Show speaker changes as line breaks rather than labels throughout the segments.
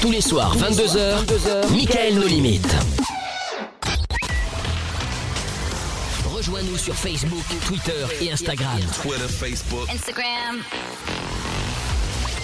Tous les soirs, 22h, 22h Michael Nos Limites. Rejoins-nous sur Facebook, Twitter et Instagram.
Twitter, Facebook.
Instagram.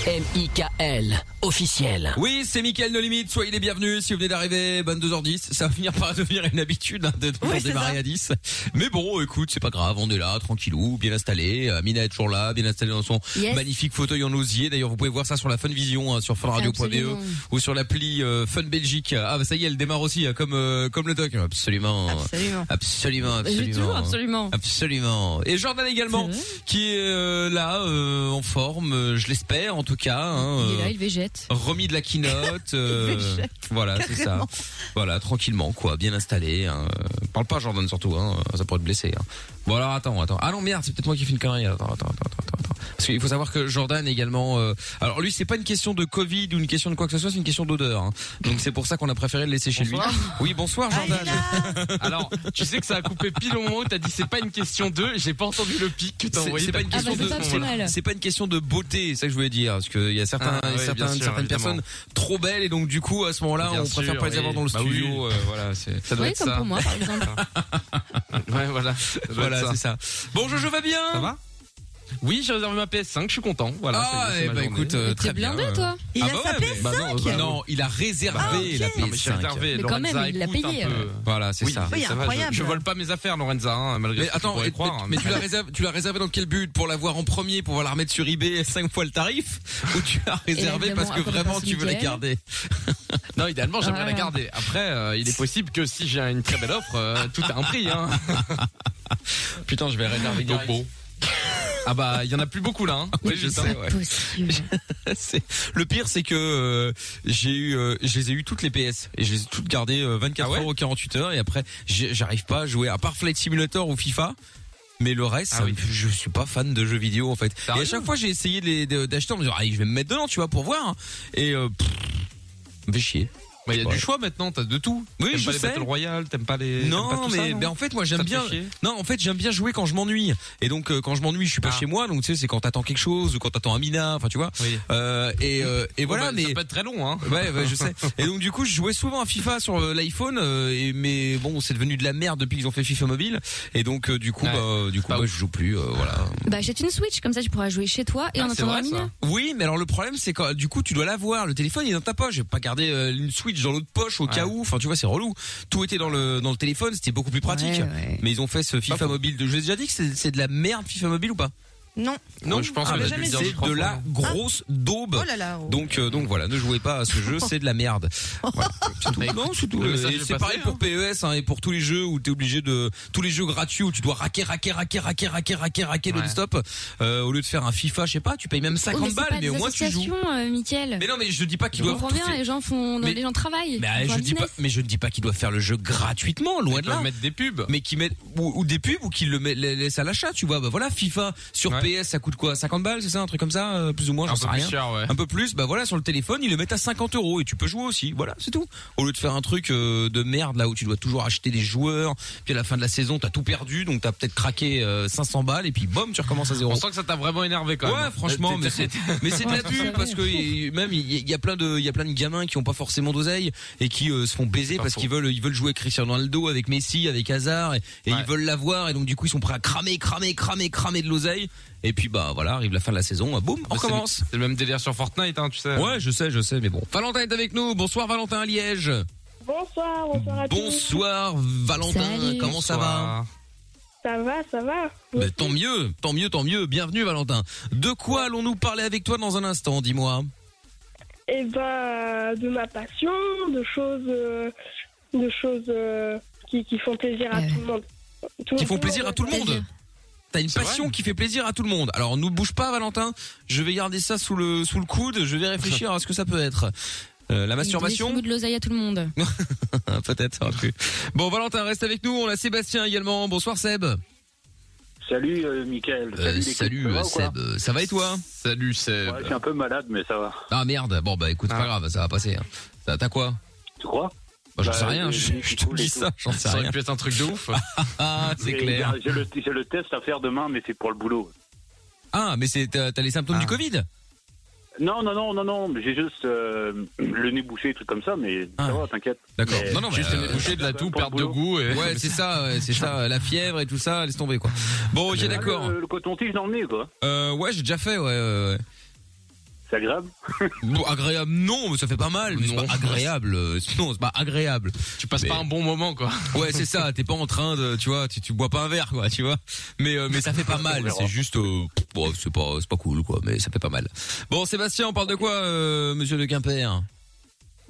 M-I-K-L, officiel.
Oui, c'est Mickaël No Limite, soyez les bienvenus. Si vous venez d'arriver, bonne 2h10. Ça va finir par devenir une habitude hein, de toujours démarrer à 10. Mais bon, écoute, c'est pas grave, on est là, tranquillou, bien installé. Euh, Mina est toujours là, bien installée dans son
Yes.
magnifique fauteuil en osier. D'ailleurs, vous pouvez voir ça sur la Fun Vision, hein, sur
Absolument.
funradio.be ou sur l'appli euh, Fun Belgique. Ah, bah, ça y est, elle démarre aussi, hein, comme euh, comme le doc. Absolument.
Absolument.
Absolument,
J'ai
absolument.
toujours absolument.
Ah
Absolument. Et Jordan également, qui est euh, là, euh, en forme, euh, je l'espère en tout cas. hein,
Il est là,
euh,
il végète.
remis de la keynote. euh,
végète,
voilà, c'est ça.
carrément.
Voilà, tranquillement, quoi, bien installé. hein. Euh, Parle pas à Jordan surtout, hein, ça pourrait te blesser. hein. Bon alors attends, attends. Ah non merde, c'est peut-être moi qui fais une connerie. Attends, attends, attends, attends. attends. Parce qu'il faut savoir que Jordan également. euh, alors lui, c'est pas une question de Covid ou une question de quoi que ce soit, c'est une question d'odeur. hein. Donc c'est pour ça qu'on a préféré le laisser chez lui. Oui, bonsoir Jordan.
Alors, tu sais que ça a coupé pile au moment où t'as dit c'est pas une question de, j'ai pas entendu le pic que t'as
C'est
envoyé.
c'est pas une
t'as
question
coupé
de
ce
Ah, bah, pas
moment-là.
optimal.
c'est pas une question de beauté, c'est ça que je voulais dire parce qu'il y a certains,
Ah, oui,
certaines,
bien sûr,
certaines
évidemment.
personnes trop belles et donc du coup à ce moment-là
Bien
on préfère
sûr,
pas les avoir
oui.
dans le
Bah
studio.
oui.
euh, voilà, c'est- ça doit
Oui,
être
comme
ça.
pour moi, par exemple.
Ouais, voilà. Ça doit
Voilà,
être
c'est ça. Bon, Jojo va bien.
Ça va Oui, j'ai réservé ma PS5, je suis content. Voilà.
Ah,
ça y est, c'est
eh
ma
bah
journée.
écoute, euh,
Mais
très
T'es
bien.
blindé,
euh.
toi
Il
ah
a
bah
sa
ouais,
PS5
mais- bah non, bah non, il a réservé
Ah, ok.
la
Non, mais j'ai
PS5.
réservé.
Mais quand
Lorenza,
même, il l'a
écoute un
payé. euh.
peu.
Voilà, c'est
Oui,
ça.
Oui,
ça va,
incroyable.
je, je vole pas mes affaires, Lorenza, hein, malgré
Mais
ce
attends,
qu'on pourrait
et-
croire.
mais, mais tu la réserves, tu la réserves dans quel but Pour la voir en premier, pour la remettre sur eBay 5 fois le tarif Ou tu l'as réservé
évidemment,
parce que
après, on
vraiment
passe
tu veux la
Mickaël.
garder
Non, idéalement, j'aimerais
Ah.
la garder. Après, euh, il est possible que si j'ai une très belle offre, euh, tout a un prix. Hein.
Putain, je vais réserver
Donc bon. Ah bah, il y en a plus beaucoup là. Hein.
Oui, je sais, ouais.
Possible.
C'est- Le pire, c'est que euh, j'ai eu, euh, je les ai eu toutes les PS et je les ai toutes gardées euh, 24
Ah ouais
heures ou 48 heures et après, j'ai- j'arrive pas à jouer à part Flight Simulator ou FIFA. Mais le reste,
Ah
ça
oui.
me- je suis pas fan de jeux vidéo en fait. Et à
Sérieux
chaque fois, j'ai essayé de les- de- d'acheter en me disant, ah, je vais me mettre dedans, tu vois, pour voir. hein. Et euh, pff, me fait chier.
Bah, il y a
Ouais.
du choix maintenant, t'as de tout.
Oui,
T'aimes
je
pas les
sais.
Battle Royale, t'aimes pas les. t'aimes pas
Non,
tout
mais
ça, non
ben, en fait, moi j'aime
Ça te fait
bien.
chier
Non, en fait, j'aime bien jouer quand je m'ennuie. Et donc, euh, quand je m'ennuie, je suis pas
Ah.
chez moi. Donc, tu sais, c'est quand t'attends quelque chose ou quand t'attends Amina. Enfin, tu vois.
Oui.
Euh, et euh, et voilà.
Oh, bah,
mais
Ça peut être très long, hein.
Ouais, ouais, je sais. Et donc du coup, je jouais souvent à FIFA sur euh, l'iPhone, euh, et- mais bon, c'est devenu de la merde depuis qu'ils ont fait FIFA mobile. Et donc euh, du coup,
Ouais.
bah, du coup,
Pas
bah,
ouf.
je joue plus. euh, voilà.
Bah, achète une Switch, comme ça tu pourras jouer chez toi et
Ah,
on
c'est
entendra
vrai, ça.
Mina.
Oui, mais alors le problème, c'est que du coup, tu dois l'avoir. Le téléphone, il est dans ta poche. Je vais pas garder euh, une Switch dans l'autre poche au cas
Ouais.
où. Enfin, tu vois, c'est relou. Tout était dans le dans le téléphone, c'était beaucoup plus pratique.
Ouais, ouais.
Mais ils ont fait ce FIFA
faux.
mobile. De... Je vous ai déjà dit que c'est c'est de la merde FIFA mobile ou pas
Non.
Non, je pense
Ah,
qu'on
bah,
l'a
c'est
jamais
dit.
de la grosse daube.
Oh là là. oh.
Donc euh, donc voilà, ne jouez pas à ce jeu, c'est de la merde. Voilà. C'est
Oh,
tout. Non, c'est tout.
Le
Euh,
message
et
est
C'est
passé,
pareil pour PES hein, et pour tous les jeux où tu es obligé de tous les jeux gratuits où tu dois raquer raquer raquer raquer raquer raquer raquer
Ouais.
non-stop euh, au lieu de faire un FIFA, je sais pas, tu payes même 50
Oh, mais c'est
balles
pas
mais au
des
moins tu joues.
associations, euh, Mickaël.
Mais non mais je dis pas
Tu
qu'ils doivent
comprends
tout
bien,
faire-
les gens font,
Mais-
les gens travaillent.
Mais,
ils
euh,
font
je
un
dis pas
business.
mais je ne dis pas qu'ils doivent faire le jeu gratuitement, loin
Ils
de là.
peuvent mettre des pubs.
Mais qui mettent ou, ou des pubs ou qui le mettent- les laissent à l'achat, tu vois. Bah voilà, FIFA sur
Ouais.
PS ça coûte quoi 50 balles, c'est ça, un truc comme ça, euh, plus ou moins, j'en
Un
sais
peu plus
rien
cher, ouais.
un peu plus, bah voilà, sur le téléphone, ils le mettent à 50 euros et tu peux jouer aussi. Voilà, c'est tout. Au lieu de faire un truc euh, de merde là où tu dois toujours acheter des joueurs, puis à la fin de la saison, t'as tout perdu, donc t'as peut-être craqué euh, 500 balles et puis bom, tu recommences à zéro.
On sent que ça t'a vraiment énervé quand même.
Ouais, franchement, mais
T'es-
c'est
t'es-
mais c'est de la
Ouais, c'est
pub
vrai.
parce que y- même il y, il y a plein de il y a plein de gamins qui ont pas forcément d'oseille et qui euh, se font baiser
Pas
parce
faux.
qu'ils veulent ils veulent jouer avec Cristiano Ronaldo, avec Messi, avec Hazard et, et
Ouais.
ils veulent l'avoir et donc du coup ils sont prêts à cramer, cramer, cramer, cramer de l'oseille et puis bah voilà arrive la fin de la saison, bah, boum, on
Mais c'est-
recommence.
C'est le même délire sur Fortnite, hein, tu sais.
Ouais, je sais, je sais, mais bon. Valentin est avec nous. Bonsoir, Valentin à Liège.
Bonsoir, bonsoir à tous.
Bonsoir, Valentin.
Salut.
Comment ça va
Bonsoir.
Ça va, ça va
Mais Tant mieux, tant mieux, tant mieux. Bienvenue, Valentin. De quoi allons-nous parler avec toi dans un instant Dis-moi.
Et ben, de ma passion, de choses, euh, de choses euh, qui, qui font plaisir à
Ouais.
tout le monde. Tout-
Qui font plaisir à tout le monde.
Plaisir.
T'as une passion qui fait plaisir à tout le monde. Alors, ne bouge pas, Valentin. Je vais garder ça sous le sous le coude. Je vais réfléchir à ce que ça peut être. Euh, la
Ils
masturbation,
distribuent de l'oseille à tout le monde.
peut-être. ça aurait pu. Bon, Valentin, reste avec nous. On a Sébastien également. Bonsoir, Seb.
Salut euh, Mickaël.
Euh,
l'équipe. Ça va ou quoi
Seb. Euh, Ça va et toi
Salut, Seb.
Ouais, je suis un peu malade, mais ça va.
Ah merde, bon bah écoute, c'est pas
Ah.
grave, ça va passer. hein. Ça- T'as quoi
Tu crois
bah, J'en
Bah,
sais rien,
euh,
je,
j'ai
je
du
te
cool et
dis
tout.
ça, j'en sais
Ça aurait
rien.
pu être un truc de ouf.
Ah, c'est
J'ai-
clair.
J'ai le, j'ai le test à faire demain, mais c'est pour le boulot.
Ah, mais c'est t'as t'as les symptômes
Ah.
du Covid
Non, non, non, non, non, mais j'ai juste euh, le nez bouché, trucs comme ça, mais ça va, t'inquiète.
D'accord.
Mais-
Ah. Non, non, mais,
Juste
euh,
les bouchées de la toux,
pour le
perte de
boulot.
goût. Et...
Ouais, c'est ça, ouais, c'est ça, la fièvre et tout ça, laisse tomber quoi. Bon, ok,
Ah,
d'accord.
Le, le coton-tige dans le nez, quoi.
Euh, ouais, j'ai déjà fait, ouais. ouais, ouais.
C'est agréable.
Bon, agréable, non, mais ça fait pas mal. Mais c'est
Non.
pas agréable. euh, Non, c'est pas agréable.
Tu passes
Mais-
pas un bon moment, quoi.
Ouais, c'est ça. T'es pas en train de, tu vois, tu, tu bois pas un verre, quoi, tu vois. Mais euh, mais ça fait pas mal. C'est juste, euh, bon, c'est pas c'est pas cool, quoi. Mais ça fait pas mal. Bon, Sébastien, on parle de quoi, euh, Monsieur de Quimper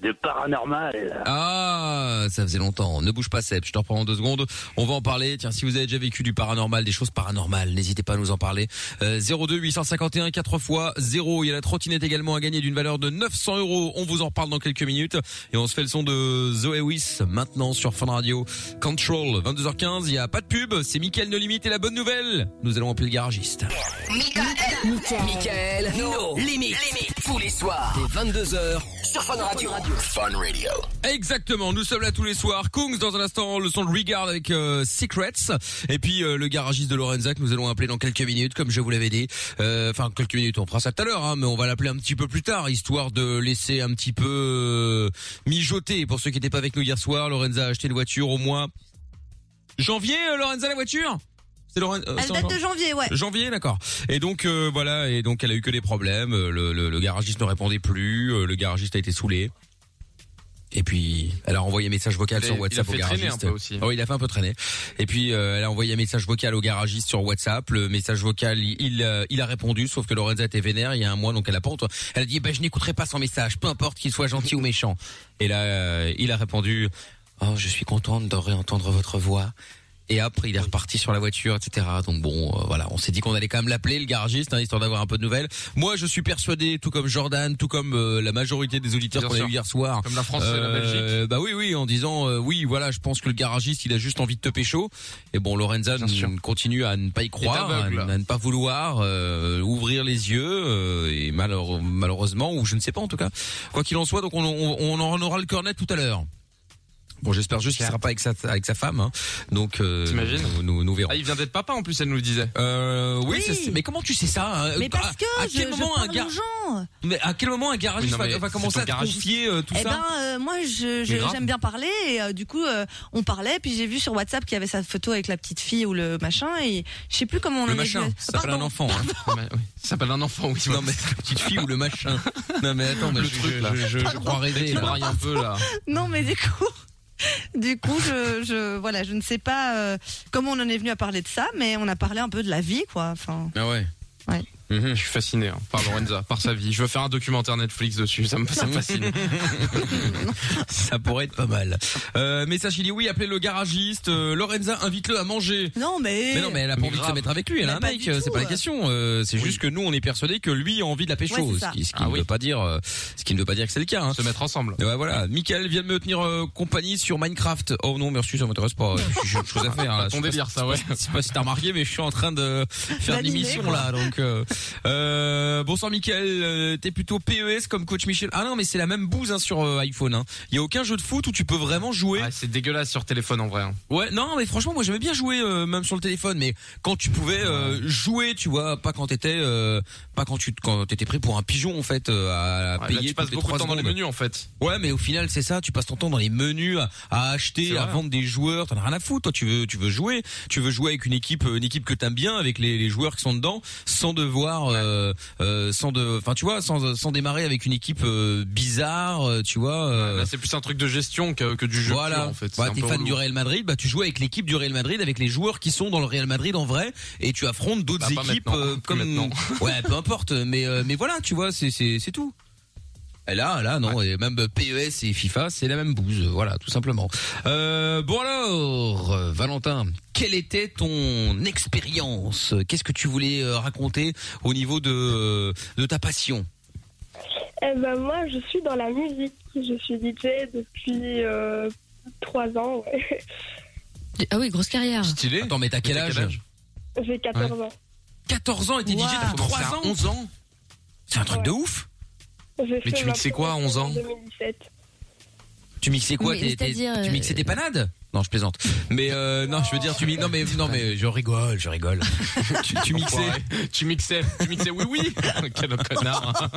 De paranormal.
Ah, ça faisait longtemps. Ne bouge pas, Seb. Je te reprends en deux secondes. On va en parler. Tiens, si vous avez déjà vécu du paranormal, des choses paranormales, n'hésitez pas à nous en parler. Euh, 02 851 4 fois 0. Il y a la trottinette également à gagner d'une valeur de 900 euros. On vous en reparle dans quelques minutes. Et on se fait le son de Zoé Wiss maintenant sur Fun Radio. Control, 22h15. Il y a pas de pub. C'est Mickaël No Limite. Et la bonne nouvelle, nous allons appeler le garagiste.
Michael, no, limite. Tous les soirs, dès 22h, sur Fun Radio. Fun Radio.
Exactement, nous sommes là tous les soirs. Kungs, dans un instant, le son de Regard avec euh, Secrets. Et puis euh, le garagiste de Lorenza que nous allons appeler dans quelques minutes, comme je vous l'avais dit. Euh, Enfin, quelques minutes, on fera ça tout à l'heure, hein, mais on va l'appeler un petit peu plus tard, histoire de laisser un petit peu euh, mijoter. Pour ceux qui n'étaient pas avec nous hier soir, Lorenza a acheté une voiture au mois... Janvier, euh, Lorenza, la voiture C'est Lorenza... euh,
Elle
c'est
date
encore-
de janvier, ouais.
Janvier, d'accord. Et donc euh, voilà, et donc elle a eu que des problèmes. euh, Le, le- le garagiste ne répondait plus. euh, Le garagiste a été saoulé. Et puis elle a renvoyé un message vocal
Il a-
sur
il a
WhatsApp
fait
au
traîner un
garagiste.
peu aussi.
Ah oui, il a fait un peu traîner. Et puis euh, elle a envoyé un message vocal au garagiste sur WhatsApp. Le message vocal, il il, euh, il a répondu, sauf que Lorenza était vénère il y a un mois, donc elle a pas honte. Elle a dit bah, je n'écouterai pas son message, peu importe qu'il soit gentil ou méchant. Et là, euh, il a répondu oh je suis contente de réentendre votre voix. Et après, il est reparti sur la voiture, etc. Donc bon, euh, voilà, on s'est dit qu'on allait quand même l'appeler, le garagiste, hein, histoire d'avoir un peu de nouvelles. Moi, je suis persuadé, tout comme Jordan, tout comme euh, la majorité des auditeurs
Bien
qu'on a
sûr.
eu hier soir,
Comme la France et la
euh,
Belgique.
Bah oui, oui, en disant euh, oui, voilà, je pense que le garagiste, il a juste envie de te pécho. Et bon, Lorenza
Bien
n-
sûr.
continue à ne pas y croire, à,
aveugle.
n- à ne pas vouloir euh, ouvrir les yeux, euh, et malheure- malheureusement, ou je ne sais pas en tout cas. Quoi qu'il en soit, donc on, on, on en aura le cornet tout à l'heure. Bon, j'espère juste qu'il sera pas avec sa, avec sa femme. hein. Donc, euh,
T'imagines
nous, nous, nous verrons.
Ah, il vient d'être papa en plus, elle nous le disait.
Euh, oui,
Oui.
ça, c'est- mais comment tu sais ça hein
Mais parce que
à, à
je,
quel
je
moment un
parle
gar-
aux gens.
mais à quel moment un garagiste
Oui, non, mais
va, va
c'est
commencer
ton
à te
garagiste.
confier euh, tout
Eh
ça
ben, euh, moi, je, je-
Mais grave.
j'aime bien parler et euh, du coup, euh, on parlait. Puis j'ai vu sur WhatsApp qu'il y avait sa photo avec la petite fille ou le machin et je sais plus comment on en
Le
est
machin,
venu-
ça s'appelle un
Pardon.
enfant. Hein.
Ouais, oui. Ça s'appelle un enfant, oui.
Non mais la petite fille ou le machin. Non mais attends, mais
Le
je,
truc,
je-
là.
je, je, je crois rêver.
Tu
là.
brailles un peu
Ah.
là.
Non, mais du coup. Du coup, je, je voilà, je ne sais pas euh, comment on en est venu à parler de ça, mais on a parlé un peu de la vie, quoi. Enfin,
Ah ouais.
Je suis fasciné hein, par Lorenza, par sa vie. Je veux faire un documentaire Netflix dessus, ça me, ça me fascine.
Ça pourrait être pas mal. Euh, message il dit oui, appelez le garagiste. euh, Lorenza, invite-le à manger.
non, mais,
Mais non, mais elle a pas
Mais
envie de se
grave.
mettre avec lui. Elle a
Mais
un
pas
mec,
du
euh,
tout,
c'est pas la
euh.
question. euh, c'est juste que nous, on est persuadé que lui a envie de la pécho.
Ouais, c'est
ce
ça.
qui, ce qui
Ah
ne
oui.
veut pas dire, euh, ce qui ne veut pas dire que c'est le cas. Hein.
Se mettre ensemble.
Et ouais, voilà, Michael vient de me tenir euh, compagnie sur Minecraft. Oh non, merci, ça m'intéresse pas. J'ai j'ai autre chose à faire.
Ton
là. Je sais pas
délire, ça, ouais.
Je sais pas si t'as remarqué, mais je suis en train de faire
D'animer,
l'émission
quoi.
là. Donc, euh, euh, bonsoir Michael, euh, t'es plutôt PES comme coach Michel. Ah non, mais c'est la même bouse hein, sur euh, iPhone. Hein. Il y a aucun jeu de foot où tu peux vraiment jouer.
Ouais, c'est dégueulasse sur téléphone en vrai. hein.
Ouais, non, mais franchement, moi j'aimais bien jouer euh, même sur le téléphone, mais quand tu pouvais euh, jouer, tu vois, pas quand t'étais, euh, pas quand tu quand t'étais pris pour un pigeon en fait euh, à, à
Ouais, Ah, là,
payer.
tu passes
toutes les
beaucoup
trois
de temps dans les
secondes.
menus en fait.
Ouais, mais au final, c'est ça. Tu passes ton temps dans les menus à, à
C'est
acheter, à
vrai.
vendre des joueurs. T'en as rien à foutre. Toi, tu veux, tu veux jouer. Tu veux jouer avec une équipe, euh, une équipe que t'aimes bien, avec les, les joueurs qui sont dedans, sans devoir, euh, euh, sans de, enfin, tu vois, sans, sans démarrer avec une équipe euh, bizarre, euh, tu vois. euh,
Là, c'est plus un truc de gestion que, que du jeu.
voilà.
pur, en fait.
Bah,
C'est un
t'es
peu
fan
relou.
du Real Madrid, bah tu joues avec l'équipe du Real Madrid, avec les joueurs qui sont dans le Real Madrid en vrai, et tu affrontes d'autres
Bah, pas
équipes
maintenant.
euh,
Plus
comme
maintenant.
ouais, peu importe. Mais euh, mais voilà, tu vois, c'est c'est c'est tout. Et Là, là, non, et même PES et FIFA, c'est la même bouse, voilà, tout simplement. Euh, bon alors, euh, Valentin, quelle était ton expérience Qu'est-ce que tu voulais euh, raconter au niveau de euh, de ta passion
Eh ben moi, je suis dans la musique. Je suis DJ depuis euh, trois ans. ouais.
Ah oui, grosse carrière.
Stylé.
Attends, mais t'as quel
Mais
âge,
J'ai 14 ans.
14 ans et t'es
Wow.
DJ depuis 3
Commencé à
ans
11 ans.
C'est un truc de ouf
J'ai fait
tu
ma
mixais quoi à 11 ans
première en 2017.
Tu mixais quoi
Mais
t'es- t'es-
c'est-à-dire,
Tu
euh,
mixais tes panades Non, je plaisante. Mais euh, non, je veux dire, tu mi- non mais non mais je rigole, je rigole. tu, tu mixais,
tu mixais, tu mixais. Oui, oui. Quel connard.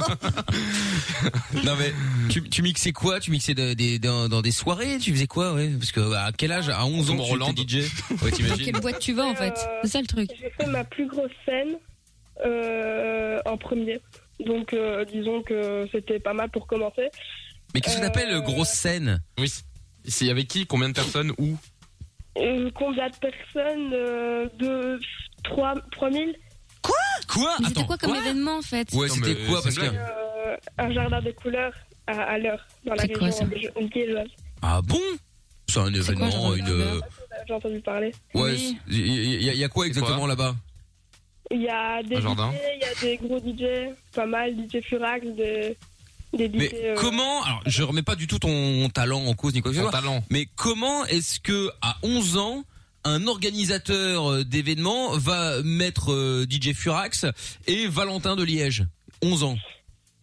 non mais tu, tu mixais quoi Tu mixais de- des- dans, dans des soirées Tu faisais quoi ouais Parce que à quel âge À 11 ans,
Comme Roland.
tu étais DJ. Ouais,
Dans
t'imagines
quelle boîte tu vas en fait C'est ça le truc.
Euh, J'ai fait ma plus grosse scène euh, en premier. Donc, euh, disons que c'était pas mal pour commencer.
Mais qu'est-ce qu'on appelle euh, grosse scène
Oui. S'il y avait qui, combien de personnes, où
Euh, combien de personnes euh, De 3, 3000
Quoi
Mais
Attends.
c'était quoi comme événement en fait
Ouais,
Non,
c'était
mais
quoi
c'est
Parce
une
que
euh, Un jardin de couleurs à, à l'heure, dans la
C'est quoi,
région
ça
lié- liégeoise.
ah bon C'est un
C'est quoi,
événement,
genre,
une.
euh,
J'ai entendu parler.
Ouais.
Oui.
Il y, a- y a quoi exactement là-bas
Il y a des
Un jardin.
DJ, il y a des gros DJ, pas mal, DJ Furax, des, des DJ.
Mais
euh,
comment Alors, je remets pas du tout ton talent en cause, ni quoi que ce
Ton
soit.
talent.
Mais comment est-ce que à 11 ans un organisateur euh, d'événements va mettre euh, DJ Furax et Valentin de Liège 11 ans.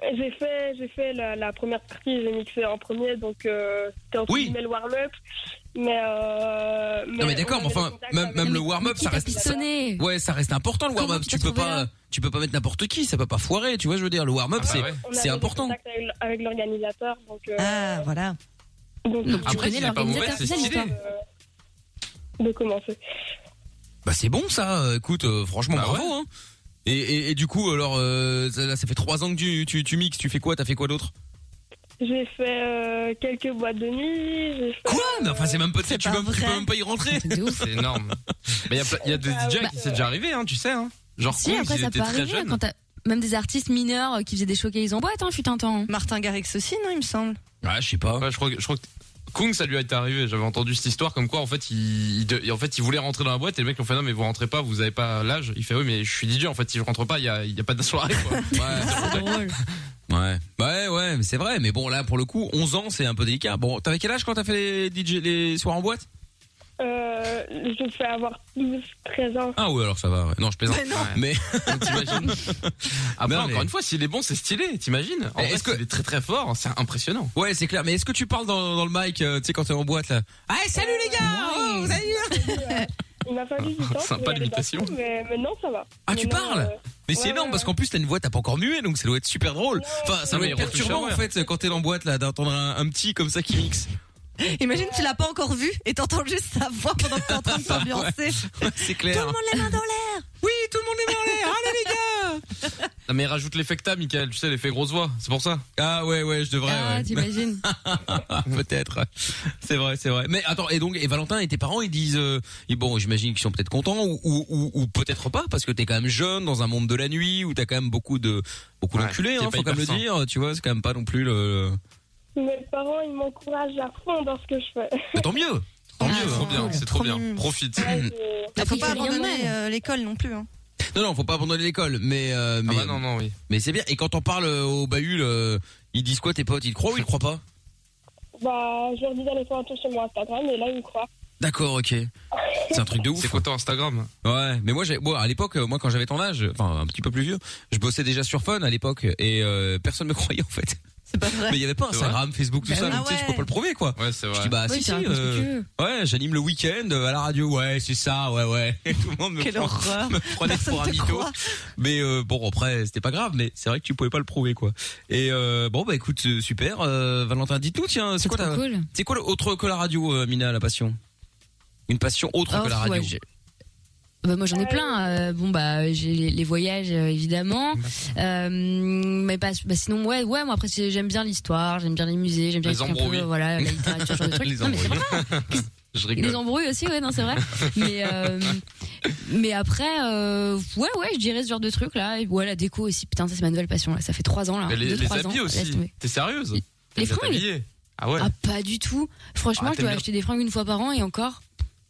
Eh, J'ai fait, j'ai fait la, la première partie, j'ai mixé en premier, donc euh, c'était entre
Oui.
guillemets le warm-up. Mais, euh,
Non mais d'accord,
on
mais
avait
enfin
des contacts
même,
avec-
même le
Mais-
warm-up
mais qui
ça
t'a
reste
pistonné
Ouais, ça reste important le
Comment
warm-up,
tu
tu
t'es
peux
trouvé
pas
là
tu peux pas mettre n'importe qui, ça peut pas foirer, tu vois, je veux dire le warm-up
Ah bah
c'est
ouais.
on avait
c'est
des
important.
contacts Avec, avec l'organisateur, donc. euh,
Ah, voilà.
donc,
Donc tu
Après,
connais
s'il est pas
l'organisateur,
mauvais,
c'est ça
c'est stylé.
l'histoire.
euh, De commencer.
Bah c'est bon ça, euh, écoute euh, franchement
Bah
bravo hein. Et, et, et du coup alors euh, ça- là ça fait trois ans que tu, tu, tu mixes, tu fais quoi T'as fait quoi d'autre
J'ai fait euh, quelques boîtes de nuit. j'ai fait-
Quoi Mais enfin c'est même pas, tu,
C'est
peux,
pas
même- tu peux
vrai.
même pas y rentrer.
C'est de ouf. Bah,
C'est énorme. Mais il y a plein- il y, a des DJ qui c'est déjà arrivé, hein, tu sais. Hein. Genre,
Si,
Kongs,
après
il
ça
était
peut
très
arriver
jeune.
quand t'as même des artistes mineurs euh, qui faisaient des showcases en boîte, hein, fut un temps.
Martin Garrix aussi, non, il me semble.
Ah, je sais pas.
Ouais, je crois que, je crois que Kung, ça lui a été arrivé. J'avais entendu cette histoire comme quoi, en fait, il, il de- en fait, il voulait rentrer dans la boîte et le mec, lui a fait non, mais vous rentrez pas, vous avez pas l'âge. Il fait oui, mais je suis DJ, en fait, si je rentre pas, il y a, il y a pas de soirée, quoi.
Ouais.
Ah, C'est drôle.
Ouais, ouais, ouais, mais c'est vrai. Mais bon, là, pour le coup, 11 ans, c'est un peu délicat. Bon, t'avais quel âge quand t'as fait les DJ, les soirs en boîte
Euh, je fais avoir 12, 13 ans.
Ah ouais, alors ça va. ouais. Non, je plaisante.
Mais non.
Mais
T'imagines Après,
Non, mais-
encore une fois, s'il est bon, c'est stylé, t'imagines En
Mais
vrai,
est-ce que-
s'il est très très fort, c'est impressionnant.
ouais, c'est clair. Mais est-ce que tu parles dans, dans le mic, euh, tu sais, quand t'es en boîte là Ah, salut les gars Oh, vous allez bien
Euh, Il m'a fallu du temps. pour
Sympa
y aller
l'imitation.
d'un coup, Mais maintenant ça va.
Ah, tu
Maintenant,
parles
euh,
Mais c'est
Ouais,
énorme
ouais,
parce qu'en plus t'as une voix, t'as pas encore muet, donc ça doit être super drôle. Enfin,
Non,
ça doit
mais
être
il retouche
perturbant en
à
fait quand t'es en boîte là, d'entendre un, un petit comme ça qui mixe.
Imagine, tu l'as pas encore vu et t'entends juste sa voix pendant que t'es en train de t'ambiancer.
Ouais, c'est
Tout le
clair.
monde les mains dans l'air.
Oui, tout le monde est dans
Ah,
l'air. Allez les gars
Non, mais rajoute l'effet que t'as, Michael, tu sais, l'effet grosse voix, c'est pour ça.
Ah ouais, ouais, je devrais.
ah,
ouais.
t'imagines.
Ah, peut-être. C'est vrai, c'est vrai. Mais attends, et donc, et Valentin et tes parents, ils disent, euh, ils- bon, j'imagine qu'ils sont peut-être contents ou, ou, ou- ou peut-être pas, parce que t'es quand même jeune dans un monde de la nuit où t'as quand même beaucoup de beaucoup
Ouais,
d'enculés,
t'es
hein,
pas
faut quand même le
hyper
dire. Tu vois, c'est quand même pas non plus le.
Mes parents, ils m'encouragent à fond dans ce que je fais.
Mais tant mieux. Tant
Ah,
mieux. hein.
c'est
Trop bien,
cool.
c'est trop bien.
Promis.
Profite.
Ouais, je-
T'as
faut
pris
pas
rien de
abandonner
mal.
euh, l'école non plus. Hein.
Non, non, faut pas abandonner l'école, mais euh,
Ah
mais
bah non, non, oui.
mais c'est bien. Et quand on parle euh, au bahut, euh, ils disent quoi tes potes Ils te croient ou ils te croient pas
Bah, je leur dis d'aller faire un tour sur mon Instagram et là, ils me croient.
D'accord, ok. C'est un truc de ouf. hein.
C'est quoi ton Instagram
Ouais, mais moi, j'ai, bon, à l'époque, euh, moi, quand j'avais ton âge, enfin, un petit peu plus vieux, je bossais déjà sur Fun à l'époque et euh, personne me croyait en fait.
C'est pas vrai.
Mais il y avait pas
C'est
Instagram, Facebook, tout
Bah
ça.
oui.
donc, tu sais,
Ah
je
ouais.
peux pas le prouver, quoi.
Ouais, c'est
Je
vrai.
dis bah
Oui,
si
tu
si,
racontes ce que tu veux.
ouais j'anime le week-end euh, à la radio ouais c'est ça ouais ouais tout le monde me,
Quelle
prend-
horreur.
me prenait
Personne
pour un
te
mytho
croit.
mais euh, bon après c'était pas grave mais c'est vrai que tu pouvais pas le prouver quoi et euh, bon bah écoute euh, super euh, Valentin dis-nous tiens c'est
C'est
quoi
trop
ta-
cool.
c'est quoi le- autre que la radio euh, Mina la passion une passion autre
Oh,
que la radio
ouais, je- Bah, moi j'en ai plein. Euh, bon bah j'ai les, les voyages euh, évidemment, Euh, mais pas, bah, sinon ouais ouais moi après c'est- j'aime bien l'histoire, j'aime bien les musées,
Eh
j'aime bien
Les
trucs un peu,
embrouilles.
voilà la littérature, ce genre de trucs.
les
Non, mais c'est
embrouilles.
Je
Et les
rigole.
embrouilles aussi, ouais, non, c'est vrai. Mais, euh, mais après, euh, ouais, ouais, je dirais ce genre de truc là. Et ouais, la déco aussi, putain, ça c'est ma nouvelle passion là. Ça fait trois ans là.
Mais Les
deux,
les
trois ans.
habits
Laisse
aussi.
tomber.
T'es sérieuse
Les
T'aimes bien
fringues.
t'habiller Ah ouais
Ah, pas du tout. Franchement,
Ah,
je dois
t'aimes
acheter des fringues une fois par an et encore.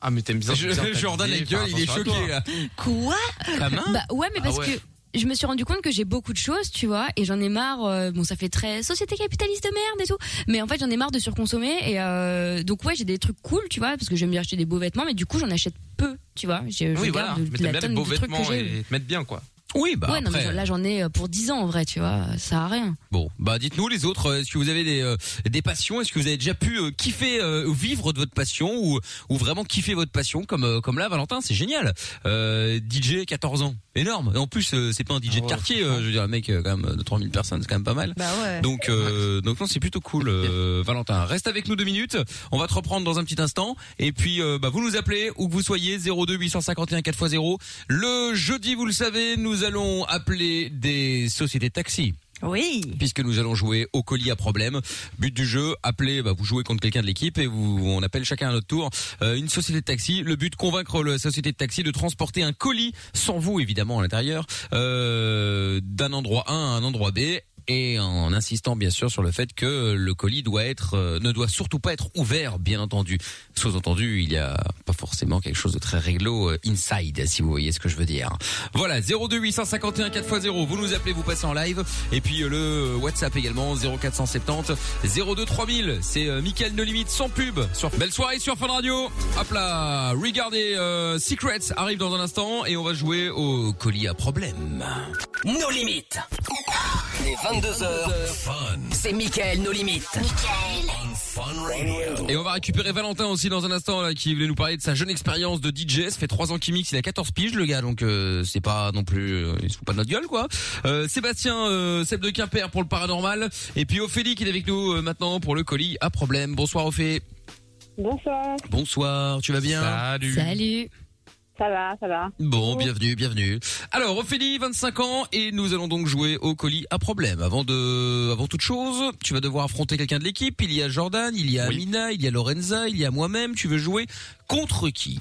Ah, mais t'aimes bien. t'aimes bien
Jordan la
t'habiller,
gueule
fais
il est
attention à
choqué
toi.
là
Quoi
quand même
bah ouais, mais
Ah
parce
ouais.
que je me suis rendu compte que j'ai beaucoup de choses, tu vois, et j'en ai marre. euh, bon, ça fait très société capitaliste de merde et tout. Mais en fait, j'en ai marre de surconsommer. Et euh, donc, ouais, j'ai des trucs cool, tu vois, parce que j'aime bien acheter des beaux vêtements, mais du coup, j'en achète peu, tu vois. Je, je
Oui,
garde
voilà.
de-
Mais
de la
t'aimes bien les
tonne
beaux
de trucs que
vêtements
j'ai.
et te mettre bien, quoi.
Oui, bah
ouais, non,
après.
mais là j'en ai euh, pour 10 ans en vrai, tu vois, ça sert à rien.
Bon, bah dites-nous les autres, euh, est-ce que vous avez des, euh, des passions Est-ce que vous avez déjà pu euh, kiffer, euh, vivre de votre passion ou, ou vraiment kiffer votre passion comme, euh, comme là, Valentin C'est génial. Euh, DJ 14 ans, énorme. Et en plus, euh, c'est pas un DJ de quartier, euh, je veux dire, un mec euh, quand même euh, de 3000 personnes, c'est quand même pas mal.
Bah ouais.
Donc, euh, donc non, c'est plutôt cool, euh, Valentin. Reste avec nous deux minutes. On va te reprendre dans un petit instant. Et puis, euh, bah, vous nous appelez où que vous soyez 02 851 4x0. Le jeudi, vous le savez, nous allons appeler des sociétés de taxi.
Oui.
Puisque nous allons jouer au colis à problème. But du jeu, appelez, bah, vous jouez contre quelqu'un de l'équipe et vous, on appelle chacun à notre tour euh, une société de taxi. Le but, convaincre la société de taxi de transporter un colis, sans vous évidemment à l'intérieur, euh, d'un endroit A à un endroit B. Et en insistant bien sûr sur le fait que le colis doit être, euh, ne doit surtout pas être ouvert, bien entendu. Sous-entendu, il n'y a pas forcément quelque chose de très réglo euh, inside, si vous voyez ce que je veux dire. Voilà, 02851 4x0, vous nous appelez, vous passez en live. Et puis euh, le WhatsApp également, 0470 02 3000, c'est euh, Mickaël No Limite sans pub. Sur... Belle soirée sur Fun Radio. Hop là, regardez, euh, Secrets arrive dans un instant et on va jouer au colis à problème.
Nos limites. Les 22h. C'est Michael, nos limites.
Et on va récupérer Valentin aussi dans un instant là, qui voulait nous parler de sa jeune expérience de DJ. Ça fait 3 ans qu'il mixe, il a 14 piges le gars, donc euh, c'est pas non plus... euh, il se fout pas de notre gueule quoi. Euh, Sébastien, euh, Seb de Quimper pour le paranormal. Et puis Ophélie qui est avec nous euh, maintenant pour le colis à problème. Bonsoir Ophé.
Bonsoir.
Bonsoir, tu vas bien
Salut.
Salut.
Ça va, ça va.
Bon, bienvenue, bienvenue. Alors, Ophélie, 25 ans, et nous allons donc jouer au colis à problème. Avant de, avant toute chose, tu vas devoir affronter quelqu'un de l'équipe. Il y a Jordan, il y a
Oui.
Amina, il y a Lorenza, il y a moi-même. Tu veux jouer contre qui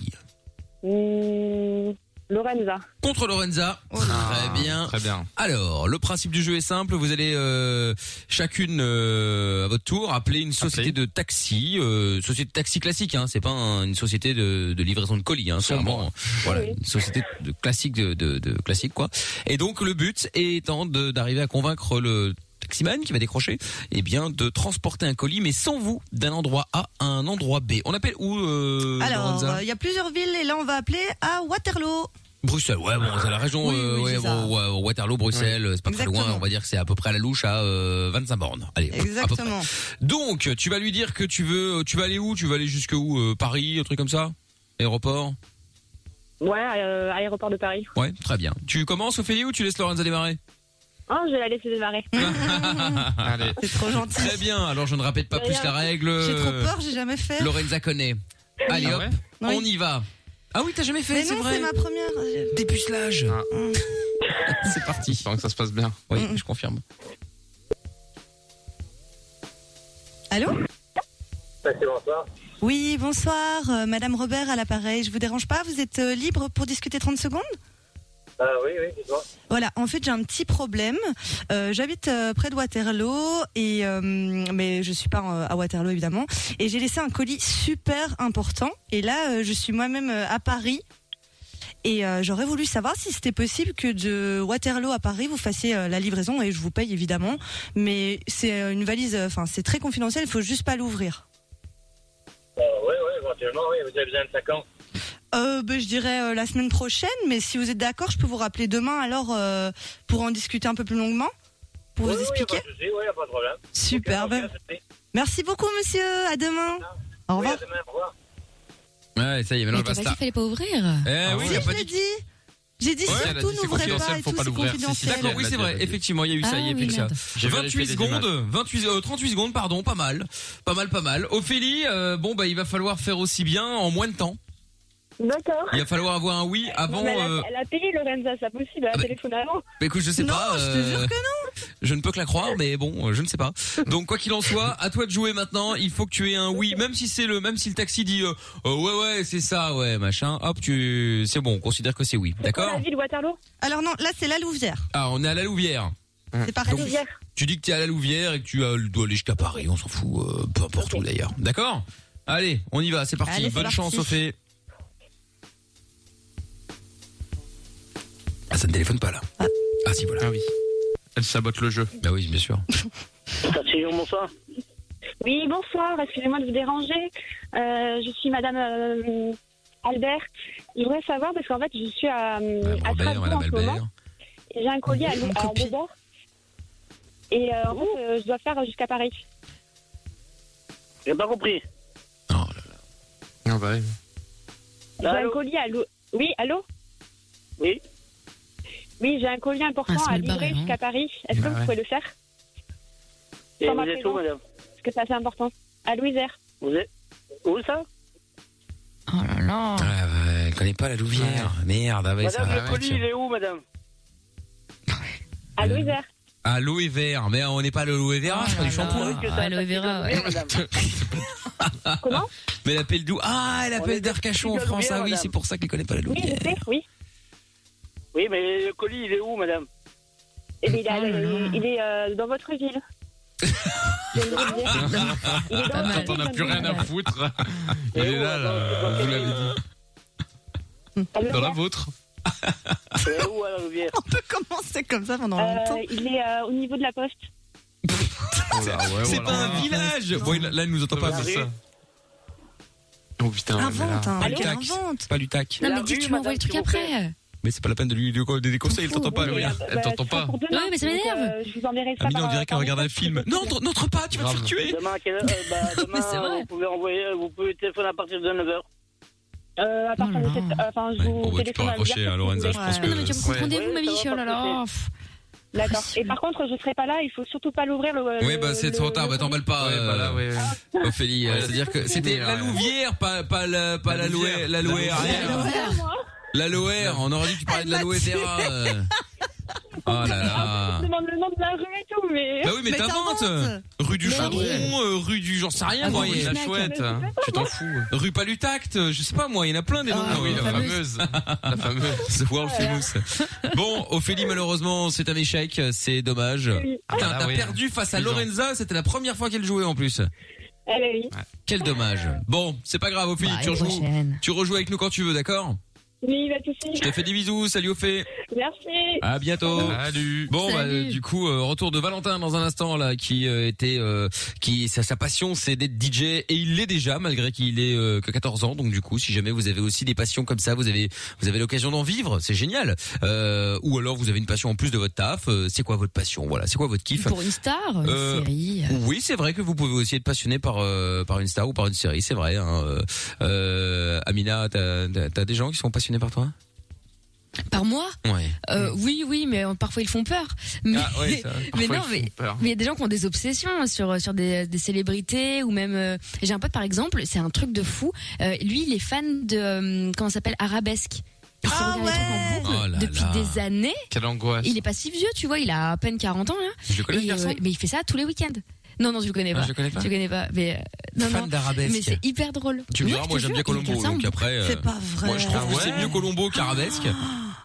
Mmh, Lorenza.
Contre Lorenza.
Oh
Très bien.
Ah, Très bien.
Alors, le principe du jeu est simple. Vous allez euh, chacune euh, à votre tour appeler une société de taxi, euh, société de taxi classique. Hein, c'est pas un- une société de, de livraison de colis. Hein, c'est vraiment, voilà, une société de classique de, de- de classique quoi. Et donc le but étant de- d'arriver à convaincre le taximan qui va décrocher, eh bien de transporter un colis, mais sans vous, d'un endroit A à un endroit B. On appelle où euh,
Alors,
Lorenza
euh, il y a plusieurs villes et là, on va appeler à Waterloo.
Bruxelles, ouais, bon, c'est la région,
Ah. Oui,
euh,
oui,
ouais,
c'est ça.
ouais, ouais, Waterloo, Bruxelles, euh, c'est pas très loin,
Exactement.
on va dire que c'est à peu près à la louche à euh, 25 bornes. Allez, à peu près.
Exactement.
Donc, tu vas lui dire que tu veux, euh, tu vas aller où Tu vas aller jusque où Euh, Paris, un truc comme ça Aéroport
Ouais, euh, aéroport de Paris.
Ouais, très bien. Tu commences, Ophélie, ou tu laisses Lorenza démarrer
Oh, je vais la laisser démarrer.
Ah.
Allez.
C'est trop gentil.
Très bien, alors je ne répète pas plus la règle. euh,
J'ai trop peur, j'ai jamais fait.
Lorenza connaît. Allez
Ah
hop,
ouais
Oui.
on y va. Ah oui, t'as jamais fait,
Mais
c'est
non,
vrai.
c'est ma première.
Dépucelage.
Mmh.
C'est parti. Espérons Ah. que ça se passe bien.
Oui, je confirme.
Allô
bonsoir.
Oui, bonsoir. euh, Madame Robert à l'appareil. Je vous dérange pas Vous êtes euh, libre pour discuter 30 secondes
Ah oui, oui, dis-moi.
Voilà, en fait j'ai un petit problème. Euh, J'habite euh, près de Waterloo et euh, mais je suis pas euh, à Waterloo évidemment et j'ai laissé un colis super important et là euh, je suis moi-même euh, à Paris et euh, j'aurais voulu savoir si c'était possible que de Waterloo à Paris vous fassiez euh, la livraison et je vous paye évidemment mais c'est euh, une valise euh, enfin c'est très confidentiel, il faut juste pas l'ouvrir.
oui, oui, Euh, éventuellement, oui, vous avez besoin de 5 ans.
Euh, ben, je dirais euh, la semaine prochaine, mais si vous êtes d'accord, je peux vous rappeler demain alors euh, pour en discuter un peu plus longuement, pour vous expliquer.
Oui, bah, oui, y a pas de problème.
Super. ben, Merci beaucoup, monsieur. À demain. Au revoir.
Ouais, bah, ça y est, maintenant
Mais
elle va
t'as
se
pas dit qu'il
ta-
fallait pas ouvrir.
Eh oui,
Ah, Si,
il a
je
pas
l'ai
dit
dit. J'ai dit
Ouais, elle a dit
surtout,
c'est
n'ouvrez pas
confidentiel,
et
faut
tout,
pas
c'est
l'ouvrir. Si, si,
confidentiel.
D'accord, oui,
Elle
c'est
l'a
vrai.
dit, elle l'a dit.
Effectivement, il y a eu ça,
Ah
il y a
oui,
plus que ça.
merde.
J'ai vérifié
28
les images.
secondes, 28, euh, 38 secondes, pardon, pas mal. Pas mal, pas mal. Ophélie, euh, bon, bah, il va falloir faire aussi bien en moins de temps.
D'accord.
Il va falloir avoir un oui avant.
Mais elle, a,
euh,
elle a payé Lorenza, c'est pas possible, elle
Ah
a
bah-
téléphoné avant.
bah, écoute, je sais
Non,
pas.
je te
euh,
jure que non.
je ne peux que la croire, mais bon, euh, je ne sais pas. Donc, quoi qu'il en soit, à toi de jouer maintenant. Il faut que tu aies un oui, même si c'est le, même si le taxi dit euh, euh, ouais, ouais, c'est ça, ouais, machin. Hop, tu, c'est bon, on considère que c'est oui,
La
d'accord
ville Waterloo,
Alors non, là c'est la Louvière.
Ah, on est à la Louvière.
C'est pareil.
Rivière.
Tu dis que t'es à la Louvière et que tu as- dois aller jusqu'à Paris, on s'en fout, euh, peu importe où d'ailleurs. D'accord Allez, on y va, c'est parti.
Allez, c'est
Bonne
parti.
chance, Sophie. Ah, ça ne téléphone pas là. Ah, si, voilà.
Ah oui. Elle sabote le jeu.
Bah oui, bien sûr.
bonsoir.
Oui, bonsoir, excusez-moi de vous déranger. Euh, je suis Madame euh, Albert. Je voudrais savoir, parce qu'en fait, je suis à, euh,
Madame
à
Robert,
Strasbourg
Madame
en ce moment.
Albert.
j'ai un collier à, Lou- à Lombard. Et euh, en fait, euh, je dois faire jusqu'à Paris.
J'ai pas compris.
Ah bah oui.
J'ai un collier à Lou- Oui, allô
Oui.
Oui, j'ai un collier important
Ah, ça
à
me le paraît,
livrer
hein.
jusqu'à Paris. Est-ce que
Ah
vous
ouais.
pouvez le faire
Et
Sans
vous
ma
êtes où,
présence.
madame
Parce que ça, c'est important. À Louisère.
Vous êtes où ça
Oh là là.
Ah, bah, elle connaît pas la Louvière. Merde, ah ouais, ça
Madame,
va.
le colis, il est où, madame
À Louisère.
Ah, l'eau est vert. Mais on n'est pas le l'eau est vert, je prends du
Ah,
Euh, shampoing.
Aloe
euh,
vera, Ah ouais.
Comment
Mais elle appelle d'où Ah, elle
On est
appelle d'Arcachon en
depuis la
France. Ah
Louvière,
oui,
madame.
c'est pour ça qu'elle connaît pas la
Oui,
Louvière.
je sais, oui.
Oui, mais le colis, il est où, madame
Eh ben, il est, à- il est, euh, dans votre ville. Je viens de vous le dire.
Quand on n'a plus rien à foutre, il est là, là,
euh,
vous l'avez dit. Dans la vôtre.
Ah.
On peut commencer comme ça pendant
Euh,
longtemps.
il est euh, au niveau de la poste.
Oh C'est pas un village. Bon, il- là, il nous entend pas, mais ça.
Oh putain.
Invente,
hein,
Pas du
Allô
tac.
Invente.
Pas du tac.
Non, mais dis, tu m'envoies le truc après.
Mais c'est pas la peine de lui de- de déconseiller, elle t'entend pas,
euh,
le rien. Elle t'entend pas.
bah, Pour demain,
Ouais, mais ça
donc,
m'énerve.
euh, je vous enverrai ça.
Ah, mais là, on
par-
dirait qu'elle regarde un film. Non, n'entre- n'entre pas, tu vas te
Grave.
faire tuer.
Demain, à quelle heure Euh, bah, demain,
c'est vrai.
vous pouvez envoyer, vous pouvez téléphoner à partir de 9h.
euh, à
Hmm.
partir de
Oh là
cette- Enfin, je vous
bon, bah, tu peux
téléphone à me dire
raccrocher
si
à
vous
Lorenza, je
voulez.
pense
Non, mais tu
que.
me rendez-vous,
Ouais,
mamie.
ça
Oh
va
là
pas
là.
D'accord. Et par contre, je serai pas là. Il faut surtout pas l'ouvrir. Le,
Oui,
le-
bah, c'est
le-
trop tard, bah, t'emballes pas.
Ouais, bah là,
euh,
ouais. ouais.
Ophélie, euh, c'est-à-dire que c'était la Louvière, pas, pas la, pas la
La
Louer,
Louvière.
la Louer
La
arrière. La Louer, on aurait dit que tu parlais de la
Elle m'a
Louer Terra. euh. Oh là là.
Je demande le nom de la rue et tout, mais.
Bah oui, mais
Mais
t'inventes. euh,
t'inventes.
Rue du
Mais
Chambon,
oui.
euh, rue du, j'en sais rien,
Ah,
moi.
oui,
il y en
la
a-
Snack.
chouette, hein. tu t'en fous.
Rue Palutact, euh, je sais pas, moi, il y en a plein des noms.
Ah oui, la fameuse.
fameuse.
La fameuse.
The world famous. Bon, Ophélie, malheureusement, c'est un échec, c'est dommage. Putain,
Ah,
t'as
oui.
perdu face à
Ils ont-
Lorenza, c'était la première fois qu'elle jouait en plus.
Allez, oui.
Quel dommage. Bon, c'est pas grave, Ophélie,
Bah,
tu
à la
rejoues.
prochaine.
Tu rejoues avec nous quand tu veux, d'accord
Oui, pas de soucis.
Je te fais des bisous, salut au fait.
Merci.
À bientôt.
Salut.
Bon, bah,
Salut.
euh, du coup, euh, retour de Valentin dans un instant là, qui euh, était, euh, qui sa, sa passion, c'est d'être DJ et il l'est déjà malgré qu'il ait euh, que 14 ans. Donc du coup, si jamais vous avez aussi des passions comme ça, vous avez, vous avez l'occasion d'en vivre, c'est génial. Euh, ou alors vous avez une passion en plus de votre taf. euh, c'est quoi votre passion Voilà, c'est quoi votre kiff
Pour une star,
Euh,
une série.
oui, c'est vrai que vous pouvez aussi être passionné par euh, par une star ou par une série, c'est vrai. Hein. Euh, euh, Amina, t'as t'as des gens qui sont passionnés par toi mm.
Par moi
Ouais.
Euh, Oui, oui, mais euh, parfois ils font peur. Mais,
Mm. Ah ouais, ça,
Parfois,
mais non,
ils
mais.
font peur.
Mais il y a des gens qui ont des obsessions sur euh, sur des, des célébrités ou même euh, j'ai un pote par exemple c'est un truc de fou euh, lui il est fan de euh, comment ça s'appelle arabesque il se
Ah
regarde les trucs en
ouais.
boucle
Oh là
depuis
là.
des années
Quelle angoisse.
il est pas si vieux tu vois il a à peine 40 ans là
Je le connais
Et,
le garçon
euh, mais il fait ça tous les week-ends non non je le connais
Ah,
pas
je le connais pas.
je le connais pas mais euh, non
Fan
non
d'arabesque.
mais c'est hyper drôle
Tu
Ouais,
verras,
je
moi
te
j'aime
jure,
bien
il regarde
Colombo.
ça en
Donc
boucle.
après, euh,
C'est pas vrai.
moi je trouve
Ah
que c'est
ouais
mieux Colombo qu'Arabesque.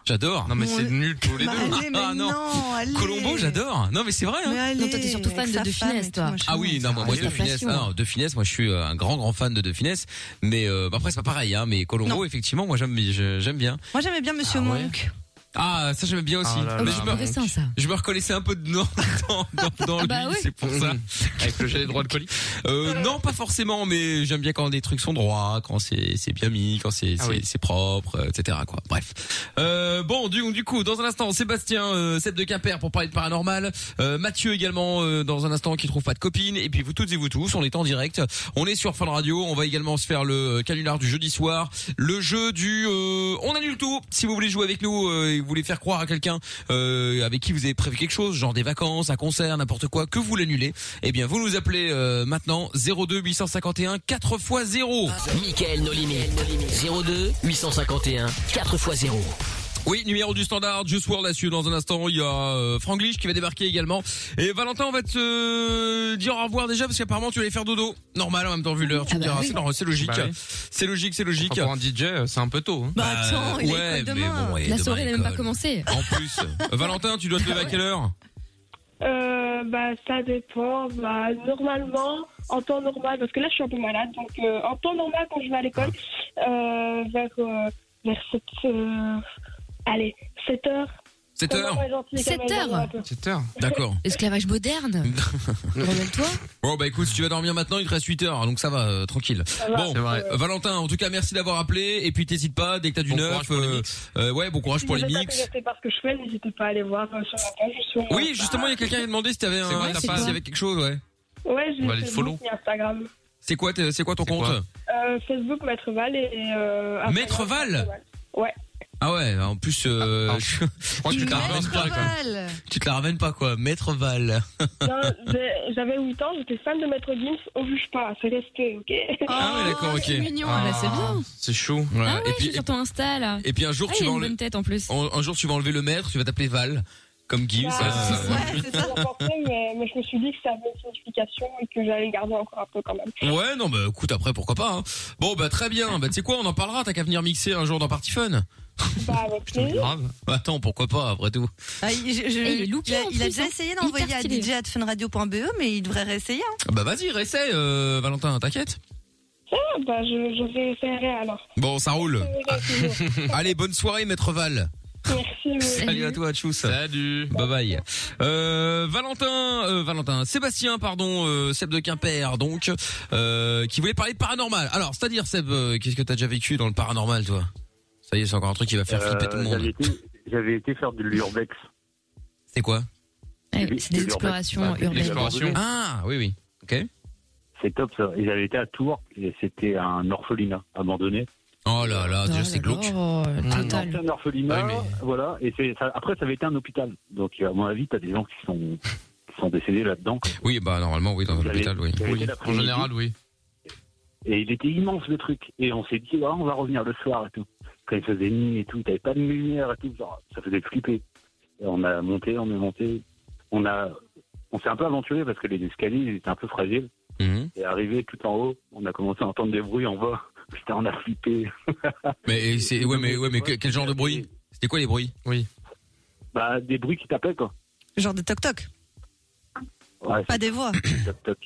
J'adore.
Non, mais
Mon-
c'est nul tous les
Bah,
deux.
allez, mais
Ah, non.
non. allez.
Colombo, j'adore. Non mais c'est vrai. hein.
Mais allez,
Non, toi, t'es surtout fan
avec
de
sa
De
femme
Funès,
et tout,
toi.
machin.
Ah oui, non, moi, moi,
c'est
de
ta
finesse,
passion.
ah, non, de finesse, moi, je suis euh, un grand, grand fan de de finesse. Mais euh, bah, après, c'est pas pareil, hein. Mais Colombo,
Non.
effectivement, moi, j'aime, je- j'aime bien.
Moi j'aimais bien Monsieur
Ah ouais.
Monk.
Ah, ça, j'aimais bien aussi.
Ah là
Ah,
mais
mais
là,
c'est
je,
bah,
me,
intéressant ça
je me reconnaissais un peu dedans, dans, dans,
Ah
dans
bah
lui,
oui.
c'est pour ça.
Mmh. Avec le gilet droit de colis.
Euh, non, pas forcément, mais j'aime bien quand des trucs sont droits, quand c'est c'est bien mis, quand c'est
Ah
c'est-
oui.
c'est propre, euh, etc. Quoi. Bref. Euh, bon, du, du coup, dans un instant, Sébastien, euh, Seb de Quimper pour parler de paranormal, euh, Mathieu également euh, dans un instant qui trouve pas de copine, et puis vous toutes et vous tous, on est en direct, on est sur Fun Radio, on va également se faire le euh, canular du jeudi soir, le jeu du euh, on annule tout. Si vous voulez jouer avec nous euh, et vous voulez faire croire à quelqu'un euh, avec qui vous avez prévu quelque chose, genre des vacances, un concert, n'importe quoi, que vous l'annulez, eh bien vous nous appelez euh, maintenant 02 851 4 x 0.
Mickaël nos limites. 02 851 4x0.
Oui, numéro du standard, Just World là-dessus dans un instant, il y a euh, Franglish qui va débarquer également. Et Valentin, on va te euh, dire au revoir déjà parce qu'apparemment tu vas aller faire dodo. Normal en même temps vu l'heure, tu
Ah
me
bah
diras,
oui.
c'est normal, c'est logique.
Bah oui.
C'est logique, c'est logique.
Enfin, pour un DJ, euh, c'est un peu tôt. hein.
Bah attends,
Euh,
il
ouais,
est
mais
demain.
bon, et
la
demain,
soirée n'a même pas
école.
commencé
En plus, Euh, Valentin, tu dois te lever à quelle heure
Euh, bah, ça dépend. Bah, normalement, en temps normal, parce que là, je suis un peu malade. Donc, euh, en temps normal, quand je vais à l'école,
Ah.
euh, vers, euh, vers 7, euh, allez, 7 heures.
7 heures
7 heures
7 heures
D'accord.
Esclavage moderne Ah Rappelle-toi.
Bon bah écoute, si tu vas dormir maintenant, il te reste 8 heures, donc ça va, euh, tranquille.
va.
Bon,
C'est vrai.
euh, Valentin, en tout cas, merci d'avoir appelé, et puis t'hésites pas, dès que t'as du
Bon
neuf,
courage pour les
euh, euh, ouais, bon courage pour les mix.
par ce que je fais, n'hésitez pas à aller voir euh, sur ma page. ou sur mon-
Oui, justement, il y a quelqu'un qui a demandé si t'avais
C'est
un,
vrai,
t'as
c'est
pas-
quoi
s'il y avait quelque chose, ouais.
Ouais, j'ai
On va aller te
Facebook et Instagram.
C'est quoi, t'es- c'est quoi ton compte
Euh, Facebook, Maître Val et. euh, Instagram,
Maître Val
Ouais.
Ah ouais, en plus, euh, je, crois que tu te la ramènes pas, quoi. Tu te la ramènes pas, quoi. Maître Val.
Non, j'ai- J'avais 8 ans, j'étais fan de Maître Gims, on juge pas, c'est resté, ok
Ah ouais, d'accord, ok.
C'est chaud.
Ah ouais, je suis sur ton Insta là.
et puis un jour,
Ah,
tu
il a
vas
une
enlever-
bonne tête en plus.
un, un jour, tu vas enlever le maître, tu vas t'appeler Val, comme Gibbs.
J'ai mais, mais je me suis dit que ça avait une signification et que j'allais le garder encore un peu quand même.
Ouais, non, bah écoute, après, pourquoi pas. hein. Bon, bah très bien. Bah tu sais quoi, on en parlera. T'as qu'à venir mixer un jour dans Party Fun.
Bah, avec plaisir.
Grave. Bah, attends, pourquoi pas, après tout.
Ah, il, je- je-
Et il est looké,
il a,
en
il a
plus,
déjà
hein.
essayé
Hyper
d'envoyer à
stylé.
DJ at funradio.be, E, mais il devrait réessayer. hein.
Bah vas-y, réessaie, euh, Valentin, t'inquiète.
Ah, bah, je, je vais essayer alors.
Bon, ça roule. Allez, bonne soirée, maître Val.
Merci, mais-
Salut à toi, tchuss.
Salut.
Bye bye. Euh, Valentin, euh, Valentin, Sébastien, pardon, euh, Seb de Quimper, donc, euh, qui voulait parler de paranormal. Alors, c'est-à-dire, Seb, euh, qu'est-ce que t'as déjà vécu dans le paranormal, toi Ça y est, c'est encore un truc qui va faire
Euh,
flipper tout le
j'avais
monde.
été- J'avais été faire de l'urbex.
C'est quoi
Ouais,
oui,
C'est des
c'est
explorations
urbain.
urbaines.
L'exploration.
Ah, oui, oui. Ok.
C'est top ça. Et j'avais été à Tours et c'était un orphelinat abandonné.
Oh là Ah là, déjà
Oh
c'est
là
glauque. Mmh.
là,
C'est
Total.
un orphelinat,
Oui, mais-
voilà. Et c'est- ça- après, ça avait été un hôpital. Donc, à mon avis, t'as des gens qui sont, qui sont décédés là-dedans. quoi.
Oui, bah normalement, oui, dans un
J'avais-
hôpital, oui.
j'avais été
Oui, en
l'après-midi,
général, oui.
Et il était immense le truc. Et on s'est dit, Ah, on va revenir le soir et tout. Quand il faisait nuit et tout, t'avais pas de lumière et tout. genre, ça faisait flipper. Et on a monté, on est monté. On a, on s'est un peu aventuré parce que les escaliers ils étaient un peu fragiles.
Mhm.
Et arrivé tout en haut, on a commencé à entendre des bruits en bas. Putain, on a flippé.
Mais c'est, ouais, mais ouais, mais que- quel genre de bruit C'était quoi les bruits
Bah, des bruits qui tapaient quoi.
Genre des toc-toc,
Ouais,
pas des voix.
c'est toc toc.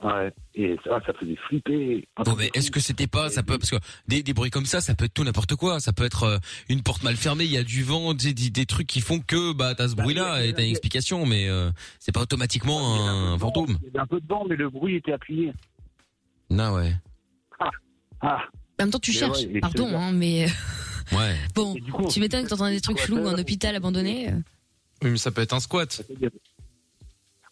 Ouais. Et ça, ça faisait flipper.
Bon, mais est-ce que c'était pas, ça peut, parce que des, des bruits comme ça, ça peut être tout n'importe quoi. Ça peut être euh, une porte mal fermée, il y a du vent, des, des, des trucs qui font que bah t'as ce
Bah,
bruit-là
il y a-
et t'as une explication, mais euh, c'est pas automatiquement un fantôme.
Ah, Il y avait un peu de vent, mais le bruit était appuyé.
Non, ouais.
Ah.
En même temps, tu
Mais
cherches.
ouais, et c'est
Pardon, hein, mais euh,
Ouais.
bon.
Et du coup, on
Tu m'étonnes que t'entends des trucs
Quoi,
chelous,
ça,
un
là
hôpital abandonné. euh.
Oui, mais ça peut être un squat.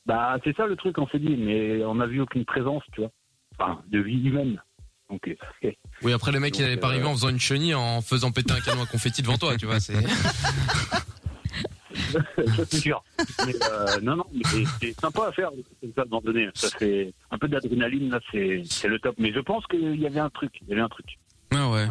Bah, c'est ça le truc, on s'est dit, mais on n'a vu aucune présence, tu vois. Enfin, de vie humaine. Donc, euh, ok.
Oui, après, le mec, il
Donc,
allait pas
euh,
arriver en faisant une chenille, en faisant péter un canon à confetti devant toi, tu vois. C'est
ça c'est sûr. Mais, euh, non, non, mais c'est- c'est sympa à faire, comme ça, abandonné. Ça fait un peu d'adrénaline, là, c'est c'est le top. Mais je pense qu'il y avait un truc, il y avait un truc.
Ah ouais.
Ouais.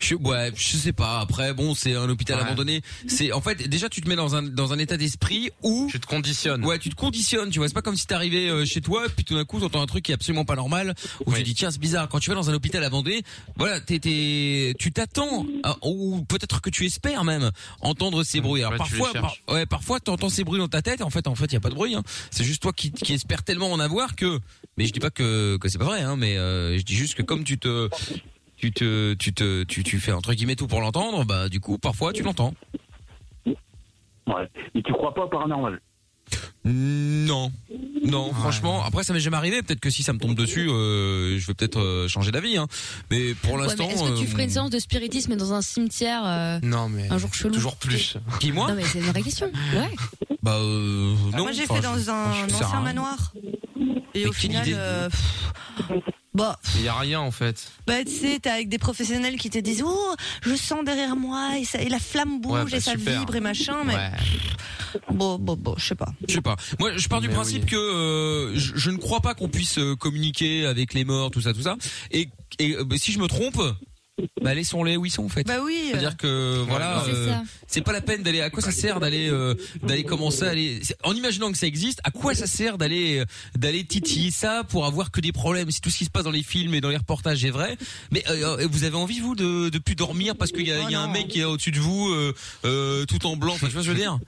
Je, ouais, je sais pas. Après, bon, c'est un hôpital
Ouais.
abandonné. C'est, en fait, déjà, tu te mets dans un, dans un état d'esprit où
Tu te conditionnes.
Ouais, tu te conditionnes, tu vois. C'est pas comme si t'arrivais euh, chez toi, puis tout d'un coup, t'entends un truc qui est absolument pas normal, où tu
Ouais.
dis tiens, c'est bizarre. Quand tu vas dans un hôpital abandonné, voilà, t'es, t'es- tu t'attends, à- ou peut-être que tu espères même entendre ces
Mmh,
bruits. Alors
ouais, tu les
parfois,
cherches.
par- ouais, parfois t'entends ces bruits dans ta tête. Et en fait, en fait, y a pas de bruit. hein. C'est juste toi qui, qui espères tellement en avoir que. Mais je dis pas que que c'est pas vrai, hein. Mais euh, je dis juste que comme tu te tu te, tu te, tu, tu fais entre guillemets tout pour l'entendre, bah du coup parfois tu l'entends.
Ouais. Mais tu crois pas au paranormal
Non, non, franchement. Après, ça m'est jamais arrivé. Peut-être que si ça me tombe dessus, euh, je vais peut-être euh, changer d'avis. Hein. Mais pour
Ouais, mais
l'instant,
Est-ce que tu
euh,
ferais une séance de spiritisme dans un cimetière euh,
Non, mais.
un jour chelou
Toujours plus.
qui moi
Non, mais c'est une vraie question. Ouais.
Bah euh,
Ah,
non.
Moi, j'ai
enfin,
fait
je-
dans
je
un
trouve ça
ancien
rare.
manoir. Et
Mais
au
quelle
final,
idée.
euh, pff, bah,
Il y a rien, en fait.
Bah, tu sais, t'es avec des professionnels qui te disent Oh, je sens derrière moi, et, ça, et la flamme bouge,
Ouais, bah,
et ça
super.
vibre, et machin, mais
Ouais.
bon, bon, bon, je sais pas.
Je sais pas. Moi, je pars du
Mais
principe
oui.
que euh, je, je ne crois pas qu'on puisse euh, communiquer avec les morts, tout ça, tout ça. Et, et euh, bah, si je me trompe, bah laissons-les où ils sont en fait.
Bah oui. euh,
C'est-à-dire que voilà,
c'est
euh,
ça.
c'est pas la peine d'aller. À quoi ça sert d'aller euh, d'aller commencer à aller c'est- en imaginant que ça existe À quoi ça sert d'aller euh, d'aller titiller ça pour avoir que des problèmes Si tout ce qui se passe dans les films et dans les reportages est vrai, mais euh, euh, vous avez envie vous de de plus dormir parce qu'il y a,
Oh
il y a un
non.
mec qui est là au-dessus de vous, euh, euh, tout en blanc. Enfin, tu vois ce que je veux dire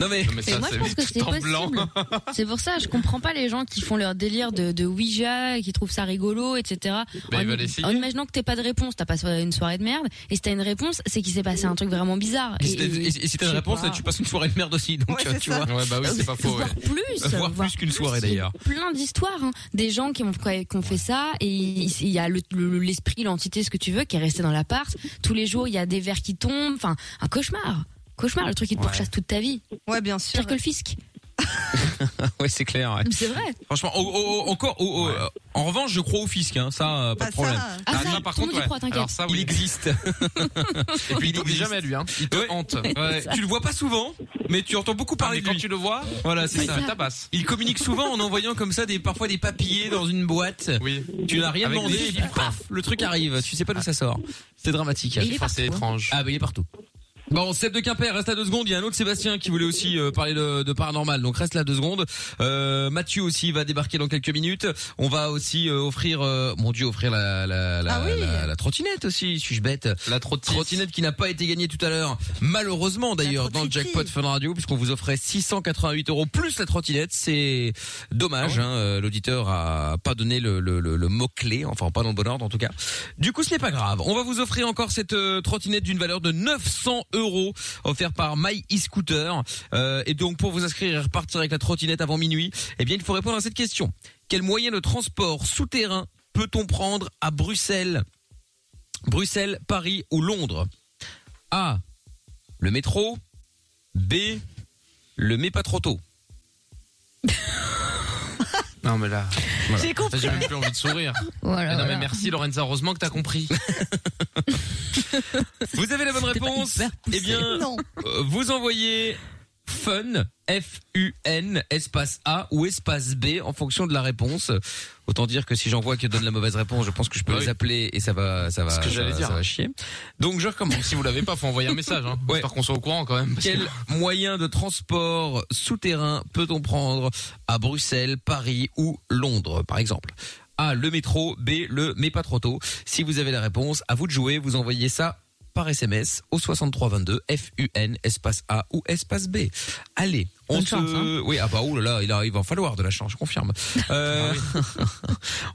Non mais
Non, mais
Et
ça,
moi, je
c'est
pense que c'est
tout en blanc.
possible. C'est pour ça, je comprends pas les gens qui font leur délire de, de Ouija, qui trouvent ça rigolo, etc.
Bah,
en,
ils veulent essayer.
Bah,
en imaginant que t'es pas de réponse, t'as pas passe euh, une soirée de merde. Et si t'as une réponse, c'est qu'il s'est passé un truc vraiment bizarre.
Et si t'as- et- et si t'as
Oh, je
une
sais
réponse,
pas.
tu passes une soirée de merde aussi. Donc, euh,
Ouais, c'est
tu
ça.
vois.
Ouais, bah oui, c'est pas faux. ouais.
Voire plus.
Voire plus qu'une soirée,
il y a
d'ailleurs.
Plein d'histoires, hein. des gens qui ont, qui ont fait ça, et il il y a le- le- l'esprit, l'entité, ce que tu veux, qui est resté dans l'appart. Tous les jours, il y a des verres qui tombent. Enfin, un cauchemar. Cauchemar, le truc qui te
Ouais.
pourchasse toute ta vie.
Ouais, bien sûr.
Pire que le fisc.
Ouais, c'est clair. ouais.
C'est vrai.
Franchement, au- au- au- encore, au- au- euh, en revanche, je crois au fisc, hein, ça, euh, pas
Bah,
de problème.
ça,
Ah,
Ah,
ça,
ça, par
tout
contre,
le monde y
ouais.
croit, t'inquiète.
Alors ça,
Il
oui.
existe. Et puis,
Il n'oublie jamais lui, hein. Il te
Ouais.
hante.
Ouais. Tu le vois pas souvent, mais tu entends beaucoup
Ah,
parler
mais
de
quand
lui.
tu le vois,
Voilà, c'est
C'est
ça.
ça tabasse.
Il communique souvent en envoyant comme ça des parfois des papiers dans une boîte.
Oui.
Tu n'as rien
Avec
demandé
des
et puis paf, le truc arrive. Tu sais pas d'où ça sort. C'est dramatique.
Et il est
Enfin, c'est
partout, hein.
étrange.
Ah bah il est partout. Bon, Seb de Quimper, reste à deux secondes. Il y a un autre Sébastien qui voulait aussi euh, parler de, de paranormal, donc reste là deux secondes. Euh, Mathieu aussi va débarquer dans quelques minutes. On va aussi euh, offrir, euh, mon Dieu, offrir la la, la,
Ah oui.
la, la trottinette aussi. Suis-je bête
La trottine.
Trottinette qui n'a pas été gagnée tout à l'heure, malheureusement d'ailleurs dans le
trottiti.
jackpot Fun Radio, puisqu'on vous offrait 688 euros plus la trottinette. C'est dommage, hein, euh, l'auditeur a pas donné le, le- le- le mot-clé, enfin pas dans le bon ordre en tout cas. Du coup, ce n'est pas grave. On va vous offrir encore cette euh, trottinette d'une valeur de 900 euros offerte par My e-scooter. Euh, et donc pour vous inscrire et repartir avec la trottinette avant minuit, eh bien il faut répondre à cette question. Quel moyen de transport souterrain peut-on prendre à Bruxelles Bruxelles, Paris ou Londres A. Le métro. B. Le mais pas trop tôt.
Non, mais là,
J'ai
ça,
compris.
j'ai même plus envie de sourire.
Voilà.
Ah non, mais
voilà.
merci, Lorenza. Heureusement que t'as compris.
Vous avez la bonne
C'était pas
réponse.
hyper poussé.
Eh bien,
Non.
euh, vous envoyez fun F U N espace A ou espace B en fonction de la réponse. Autant dire que si j'en vois qui donne la mauvaise réponse, je pense que je peux
Ah
les
oui.
appeler et ça va ça va
Ce que
ça,
j'allais
va-
dire.
ça va chier. Donc je recommence.
Si vous l'avez pas, faut envoyer un message, hein.
Ouais.
J'espère qu'on soit au courant quand même. parce que-
Quel moyen de transport souterrain peut-on prendre à Bruxelles, Paris ou Londres, par exemple A, le métro, B, le mais pas trop tôt. Si vous avez la réponse, à vous de jouer, vous envoyez ça par SMS au 6322 FUN espace A ou espace B. Allez, on
Bonne
se
chance, hein.
oui ah bah oh là là il, a- il va en falloir de la chance je confirme. Euh,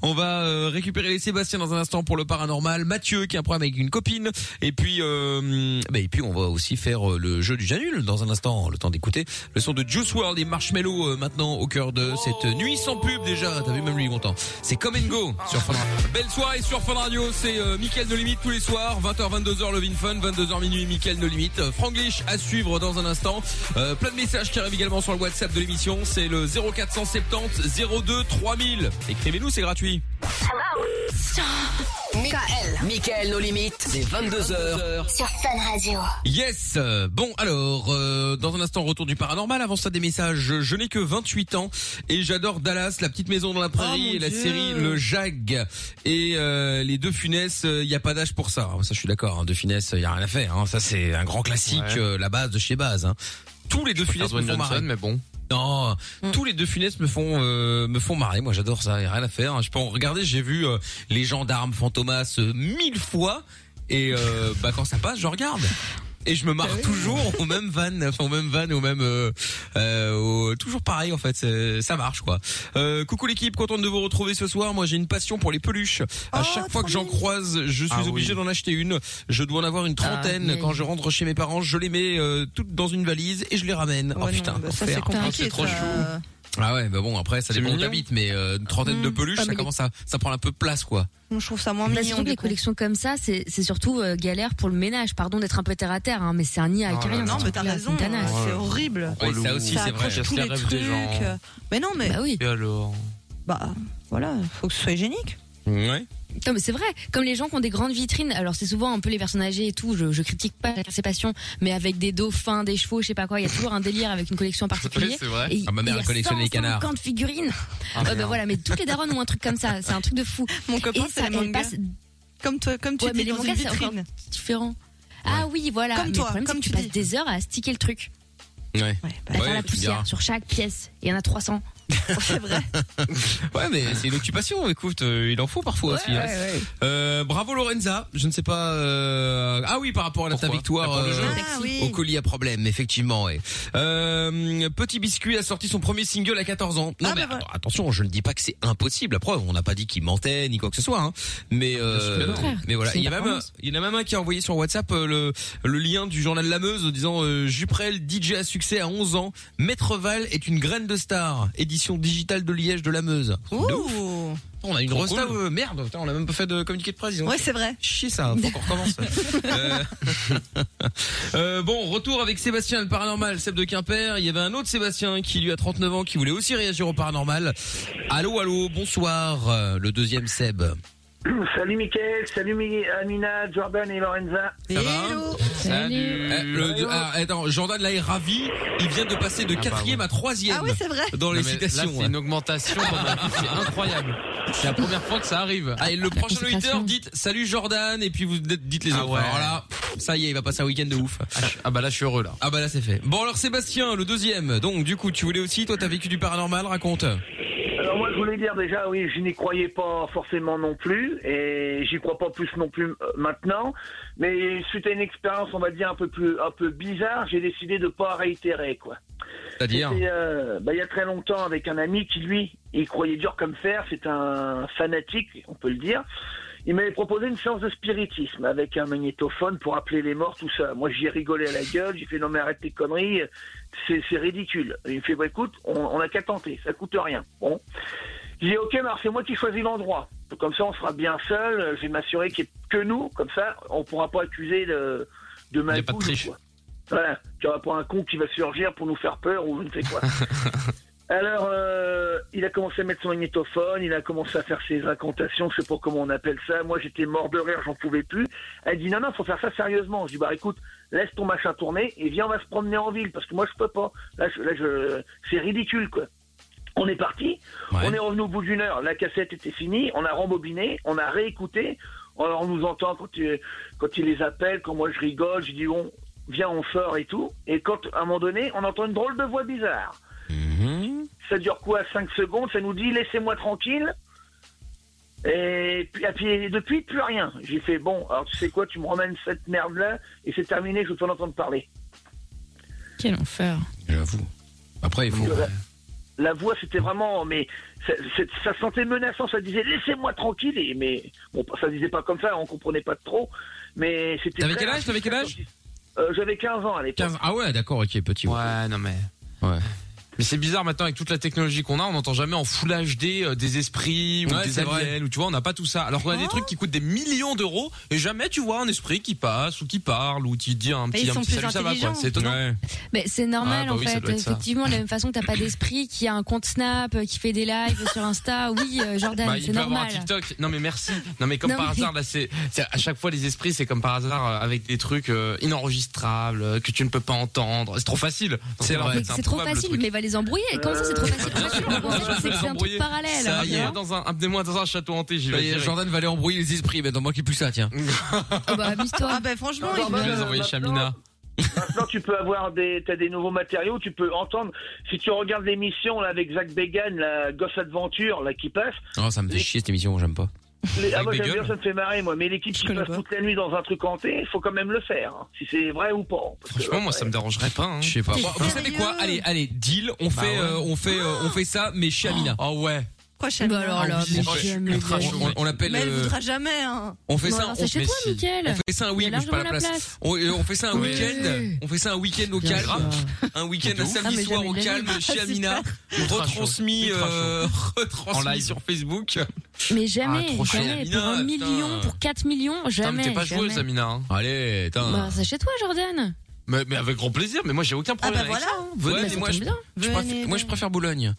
on va euh, récupérer les Sébastien dans un instant pour le paranormal. Mathieu qui a un problème avec une copine. Et puis, euh, bah, et puis on va aussi faire euh, le jeu du Janul dans un instant. Le temps d'écouter le son de Juice World et Marshmello euh, maintenant au cœur de cette nuit sans pub déjà. T'as vu même lui il est content. C'est Come and Go sur Fun Radio. Belle soirée sur Fun Radio. C'est euh, Mickaël No Limite tous les soirs 20h 22h Love in Fun 22h minuit Mickaël No Limite. Euh, Franglish à suivre dans un instant. Euh, plein de messages qui arrivent également sur le WhatsApp de l'émission. C'est le 0470 02 3000. Écrivez-nous c'est gratuit.
Michael. Michael, nos limites. C'est 22h.
Sur Fun Radio.
Yes euh, Bon alors, euh, dans un instant, retour du paranormal. Avant ça, des messages. Je, je n'ai que 28 ans et j'adore Dallas, la petite maison dans la prairie
Oh, mon
et la
Dieu.
série Le Jag. Et euh, les deux funesses, il n'y a pas d'âge pour ça. Ça, je suis d'accord. Hein, deux funesses, il n'y a rien à faire. Hein, ça, c'est un grand classique,
Ouais.
euh, la base de chez base. hein. Tous les deux
Faire
funesses me
Dwayne
font
Johnson,
marrer.
mais bon.
Non,
Mm.
tous les deux funesses me font euh, me font marrer. Moi, j'adore ça. Y a rien à faire. Hein, Je peux en regarder. J'ai vu euh, les gendarmes Fantomas euh, mille fois et euh, bah quand ça passe, je regarde. Et je me
Ah
marre toujours au même van, enfin au même van, au même, euh, euh, au- toujours pareil en fait, c'est- ça marche quoi. Euh, coucou l'équipe, contente de vous retrouver ce soir. Moi j'ai une passion pour les peluches. À
Oh,
chaque fois
trop
que j'en
mignon.
croise, je suis
Ah oui.
obligé d'en acheter une. Je dois en avoir une
Ah,
trentaine.
mais-
Quand je rentre chez mes parents, je les mets euh, toutes dans une valise et je les ramène. oh
Ouais, non,
putain,
bah, ça c'est
enfer.
compliqué.
c'est trop
ça.
chou.
Ah ouais, bah bon, après, ça
C'est
dépend où
mignon.
t'habites, mais euh, une trentaine de
Mmh.
peluches,
Ah,
ça
mais
commence à, ça prend un peu de place, quoi.
Moi, je trouve ça moins
Bah,
mignon.
surtout que
du
les
coup.
collections comme ça, c'est c'est surtout euh, galère pour le ménage. Pardon d'être un peu terre à terre, hein, mais c'est un nid
Oh
à
là
rien.
là.
Non, mais t'as raison.
Tanasse.
C'est horrible.
Ouais,
Relou.
ça aussi,
ça
c'est vrai.
accroche
Casse
tous
les
les
rêves
trucs.
des gens.
euh, Mais non, mais
Bah oui.
Et alors
bah voilà, faut que ce soit hygiénique.
Ouais.
Non, mais c'est vrai. Comme les gens qui ont des grandes vitrines, alors c'est souvent un peu les personnes âgées et tout. Je, je critique pas chacun ses passions, mais avec des dauphins, des chevaux, je sais pas quoi. Il y a toujours un délire avec une collection en particulier.
c'est vrai.
Et
Ah, ma mère,
il y a
elle collectionnait les canards.
150 figurines.
Ah,
ouais, bah
merde.
voilà, mais toutes les daronnes ont un truc comme ça. C'est un truc de fou.
Mon
Et
copain,
ça,
c'est les
elle
mangas.
passe
Comme toi, comme tu
Ouais, mais
dis
les
dans une
mangas, c'est
vitrine.
différent. Ah oui, voilà.
Comme
Mais
toi,
le problème, c'est
comme
que tu
tu
passes
dis.
des heures à sticker le truc,
Ouais.
Ouais, bah,
à faire
Ouais,
la
tu me diras.
poussière sur chaque pièce. Et il y en a 300.
C'est vrai.
ouais, mais c'est une occupation. Écoute, euh, il en faut parfois aussi. hein. Euh, bravo Lorenza. Je ne sais pas. euh, Ah oui, par rapport à ta victoire
Pour le jeu.
euh,
Ah oui.
au colis à problème, effectivement. ouais. Euh, Petit biscuit a sorti son premier single à 14 ans. Non
Ah,
mais
bah,
attends, attention, je ne dis pas que c'est impossible. La preuve, on n'a pas dit qu'il mentait ni quoi que ce soit. hein. Mais euh,
Bien sûr que non.
mais voilà,
C'est
il y a
une
même
performance.
il y en a même un qui a envoyé sur WhatsApp euh, le le lien du journal La Meuse en disant euh, Juprel DJ à succès à 11 ans. Maître Val est une graine de star. Édition digitale de Liège de La Meuse. De ouf. On a une
Trop
grosse
cool.
table, euh, merde, putain, on a même pas fait de communiqué de presse. ils ont
Ouais,
fait-
c'est vrai.
Chier ça, faut qu'on recommence. Euh, euh, bon, retour avec Sébastien le paranormal, Seb de Quimper. Il y avait un autre Sébastien qui lui a 39 ans, qui voulait aussi réagir au paranormal. Allô, allô, bonsoir, euh, le deuxième Seb.
Salut Mickaël, salut Mi- Amina, Jordan et Lorenza.
Ça va Eh, le- ah, attends, Jordan là est ravi. Il vient de passer de quatrième à troisième.
Ah oui, c'est vrai.
Dans
Ah, Non,
les
mais là,
citations. hein.
c'est une augmentation. c'est incroyable. C'est la première fois que ça arrive.
Allez, le prochain auditeur, dites salut Jordan et puis vous dites les
Ah
autres.
ouais.
Alors là, ça y est, il va passer un week-end de ouf. Ah bah là, je suis heureux là. Ah bah là, c'est fait. Bon alors Sébastien, le deuxième. Donc du coup, tu voulais aussi, toi, t'as vécu du paranormal, raconte.
Alors moi je voulais dire déjà oui je n'y croyais pas forcément non plus et j'y crois pas plus non plus euh, maintenant mais suite à une expérience on va dire un peu plus un peu bizarre j'ai décidé de pas réitérer quoi.
C'est-à-dire
C'était, euh, bah, il y a très longtemps avec un ami qui lui il croyait dur comme fer c'est un fanatique on peut le dire. Il m'avait proposé une séance de spiritisme avec un magnétophone pour appeler les morts, tout ça. Moi, j'y ai rigolé à la gueule. J'ai fait non mais arrête tes conneries, c'est c'est ridicule. Il me fait bah écoute, on, on a qu'à tenter, ça coûte rien. Bon, j'ai dit, ok, Marc, c'est moi qui choisis l'endroit. Comme ça, on sera bien seul. euh, Je vais m'assurer qu'il n'y ait que nous. Comme ça, on pourra pas accuser de, de ma pas de triche. Voilà. Tu auras pas un con qui va surgir pour nous faire peur ou je ne sais quoi. Alors, euh, il a commencé à mettre son magnétophone, il a commencé à faire ses incantations, je sais pas comment on appelle ça. Moi, j'étais mort de rire, j'en pouvais plus. Elle dit non, non, faut faire ça sérieusement. Je dis bah écoute, laisse ton machin tourner et viens, on va se promener en ville parce que moi, je peux pas. Là, je, là, je, c'est ridicule quoi. On est parti, on est revenu au bout d'une heure, la cassette était finie, on a rembobiné, on a réécouté, alors on nous entend quand, tu- quand il les appelle, quand moi je rigole, je dis bon, viens on sort et tout, et quand à un moment donné on entend une drôle de voix bizarre. Ça dure quoi 5 secondes, ça nous dit laissez-moi tranquille, et puis, et puis, depuis plus rien. J'ai fait bon, alors tu sais quoi, tu me ramènes cette merde-là, et c'est terminé, je veux t'en entendre parler.
Quel enfer.
J'avoue. Après, il faut.
La voix, c'était vraiment, mais ça, c'est- ça sentait menaçant. Ça disait laissez-moi tranquille. Et, mais bon, ça disait pas comme ça, on comprenait pas trop. Mais c'était.
T'avais
très
quel âge T'avais quel âge
Euh, J'avais 15 ans à l'époque.
Ah ouais, d'accord, ok, petit.
Ouais, non mais.
Ouais.
Mais c'est bizarre maintenant avec toute la technologie qu'on a, on n'entend jamais en full HD euh, des esprits ou
Ouais,
des
c'est
aliens
vrai.
ou tu vois, on n'a pas tout ça. Alors qu'on a des trucs qui coûtent des millions d'euros et jamais tu vois un esprit qui passe ou qui parle ou qui dit un
Et
petit,
Bah, ils
un
sont
petit
plus
salut ça va quoi.
intelligents.
C'est étonnant.
Mais c'est normal
Ah, bah
en
oui, ça
fait.
doit être ça.
Effectivement, de la même façon que t'as pas d'esprit, qui a un compte Snap, euh, qui fait des lives sur Insta, oui, euh, Jordan,
Bah, il
c'est
peut avoir un
normal.
TikTok. Non mais merci. Non mais comme
Non,
par
mais-
hasard là, c'est c'est- à chaque fois les esprits, c'est comme par hasard euh, avec des trucs euh, inenregistrables euh, que tu ne peux pas entendre. C'est trop facile.
C'est
Alors, en fait,
Mais C'est trop
improbable, le
facile,
truc. Euh,
mais va les embrouiller. Comment ça, c'est trop facile En fait, le problème, C'est que c'est un truc parallèle.
Ça
tu
y est,
vois.
dans un, amenez-moi dans un château hanté, j'y
Ça
vais.
y est,
direct.
Jordan va aller embrouiller les esprits, maintenant moi qui plus ça, tiens.
Ah bah franchement,
Non,
il
non,
va-
non, non, non.
Chamina.
Maintenant, tu peux avoir des, t'as des nouveaux matériaux, tu peux entendre. Si tu regardes l'émission là avec Zach Began, la Gosse Adventure là qui passe,
Oh, ça me fait chier cette émission, j'aime pas.
les- ah, moi
Zach
j'aime
Began
bien, ça me fait marrer moi. Mais l'équipe qui passe toute la nuit dans un truc hanté, il faut quand même le faire, hein, si c'est vrai ou pas. Parce que-
Franchement, moi, ça me dérangerait pas. hein.
Je sais pas.
T'es
Bon, vous savez quoi Allez, allez, deal. On fait, euh, on fait, euh, on fait ça, mais chez Amina. Oh ouais. Ah
Quoi, Chamina Bah alors là, mais
on, fait-
j'aime le
ultra
gars.
chaud, on- on l'appelle.
Mais elle
euh,
voudra jamais. Hein.
on fait
Bon,
ça.
alors,
on,
c'est chez toi,
mais si.
Mickaël. hein.
on fait ça un
Il y a
week-end. pas la
largement la
place.
place.
On, euh, on fait ça un
Ouais.
week-end. On fait ça un week-end au
Bien
calme.
sûr.
Un week-end
De
un
ouf. Ah,
samedi
mais
soir
jamais
au
de la
calme
vie.
chez
Ah,
Amina.
super.
Retransmis,
Ultra chaud.
euh,
En
retransmis
live.
sur Facebook.
Mais jamais,
Ah, trop cher.
jamais.
Amina,
Pour
putain.
un million, pour 4 millions, jamais. jamais.
Amina.
hein. Allez, putain.
Bah, c'est chez toi, Jordan.
Mais, mais avec grand plaisir, mais moi j'ai aucun problème.
bah
avec
voilà.
ça, hein.
Ouais,
Venez,
mais
moi,
ça
je,
tombe
je
bien. Venez
préfère, moi
donc.
je préfère Boulogne.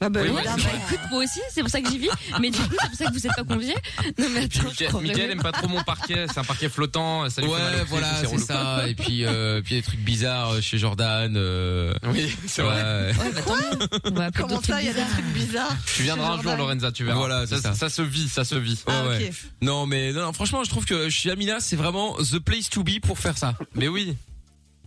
Ah bah
oui,
Ouais, bah, écoute, moi aussi, c'est pour ça que j'y vis. Mais du coup, c'est pour ça que vous êtes pas conviés. Non, mais attends, je crois
Miguel
vraiment
aime pas trop mon parquet, c'est un parquet flottant, euh, ça lui fait mal au
Ouais,
pied,
voilà,
tout,
c'est
relou.
ça. Et puis, euh, puis des trucs bizarres euh, chez Jordan. euh,
Oui, c'est
ouais.
vrai.
bah,
Comment ça, il y a des trucs bizarres
Tu viendras un jour, Lorenza, tu verras.
Voilà, c'est
ça,
ça.
ça se vit, ça se vit.
Ouais, ouais. Non, mais non, non, franchement, je trouve que chez Amina, c'est vraiment the place to be pour faire ça.
Mais oui.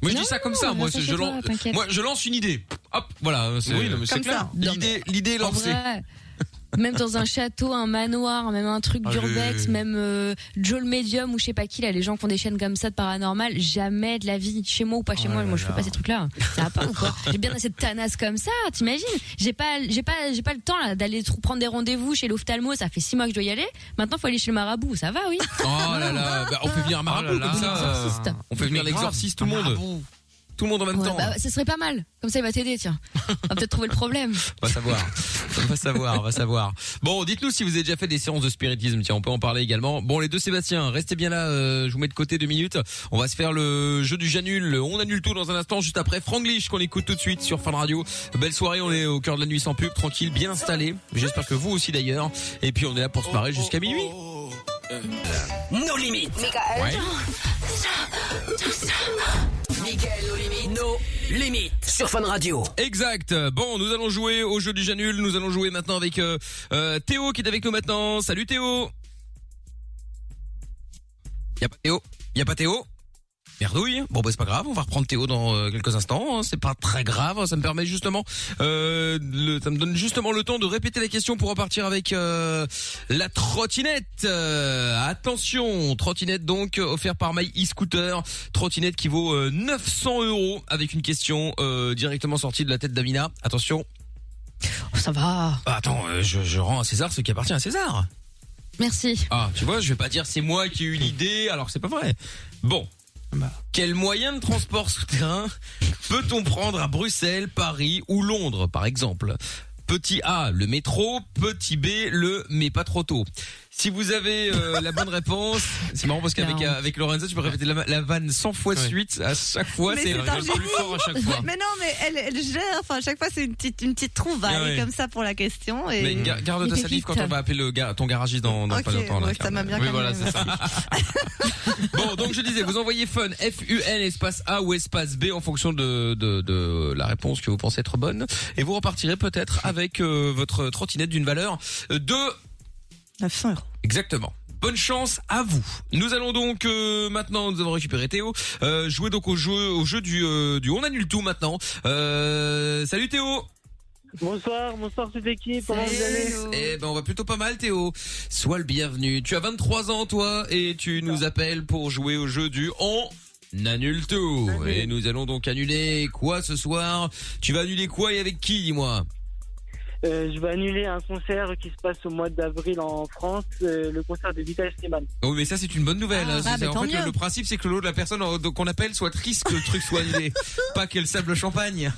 Moi, je
Non,
dis ça comme
non,
ça.
on
Moi,
verra ça
je,
chez
je
toi,
lan-
t'inquiète.
moi, je lance une idée. Hop, voilà. c'est-
Oui, non, mais c'est
Comme
clair.
ça.
L'idée, l'idée est
En
lancée.
vrai, Même dans un château, un manoir, même un truc
Ah,
d'urbex,
j'ai-
même euh, Joe le médium ou je sais pas qui, là, les gens qui ont des chaînes comme ça de paranormal, jamais de la vie, chez moi ou pas chez
Oh
moi, moi je fais pas ces trucs-là. Ça va pas ou quoi J'ai bien assez de tanas comme ça, t'imagines J'ai pas, j'ai pas, j'ai pas le temps là d'aller trou- prendre des rendez-vous chez l'ophtalmo, ça fait six mois que je dois y aller. Maintenant, faut aller chez le marabout, ça va, oui
Oh là là, bah, on fait venir un marabout
Oh là
comme
là.
ça. euh,
Exorciste.
On fait venir l'exorciste,
Ah,
tout le monde. Tout le monde en même
Ouais,
temps.
bah, ce serait pas mal. Comme ça, il va t'aider, tiens. On va peut-être trouver le problème.
On va savoir. On va savoir, on va savoir. Bon, dites-nous si vous avez déjà fait des séances de spiritisme. Tiens, on peut en parler également. Bon, les deux Sébastien, restez bien là. euh, je vous mets de côté deux minutes. On va se faire le jeu du j'annule. le On annule tout dans un instant, juste après Franglish qu'on écoute tout de suite sur Fan Radio. Belle soirée, on est au cœur de la nuit sans pub, tranquille, bien installé. J'espère que vous aussi d'ailleurs. Et puis on est là pour se marrer jusqu'à minuit.
Nos limites.
Ouais.
Mickaël, nos limites. Nos limites. Sur Fun Radio.
Exact. Bon, nous allons jouer au jeu du Janul. Nous allons jouer maintenant avec euh, euh, Théo qui est avec nous maintenant. Salut Théo. Y a pas Théo. Y a pas Théo. Merdouille. Bon, bah, c'est pas grave. On va reprendre Théo dans euh, quelques instants. hein. C'est pas très grave. Ça me permet justement, euh, le- ça me donne justement le temps de répéter la question pour repartir avec euh, la trottinette. Euh, attention, trottinette donc euh, offert par My e-scooter. Trottinette qui vaut euh, 900 euros avec une question euh, directement sortie de la tête d'Amina. Attention.
Oh, ça va.
Ah, attends, euh, je, je rends à César ce qui appartient à César.
Merci.
Ah, tu vois, je vais pas dire c'est moi qui ai eu l'idée, alors que c'est pas vrai. Bon. bah, Quel moyen de transport souterrain peut-on prendre à Bruxelles, Paris ou Londres, par exemple Petit A, le métro. Petit B, le mais pas trop tôt. Si vous avez euh, la bonne réponse, c'est marrant parce qu'avec euh,
Merde.
avec Lorenzo, tu peux répéter la, la vanne 100 fois
Ouais.
suite. À chaque fois,
Mais
c'est
c'est
Elle
un
rigole plus
génie.
fort à chaque fois.
Mais non, mais elle, elle gère. Enfin, à chaque fois, c'est une petite, une petite trouvaille
Ah ouais.
comme ça pour la question. Et...
Mais ga- garde
Il
ta
fait
salive
vite.
quand on va appeler le ga- ton garagiste dans, dans
Ok,
pas longtemps. là.
ouais, ça m'a bien
Oui,
calmé,
voilà, c'est
ouais.
ça.
Bon, donc je disais, vous envoyez fun, F-U-N, espace A ou espace B en fonction de, de, de la réponse que vous pensez être bonne. Et vous repartirez peut-être avec euh, votre trottinette d'une valeur de...
900 euros.
Exactement. Bonne chance à vous. Nous allons donc euh, maintenant, nous avons récupéré Théo, euh, jouer donc au jeu, au jeu du, euh, du on annule tout maintenant. Euh, salut Théo.
Bonsoir, bonsoir toute l'équipe, comment vous allez
Eh ben on va plutôt pas mal Théo. Sois le bienvenu. Tu as 23 ans toi et tu nous appelles pour jouer au jeu du on annule tout. Et nous allons donc annuler quoi ce soir Tu vas annuler quoi et avec qui dis-moi
Euh, Je vais annuler un concert qui se passe au mois d'avril en France, euh, le concert de Vital Slimane.
Oh mais ça c'est une bonne nouvelle.
Ah,
hein.
bah,
C'est-
bah,
en
tant
fait le,
mieux.
le principe c'est que l'eau de la personne en- qu'on appelle soit triste que le truc soit annulé. pas qu'elle sable le champagne.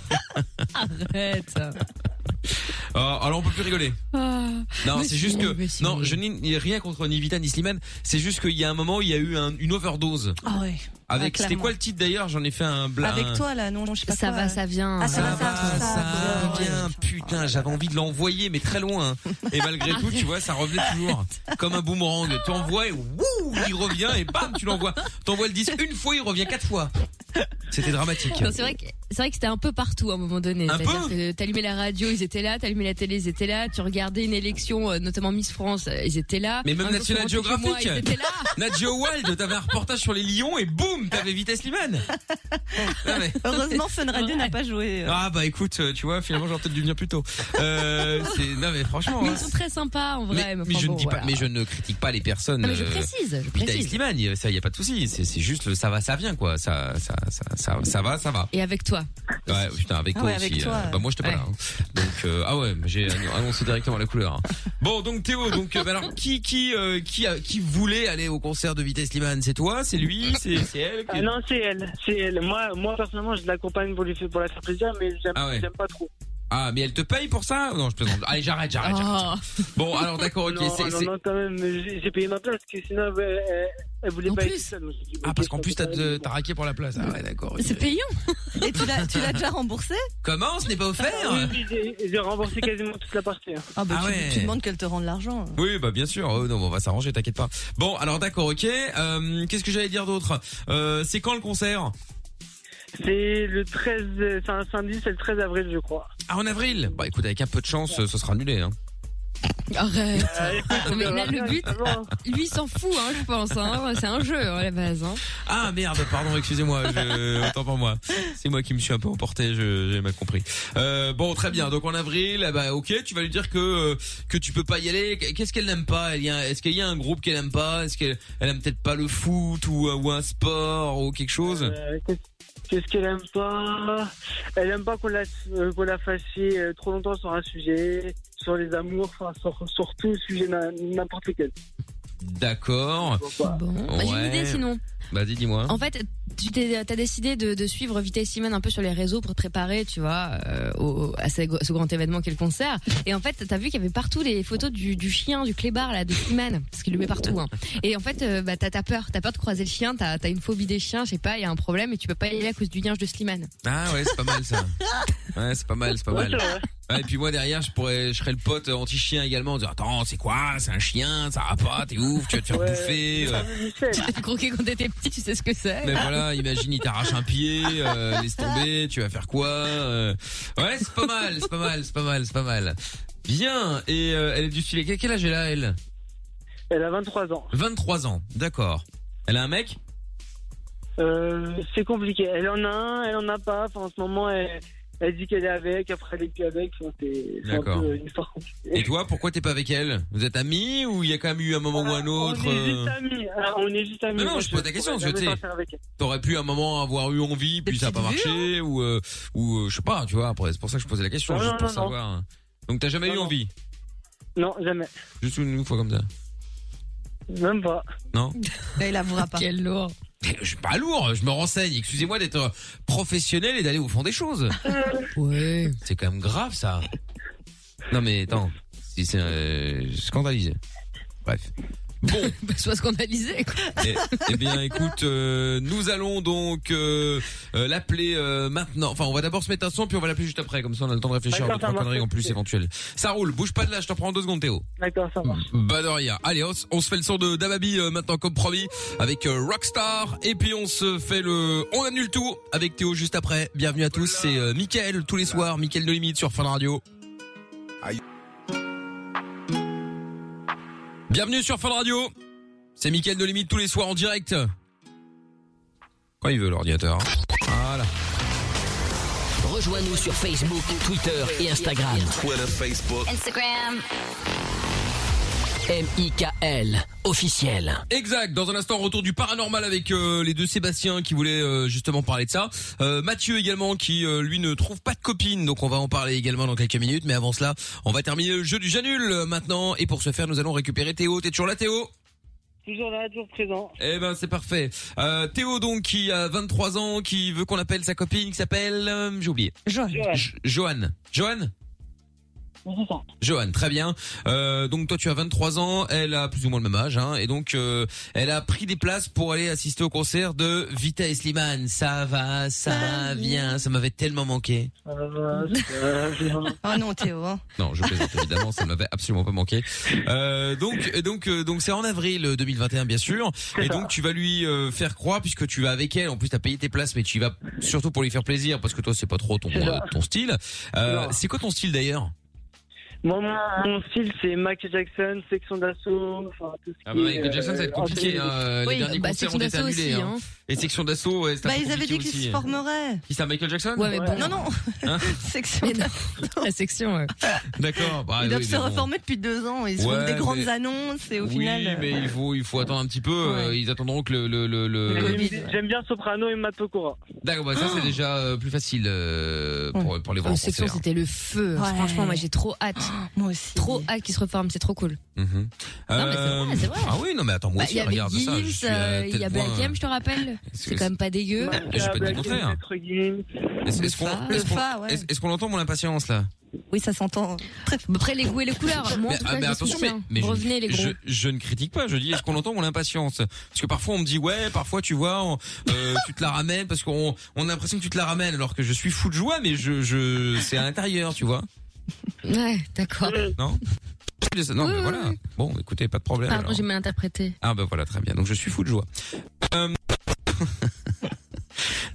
Arrête.
Euh, alors on peut plus rigoler.
Ah.
Non,
Mais
c'est
si,
juste que
mais si.
non, je n'ai rien contre ni Vita ni Slimane. C'est juste qu'il y a un moment il y a eu un- une overdose.
Ah ouais.
Avec
Ah,
c'était
clairement.
quoi le titre d'ailleurs J'en ai fait un blague.
Avec toi là, non, non, je sais pas
Ça
quoi,
va,
euh.
ça vient.
Ah,
Ça va,
ça
ça
va,
vient.
ouais.
Putain, j'avais envie de l'envoyer, mais très loin. hein. Et malgré tout, tu vois, ça revenait toujours. Comme un boomerang. Tu envoies, et wouh, il revient, et bam, tu l'envoies. T'envoies le 10 une fois, il revient quatre fois. C'était dramatique.
Non, C'est vrai que c'est vrai que c'était un peu partout à un moment donné.
Un
C'est-à-dire
peu
que T'allumais la radio, ils étaient là. T'allumais la télé, ils étaient là. Tu regardais une élection, euh, notamment Miss France, euh, ils étaient là.
Mais même
Un jour,
National
tu rentres chez moi,
Geographic.
ils étaient là.
Nadjo Wild, t'avais un reportage sur les lions, et boum, t'avais Vitesse Liman. Non, mais-
Heureusement, Fun Radio
Ouais.
n'a pas joué. euh.
Ah bah écoute, euh, tu vois, finalement j'aurais peut-être dû venir plus tôt. Euh, c'est- non mais franchement.
Mais
hein.
ils sont très sympas en
Mais,
vrai.
mais
enfin
je
bon,
ne dis pas,
voilà.
mais je ne critique pas les personnes.
Non, mais je
euh,
précise, je
Vita et
précise.
Slimane, y a- ça y a pas de souci, c'est c'est juste le ça va ça vient quoi, ça ça ça ça, ça va ça va.
Et avec toi.
Ouais putain avec
Ah
toi
ouais,
aussi.
avec toi,
euh,
ouais.
bah moi je te pas là. hein. Donc euh, ah ouais mais j'ai annon- annoncé directement la couleur. hein. Bon donc Théo donc euh, bah alors qui qui euh, qui a- qui voulait aller au concert de Vitesse Slimane c'est toi c'est lui c'est c'est elle.
Ah non, c'est elle, c'est elle. Moi, moi personnellement, je l'accompagne pour lui faire pour la faire plaisir, mais j'aime
Ah ouais.
j'aime pas trop.
Ah mais elle te paye pour ça Non je plaisante. Allez j'arrête j'arrête. j'arrête.
Oh.
Bon alors d'accord ok
non,
c'est
non,
c'est-
non, quand même, j'ai j'ai payé ma place, parce que sinon, elle, elle- elle voulait
En
pas
plus.
être seule. Donc, j'ai dit,
ah
ok,
parce qu'en
je
plus
peux
t'as
pas
de-
aller.
t'as raqué pour la place ah ouais d'accord.
C'est payant.
Et tu l'as, tu l'as déjà remboursé
Comment ce n'est pas
Ah
offert
Oui, oui, j'ai- j'ai remboursé quasiment toute la partie. hein.
Ah bah
Ah
tu,
ouais.
tu demandes qu'elle te rende l'argent.
Oui, bah bien sûr. Euh, non, mais on va s'arranger, t'inquiète pas. Bon, alors d'accord, ok. Euh, Qu'est-ce que j'allais dire d'autre Euh, C'est quand le concert
C'est le 13, euh, c'est un samedi, c'est le 13 avril, je crois.
Ah, en avril. Bah écoute, avec un peu de chance, euh, ce sera annulé. Hein.
Arrête. Non, mais
ça
là,
va bien,
le
Ah,
but, lui il s'en fout, hein, je pense. hein. C'est un jeu hein, à la base. hein.
Ah merde, pardon, excusez-moi, je- autant pour moi. C'est moi qui me suis un peu emporté, je- j'ai mal compris. Euh, bon, très bien. Donc en avril, eh ben, ok, tu vas lui dire que euh, que tu peux pas y aller. Qu'est-ce qu'elle n'aime pas Elle y a- Est-ce qu'il y a un groupe qu'elle aime pas Est-ce qu'elle elle aime peut-être pas le foot ou, euh, ou un sport ou quelque chose
Euh, qu'est-ce- Qu'est-ce qu'elle aime pas Elle aime pas qu'on la, euh, qu'on la fasse chier, euh, trop longtemps sur un sujet, sur les amours, enfin sur, sur tout sujet, na- n'importe lequel.
D'accord.
Bon, J'ai une idée sinon.
Vas-y, dis-moi.
En fait, tu t'es- t'as décidé de, de suivre Vitesse Simone un peu sur les réseaux pour te préparer, tu vois, euh, au- à ce, ce grand événement qu'est le concert. Et en fait, t'as vu qu'il y avait partout des photos du, du chien, du clébard là, de Simone, parce qu'il le met partout. Hein. Et en fait, euh, bah, t'as t'as peur, t'as peur de croiser le chien, t'as as une phobie des chiens, je sais pas, il y a un problème et tu peux pas y aller à cause du linge de Slimane.
Ah ouais, c'est pas mal ça. Ouais, c'est pas mal, c'est pas
Ouais,
mal. Ouais, et puis moi derrière, je pourrais, je serais le pote anti-chien également, en disant attends, c'est quoi, c'est un chien, ça va pas, t'es ouf, tu vas te faire bouffer.
Ah,
euh.
Tu t'es fait croquer quand t'étais petit, tu sais ce que c'est.
Mais voilà, imagine, il t'arrache un pied, euh, laisse tomber, tu vas faire quoi euh. Ouais, c'est pas mal, c'est pas mal, c'est pas mal, c'est pas mal. Bien, et euh, elle est du style, quel- quel âge elle a, elle
Elle a 23 ans.
23 ans, d'accord. Elle a un mec
Euh, c'est compliqué. Elle en a un, elle en a pas. Enfin, en ce moment, elle, elle dit qu'elle est avec, après elle est plus avec. Enfin, c'est c'est un
D'accord.
peu une histoire compliquée.
Et toi, pourquoi t'es pas avec elle Vous êtes amis ou il y a quand même eu un moment ou un autre
Bah, On est
euh,
juste amis. Ah, on est juste amis.
Mais non,
Moi,
je pose la question,
pourrais
je
jamais
sais.
sortir avec elle.
T'aurais pu à un moment avoir eu envie, puis ça n'a pas marché, ou, euh, ou euh, je sais pas, tu vois, après, c'est pour ça que je posais la question,
hein. Non,
juste
non, non,
pour
non.
savoir. Donc t'as jamais eu envie
Non, jamais.
Juste une, une fois comme ça
Même pas.
Non
il avouera pas.
Quel lourd.
Je suis pas lourd, je me renseigne, excusez-moi d'être euh, professionnel et d'aller au fond des choses.
Euh,
ouais.
C'est quand même grave ça. Non mais attends, c'est c'est, euh, scandalisé. Bref. Bon.
Bah, Sois scandalisé. quoi.
Eh, eh bien, écoute, euh, nous allons donc euh, euh, l'appeler euh, maintenant. Enfin, on va d'abord se mettre un son, puis on va l'appeler juste après. Comme ça, on a le temps de réfléchir à
D'accord,
deux,
ça
trois
marche.
conneries en plus éventuelles. Ça roule, bouge pas de là, je t'en prends en deux secondes, Théo.
D'accord, ça marche.
Bah de rien. Allez, on, s- on se fait le son de Dababy euh, maintenant, comme promis, avec euh, Rockstar. Et puis, on se fait le... On annule tout avec Théo juste après. Bienvenue à tous, c'est euh, Mickaël, tous les soirs. Mickaël de Limite sur Fun Radio. Bienvenue sur Fun Radio. C'est Mickaël de Limite tous les soirs en direct. Quand il veut l'ordinateur. hein. Voilà.
Rejoins-nous sur Facebook, Twitter et Instagram.
Twitter, Facebook.
Instagram. M-I-K-L, officiel.
Exact. Dans un instant, retour du paranormal avec euh, les deux Sébastien qui voulaient euh, justement parler de ça. Euh, Mathieu également qui euh, lui ne trouve pas de copine, donc on va en parler également dans quelques minutes. Mais avant cela, on va terminer le jeu du Janul euh, maintenant. Et pour ce faire, nous allons récupérer Théo. T'es toujours là, Théo
Toujours là, toujours présent.
Eh ben, c'est parfait. Euh, Théo donc qui a 23 ans, qui veut qu'on appelle sa copine, qui s'appelle, euh, j'ai oublié. Jo- Joanne. Joanne. Johan, très bien. Euh, donc toi tu as 23 ans, elle a plus ou moins le même âge, hein, et donc euh, elle a pris des places pour aller assister au concert de Vita et Slimane. Ça va, ça vient, ça m'avait tellement manqué.
Euh,
Oh non, Théo. hein.
Non, je plaisante évidemment, ça ne m'avait absolument pas manqué. Euh, donc, et donc, euh, donc c'est en avril 2021 bien sûr. Et donc tu vas lui euh, faire croire puisque tu vas avec elle. En plus, t'as payé tes places, mais tu y vas surtout pour lui faire plaisir parce que toi c'est pas trop ton euh, ton style. Euh, c'est quoi ton style d'ailleurs
Moi, mon, mon style, c'est Michael Jackson, section d'assaut. Enfin, tout ce
Ah
qui
bah
est,
Michael Jackson, ça va être
euh,
compliqué.
entraînement.
hein.
Oui,
les derniers
bah,
concerts
section
ont été
d'assaut
annulés.
aussi,
hein.
hein.
Et section d'assaut, ouais, c'était
Bah,
un peu
ils avaient dit
compliqué
qu'ils
aussi.
se formeraient.
Qui ça, Michael Jackson
Ouais, mais bon. Non,
non.
Hein
section.
La section, euh, ouais.
D'accord. bah,
Ils doivent
oui,
se
mais bon.
reformer depuis deux ans. Ils se
Ouais,
font des grandes
mais-
annonces et au
Oui,
final. euh,
mais il faut, il faut attendre un petit peu. euh, Ils attendront que le. le, le, le-
J'aime- J'aime bien Soprano et Matt Pokora.
D'accord, bah, ça c'est déjà euh, plus facile euh, pour, pour les voir en
La Oh. section,
concert.
c'était le feu. hein.
Ouais.
Franchement, moi, j'ai trop hâte.
moi aussi.
Trop hâte qu'ils se reforment, c'est trop cool.
Mhm.
Non, mais c'est vrai, c'est vrai.
Ah oui, non, mais attends, moi
Bah,
aussi,
Il y avait
regarde ça. je
Gims,
suis à
euh, il
tête
y a
de
Black
point.
M, je te
euh,
rappelle. C'est quand même pas dégueu.
Je
Ah,
sais pas
bah,
du contraire. Est-ce est-ce qu'on
fa.
est-ce
Le
qu'on-
fa, ouais.
est-ce- est-ce qu'on entend mon impatience là
Oui, ça s'entend. Très...
Après, les goûts et les couleurs. Moi, en tout
ah,
cas, je les
attention, mais,
soutiens.
mais je-
Revenez, les gros.
Je, je ne critique pas, je dis est-ce qu'on entend mon impatience Parce que parfois on me dit ouais, parfois tu vois, on- euh, tu te la ramènes parce qu'on on a l'impression que tu te la ramènes alors que je suis fou de joie, mais je, je c'est à l'intérieur, tu vois
Ouais, d'accord.
Non Non, mais voilà. Bon, écoutez, pas de problème.
Pardon,
alors.
j'ai mal interprété.
Ah ben voilà, très bien. Donc je suis fou de joie. Euh,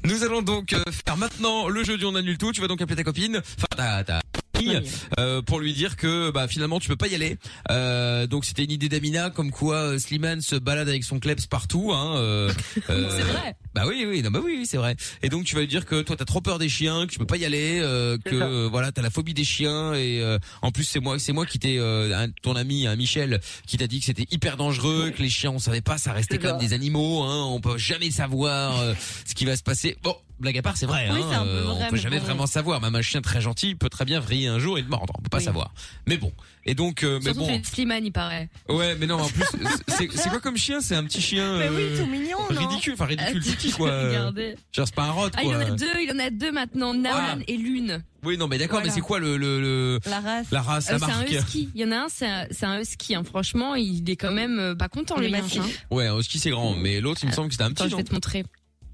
Nous allons donc euh, faire maintenant le jeu du on annule tout. Tu vas donc appeler ta copine, enfin ta, ta coquille euh, pour lui dire que bah, finalement tu peux pas y aller. Euh, donc c'était une idée d'Amina comme quoi euh, Slimane se balade avec son kleps partout. Hein, euh, euh,
C'est vrai.
Bah oui oui non bah oui, oui, c'est vrai. Et donc tu vas lui dire que toi t'as trop peur des chiens, que tu peux pas y aller, euh, que euh, voilà t'as la phobie des chiens et euh, en plus c'est moi c'est moi qui t'ai euh, un- ton ami hein, Michel qui t'a dit que c'était hyper dangereux, que les chiens on savait pas ça restait comme des animaux, hein, on peut jamais savoir euh, ce qui va se passer. Bon blague à part c'est vrai,
Oui,
hein,
c'est un peu
euh,
vrai,
on peut
mais
jamais
bon.
vraiment savoir. Même un chien très gentil peut très bien vriller un jour et le mordre, on peut pas savoir. Mais bon et donc euh, mais
Surtout
bon
que Slimane, il paraît.
ouais mais non en plus c'est c'est quoi comme chien c'est un petit chien
Mais oui,
euh,
tout mignon, non
ridicule enfin ridicule
Attends,
tout petit quoi. euh.
je vais regarder.
Genre c'est pas un rot
Ah, il
quoi.
en a deux, il en a deux maintenant, Naman et Lune.
Oui, non, mais d'accord,
Voilà.
mais c'est quoi le, le, le-
La race.
la race,
Euh,
la
c'est un
marque
husky. Il y en a un, c'est un, c'est un husky. hein. Franchement, il est quand même euh, pas content, le massif.
Ouais, un husky c'est
Mmh.
grand, mais l'autre, il me semble que c'était un
Attends,
petit.
je
non
vais Euh, te montrer.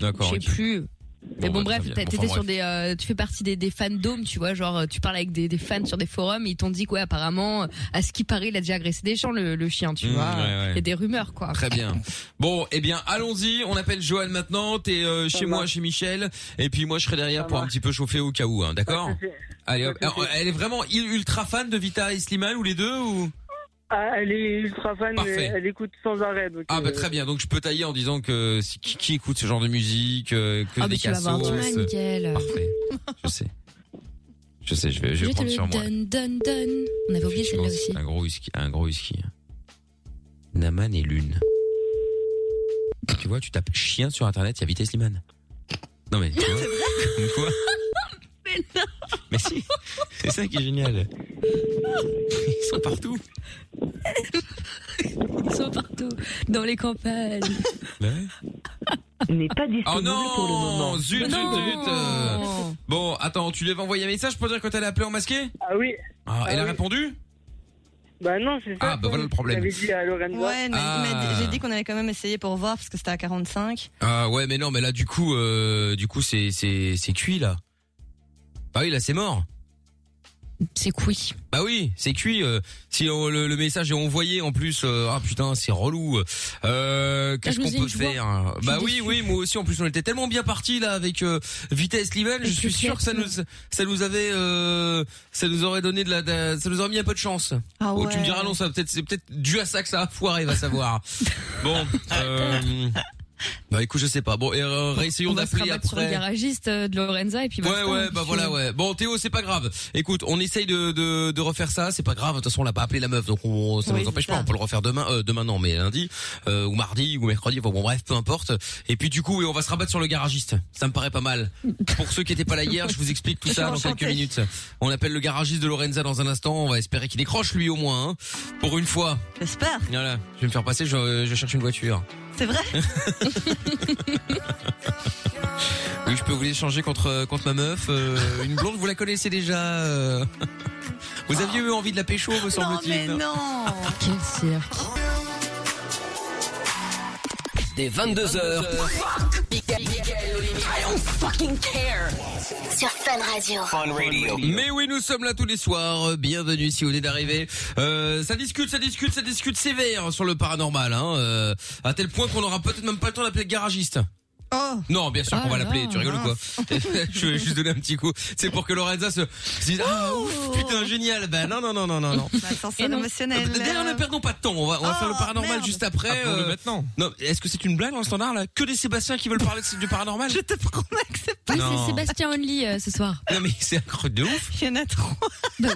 D'accord.
Je sais
ok.
plus. Mais
Bon,
bon,
bah,
bref,
très bien.
t'as-
Bon,
t'étais
enfin,
sur
bref.
des, euh, tu fais partie des, des fandoms, tu vois, genre euh, tu parles avec des, des fans sur des forums, et ils t'ont dit quoi, apparemment, euh, à ce qui paraît, il a déjà agressé des gens, le, le chien, tu
Mmh,
vois.
ouais, ouais.
Il y a des rumeurs, quoi.
Très bien. Bon, eh bien, allons-y. On appelle Johan maintenant. T'es euh, chez moi, chez Michel, et puis moi, je serai derrière pour un petit peu chauffer au cas où, hein, d'accord Allez, hop. Alors, elle est vraiment il- ultra fan de Vita et Slimane ou les deux ou
Ah, elle est ultra fan, mais
Parfait.
elle écoute sans arrêt. donc,
Ah bah
euh,
très bien. Donc je peux tailler en disant que c'est- qui, qui écoute ce genre de musique, euh, que
Ah,
des
mais tu vas avoir
cassos.
du mal,
euh,
Mickaël.
Parfait. Je sais. Je sais. Je vais, je vais
Juste
prendre
le
sur moi.
dun, dun, dun. On avait oublié celle-là aussi.
Un gros husky. Un gros hein. husky. Naman et Lune. Tu vois, tu tapes chien sur internet, il y a Vitesse Liman. Non mais. Tu vois, Comme quoi Mais si C'est ça qui est génial. Ils sont partout.
Ils sont partout, dans les campagnes.
Bah
N'est pas disponible
Oh
pour le moment.
non Zut, zut, zut euh. Bon, attends, tu lui avais envoyé un message pour dire que t'allais appeler en masqué
Ah oui.
Ah, elle a répondu
Bah non, c'est ça.
Ah, bah voilà le problème.
J'avais dit à Lorenzo.
Ouais, mais-
Ah.
mais j'ai dit qu'on allait quand même essayer pour voir parce que c'était à 45.
Ah ouais, mais non, mais là du coup, euh, du coup, c'est c'est c'est cuit là. Bah oui, là c'est mort.
C'est cuit.
Bah oui, c'est cuit. euh, si on- le, le message est envoyé en plus, euh, ah putain, c'est relou. Euh, Qu'est-ce
je me
qu'on
dis,
peut
je Ah, vois.
faire
Je suis
Bah oui,
déçue.
oui, moi aussi. En plus, on était tellement bien parti là avec euh, Vitesse Livel. Je suis sûr que ça nous ça nous avait euh, ça nous aurait donné de la, de- ça nous aurait mis un peu de chance.
Ah
Ou tu me
ouais.
diras non, ça va peut-être c'est peut-être dû à ça que ça a foiré, va savoir. bon. euh, bah écoute, je sais pas. Bon, et, euh, réessayons
on va se
d'appeler
rabattre sur le
après.
garagiste euh, de Lorenza et puis
Ouais
basta,
ouais
hein,
bah
si
voilà
tu veux.
ouais bon Théo c'est pas grave écoute on essaye de de, de refaire ça c'est pas grave de toute façon on l'a pas appelé la meuf donc on, ça
Oui,
nous
c'est
empêche
ça.
pas on peut le refaire demain euh, demain non mais lundi euh, ou mardi ou mercredi enfin, bon bref peu importe et puis du coup oui, on va se rabattre sur le garagiste ça me paraît pas mal pour ceux qui étaient pas là hier je vous explique tout
Je suis
ça dans quelques
enchantée.
minutes on appelle le garagiste de Lorenza dans un instant on va espérer qu'il décroche lui au moins hein, pour une fois
j'espère
voilà je vais me faire passer je, je cherche une voiture
C'est vrai
Oui, je peux vous l'échanger contre contre ma meuf. euh, une blonde, vous la connaissez déjà. euh. Vous aviez eu envie de la pécho, me semble-t-il.
Quel cirque.
Dès 22h.
I don't fucking care. Sur Fun Radio.
Mais oui, nous sommes là tous les soirs. Euh, Bienvenue si vous venez d'arriver. Euh, ça discute, ça discute, ça discute sévère sur le paranormal. Hein, euh, à tel point qu'on aura peut-être même pas le temps d'appeler le garagiste.
Oh.
Non, bien sûr qu'on
Ah
va
là,
l'appeler. Tu rigoles ou quoi Je vais juste donner un petit coup. C'est pour que Lorenza se, se dise ah ouf, putain génial. Ben non non non non non non.
Attention émotionnelle.
D'ailleurs, ne perdons pas de temps. On va, on va faire le paranormal juste après. euh, Non, est-ce que c'est une blague en standard là Que des Sébastiens qui veulent parler de- du paranormal Je te promets que c'est
Oui, c'est Sébastien Only euh, ce soir.
Non mais c'est incroyable de ouf.
Il y en a trop.
Bah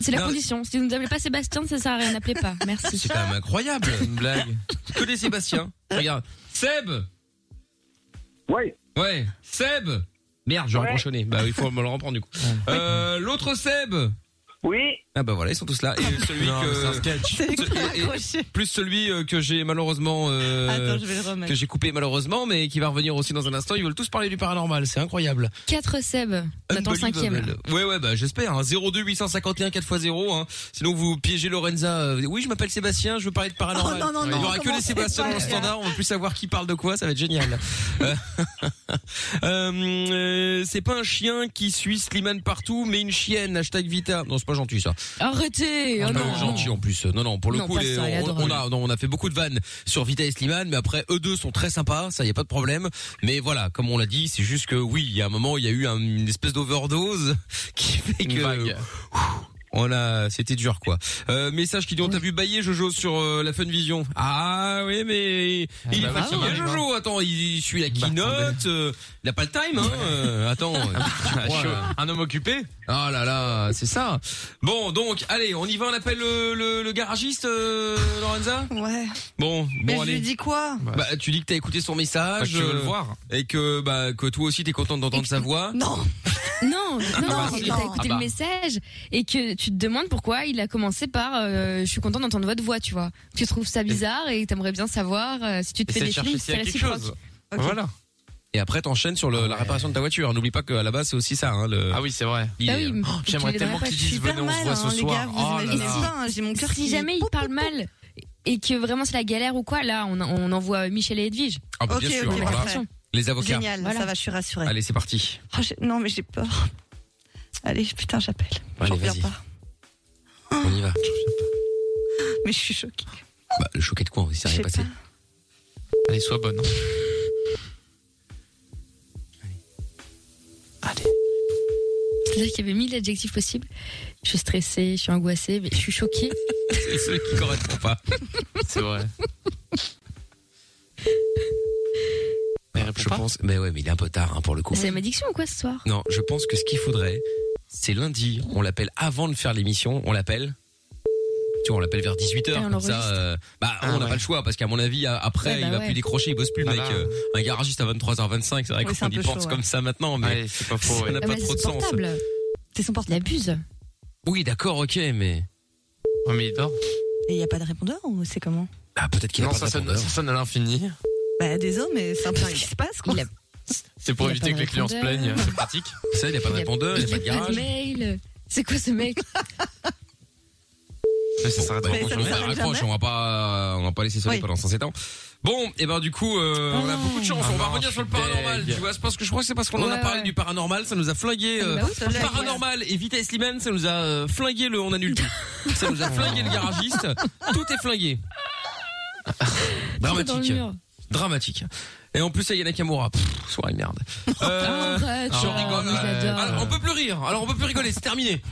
C'est la
Non.
condition. Si vous ne nous appelez pas Sébastien, ça sert à rien. N'appelez pas. Merci.
C'est quand même incroyable une blague. Que des Sébastiens. Regarde, Seb.
Ouais.
Ouais, Seb. Merde, j'aurais branchonné. Bah il faut me le reprendre du coup. Euh, L'autre Seb.
Oui.
Ah bah voilà, ils sont tous là. Et celui
Non,
que
c'est un sketch.
Ce- et- et- plus celui euh, que j'ai malheureusement euh,
Attends, je vais le remettre.
que j'ai coupé malheureusement, mais qui va revenir aussi dans un instant. Ils veulent tous parler du paranormal, c'est incroyable.
4 Seb. On attend le cinquième. là.
Unbelievable. Ouais, ouais, bah, j'espère. Hein. 02 851 4x0. Hein. Sinon, vous piégez Lorenza. euh, Oui, je m'appelle Sébastien, je veux parler de paranormal.
Oh, non, non,
Il
non,
y aura que
comment
les
c'est
Sébastiens
pas
dans le
grave.
standard. On va plus savoir qui parle de quoi. Ça va être génial. Euh, euh, c'est pas un chien qui suit Slimane partout, mais une chienne. Hashtag Vita. Non, c'est pas gentil, ça.
Arrêtez. oh
Ah,
non.
non, gentil en plus. Non, non, pour le
Non,
coup,
pas
les-
ça, elle est
on, on
adorable.
a, non, on a fait beaucoup de vannes sur Vita et Slimane, mais après, eux deux sont très sympas, ça, y a pas de problème. Mais voilà, comme on l'a dit, c'est juste que oui, il y a un moment, il y a eu un- une espèce d'overdose qui fait que... Ouh, On a, c'était dur quoi. Euh, message qui dit on t'a vu bailler Jojo sur euh, la Fun Vision. Ah oui mais il
bah
est
oui, ça
fatigué
m'arrive,
Jojo. Attends il suit la keynote. euh, il a pas le time hein. euh, attends. tu crois,
chaud.
là. euh, Un homme occupé Ah là là, c'est ça. Bon, donc, allez, on y va, on appelle le, le- le garagiste, euh, Lorenza
Ouais.
Bon,
Mais
bon,
je
allez.
lui dis quoi
bah, tu dis que t'as écouté son message. euh,
Bah, que tu veux le voir.
Et que, bah, que toi aussi t'es content d'entendre sa voix.
Non
Non, non,
Ah bah
non,
si.
t'as écouté
Ah bah.
le message et que tu te demandes pourquoi il a commencé par euh, je suis content d'entendre votre voix, tu vois. Tu trouves ça bizarre et t'aimerais bien savoir euh, si tu te fais
Essaie de
des
chercher
films,
s'il y
c'est
a quelque
réciproque.
chose.
Ok.
Voilà. Et après, t'enchaînes sur le- la réparation de ta voiture. N'oublie pas qu'à la base, c'est aussi ça. Hein, le... Ah oui, c'est vrai.
Ah oui,
oh,
mais
j'aimerais
tu les
tellement
verrais
qu'ils
pas.
disent, Super venez, on se mal, voit ce hein, les soir. gars, vous Oh là imaginez là. pas,
j'ai mon cœur
Si
qui-
jamais il parle mal et que vraiment c'est la galère ou quoi, là on, on envoie Michel et Edwige.
Ah bah, bien sûr, voilà. Les avocats.
Génial, ça va, je suis rassurée.
Allez, c'est parti.
Oh, j'ai- non, mais j'ai peur. Allez, putain, j'appelle.
Allez,
reviens
vas-y. On y va.
Mais je suis choquée.
Bah, le choqué de quoi Il s'est rien passé. Allez, sois bonne. hein.
C'est-à-dire qu'il y avait mille adjectifs possibles. Je suis stressée, je suis angoissée, mais je suis choquée.
C'est celui qui correspond pas. C'est vrai. Bah, je pense, mais ouais, mais il est un peu tard hein, pour le coup.
C'est ma diction ou quoi ce soir
Non, je pense que ce qu'il faudrait, c'est lundi, on l'appelle avant de faire l'émission, on l'appelle. Tu vois, on l'appelle vers 18h,
Et on
comme ça.
l'enregistre.
euh, bah,
Ah
on n'a
ouais.
pas le choix, parce qu'à mon avis, à- après,
Ouais, bah
il va
ouais.
plus décrocher, il bosse plus, le
Ah
mec.
bah.
euh, un garagiste à 23h25, c'est vrai
Ouais, c'est
qu'on
un
y
peu
pense
chaud, ouais. Ah,
comme ça maintenant, mais ça n'a pas trop de sens.
C'est son portable.
Ah, Il abuse.
Oui, d'accord, ok, mais. Oh, mais il dort
Et il n'y a pas de répondeur ou c'est comment
Ah, peut-être qu'il a
Non,
pas
ça
de
sonne-
répondeur.
ça sonne à l'infini.
Bah, désolé, mais c'est un peu ce qui se passe, quoi.
C'est pour
Il a
éviter
pas
que
de
les clients se plaignent,
répondeur.
c'est pratique.
Ça, il n'y a pas de répondeur, il n'y a pas de garage.
mail. C'est quoi ce mec
Mais ça s'arrête
Mais ça ne s'arrête
raccroche, bah, on
jamais.
va pas, on va pas laisser sonner
Oui.
pendant 107 ans. Bon, et ben du coup, euh, on a beaucoup de chance.
Ah
on va
non,
revenir
je
sur le
suis
paranormal.
deg.
Tu vois, c'est parce que je crois que c'est parce qu'on en a
Ouais,
parlé
ouais.
du paranormal, ça nous a flingué.
Ah
euh,
bah oui, ça, je l'ai dit.
paranormal et Vita et Slimane, ça nous a euh, flingué le on annule tout. ça nous a flingué le garagiste. Tout est flingué.
Dans le
Dramatique.
mur.
Dramatique. Et en plus, il y a Nakamura. Pff, soirée de merde.
Oh,
Euh,
Arrête,
je
oh,
rigole.
mais je l'adore.
Alors, on peut plus rire. Alors, on peut plus rigoler. C'est terminé.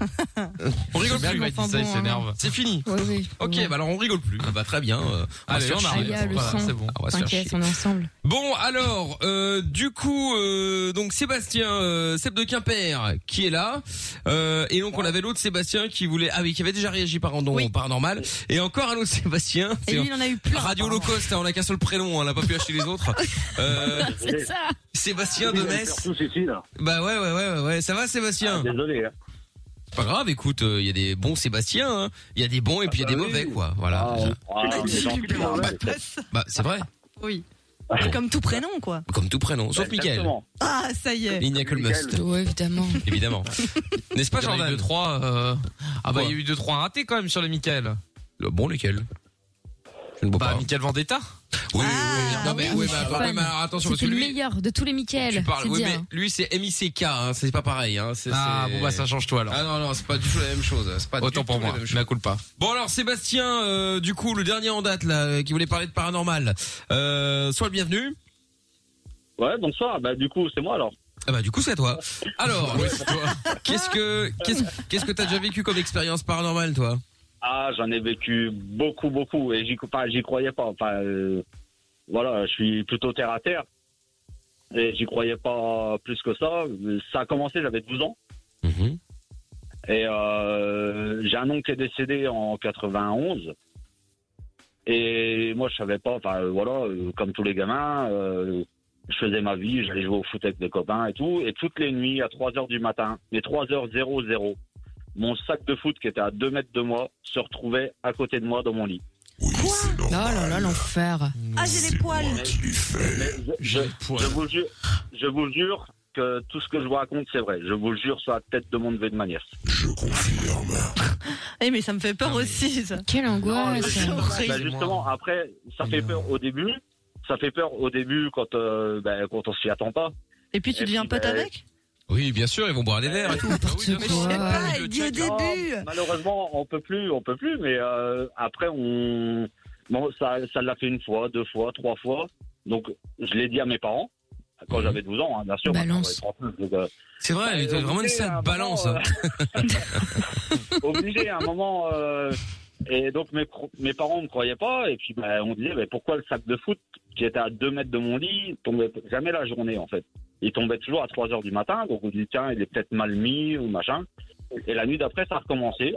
On rigole
J'aime bien
plus.
quand il dit ça, il s'énerve.
C'est fini.
oui.
Ok, bah alors on rigole plus. Ah bah très bien. euh, on va se
Allez,
faire
on
chier.
arrête. Ah, il y a le
Voilà,
son.
c'est bon. On va se faire
T'inquiète,
chier.
on est ensemble.
Bon alors, euh, du coup, euh, donc Sébastien, euh, Seb de Quimper, qui est là, euh, et donc on avait l'autre Sébastien qui voulait, ah oui, qui avait déjà réagi par random, par normal, et encore un autre Sébastien.
Et lui, il en a eu plein,
Radio low cost, hein, on a qu'un seul prénom, hein, on n'a pas pu acheter les autres. Euh,
C'est ça.
Sébastien de Metz.
Surtout Cécile. là.
Bah ouais, ouais, ouais, ouais, ouais. Ça va, Sébastien
Désolé. hein.
C'est Pas grave, écoute, euh, il y a des bons Sébastiens, hein. il y a des bons et puis il y a des mauvais, quoi. Voilà.
bah Ah, on est gentil, hein, ouais.
Bah c'est vrai,
Oui. C'est comme tout prénom, quoi.
comme tout prénom, Ah, sauf
Bah,
Mickaël.
exactement. Ah, ça y est.
Il n'y a que le must.
Ouais, évidemment.
Évidemment. N'est-ce pas,
Il y en a eu
Jordan
deux, trois, euh, Ah bah,
Quoi
il y a eu 2-3 ratés quand même sur les Michael.
Bon, lesquels Je ne
Bah, Michael Vendetta Ah,
Oui, oui, non,
Ah
mais, oui, mais attends,
Fan.
oui, mais attention, parce que
C'était le
lui,
meilleur de tous les Michael.
tu parles-
c'est
oui,
dire.
mais lui c'est MICK, hein, c'est pas pareil. Hein, c'est-
Ah,
c'est-
bon, bah, ça change toi, alors.
Ah non, non, c'est pas du tout la même chose. C'est pas
Autant
du
pour
tout
moi,
la même chose.
je coule pas.
Bon alors Sébastien, euh, du coup le dernier en date là, euh, qui voulait parler de paranormal, euh, sois le bienvenu.
Ouais, bonsoir. Bah, du coup, c'est moi alors.
Ah bah du coup c'est à toi. Alors, qu'est-ce que qu'est-ce qu'est-ce que t'as déjà vécu comme expérience paranormale toi
Ah, j'en ai vécu beaucoup, beaucoup. Et j'y cro- enfin, j'y croyais pas. Enfin, euh, voilà, je suis plutôt terre à terre. Et j'y croyais pas plus que ça. Ça a commencé, j'avais 12 ans. Et euh, j'ai un oncle qui est décédé en 91. Et moi, je savais pas. Enfin, euh, voilà, euh, comme tous les gamins, euh, je faisais ma vie, j'allais jouer au foot avec des copains et tout. Et toutes les nuits, à 3 heures du matin, mais 3 h 00, mon sac de foot qui était à 2 mètres de moi se retrouvait à côté de moi dans mon lit.
Oh là là, l'enfer.
Ah, j'ai les poils.
Je, je vous jure, je vous jure que tout ce que je vous raconte, c'est vrai. Je vous le jure sur la tête de mon neveu de manière.
Eh, mais ça me fait peur aussi, ça.
Quelle angoisse.
Bah, justement, après, ça fait peur au début. Ça fait peur au début quand, euh, bah, quand on s'y attend pas.
Et puis, tu
Et
deviens
puis,
pote
bah,
avec
Oui, bien sûr, ils vont boire des verres et tout.
il dit au début.
Oh, Malheureusement, on peut plus, on peut plus, mais euh, après, on. Bon, ça ça l'a fait une fois, deux fois, trois fois. Donc, je l'ai dit à mes parents, quand j'avais 12 ans, hein, bien sûr.
Balance.
euh, C'est
vrai, elle était vraiment une sale
euh,
balance, hein.
obligé à un moment. euh, et donc mes, cro- mes parents me croyaient pas et puis bah, on disait bah, pourquoi le sac de foot qui était à 2 mètres de mon lit tombait jamais la journée en fait. Il tombait toujours à 3 heures du matin donc on dit tiens il est peut-être mal mis ou machin. Et la nuit d'après ça a recommencé.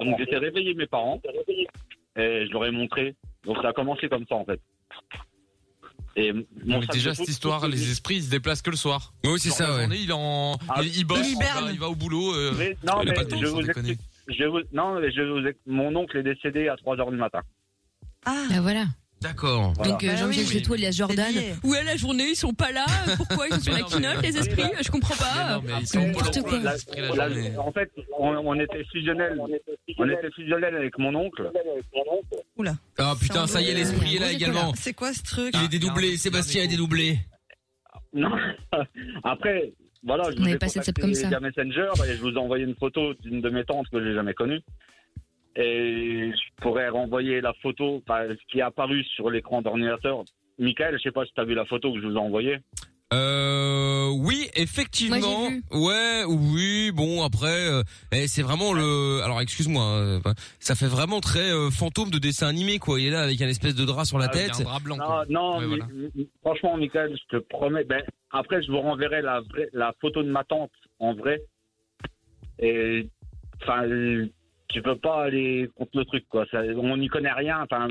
Donc j'étais réveillé mes parents et je leur ai montré. Donc ça a commencé comme ça en fait. Et mon
Non, mais
sac
déjà
de foot,
cette histoire, les esprits ils se déplacent que le soir.
Mais oui, c'est
Dans
ça,
la
ouais.
journée, il en,
Ah,
il, il bosse,
il
il
hiberne.
va, il va au boulot. euh,
Mais- non,
il a
mais
pas le temps,
je
sans
vous
déconner.
explique. Je vous- non, mais je vous ex- mon oncle est décédé à 3 heures du matin.
Ah,
Bah, voilà.
D'accord.
Donc
Bah
euh, Jean-Michel Jetour, Elias Jordan. Ouais, la journée, ils sont pas là. Pourquoi ils sont sur la quinotte, les esprits Je comprends pas. N'importe quoi.
La- la- en fait, on, on était fusionnel. On était fusionnel avec mon oncle.
Ah putain, ça y est, l'esprit est là également.
C'est quoi ce truc
Il est
Ah,
dédoublé, Sébastien est dédoublé.
Non. Après, voilà, je
On
vous
avait
ai
passé de ça
contacté
comme ça.
via Messenger et je vous ai envoyé une photo d'une de mes tantes que j'ai jamais connue. Et je pourrais renvoyer la photo enfin, ce qui est apparue sur l'écran d'ordinateur. Michael, je sais pas si tu as vu la photo que je vous ai envoyée.
Euh, oui, effectivement.
Moi, j'ai vu.
Ouais, oui, bon, après, euh, eh, c'est vraiment le... Alors, excuse-moi, euh, ça fait vraiment très euh, fantôme de dessin animé, quoi. Il est là avec Ah un espèce de drap sur
Ah,
la tête.
Non, non, mais- mais- franchement, Michael, je te promets. Ben, après, je vous renverrai la, vraie- la photo de ma tante en vrai. Et enfin, euh, tu peux pas aller contre le truc, quoi. Ça- on n'y connaît rien. Enfin,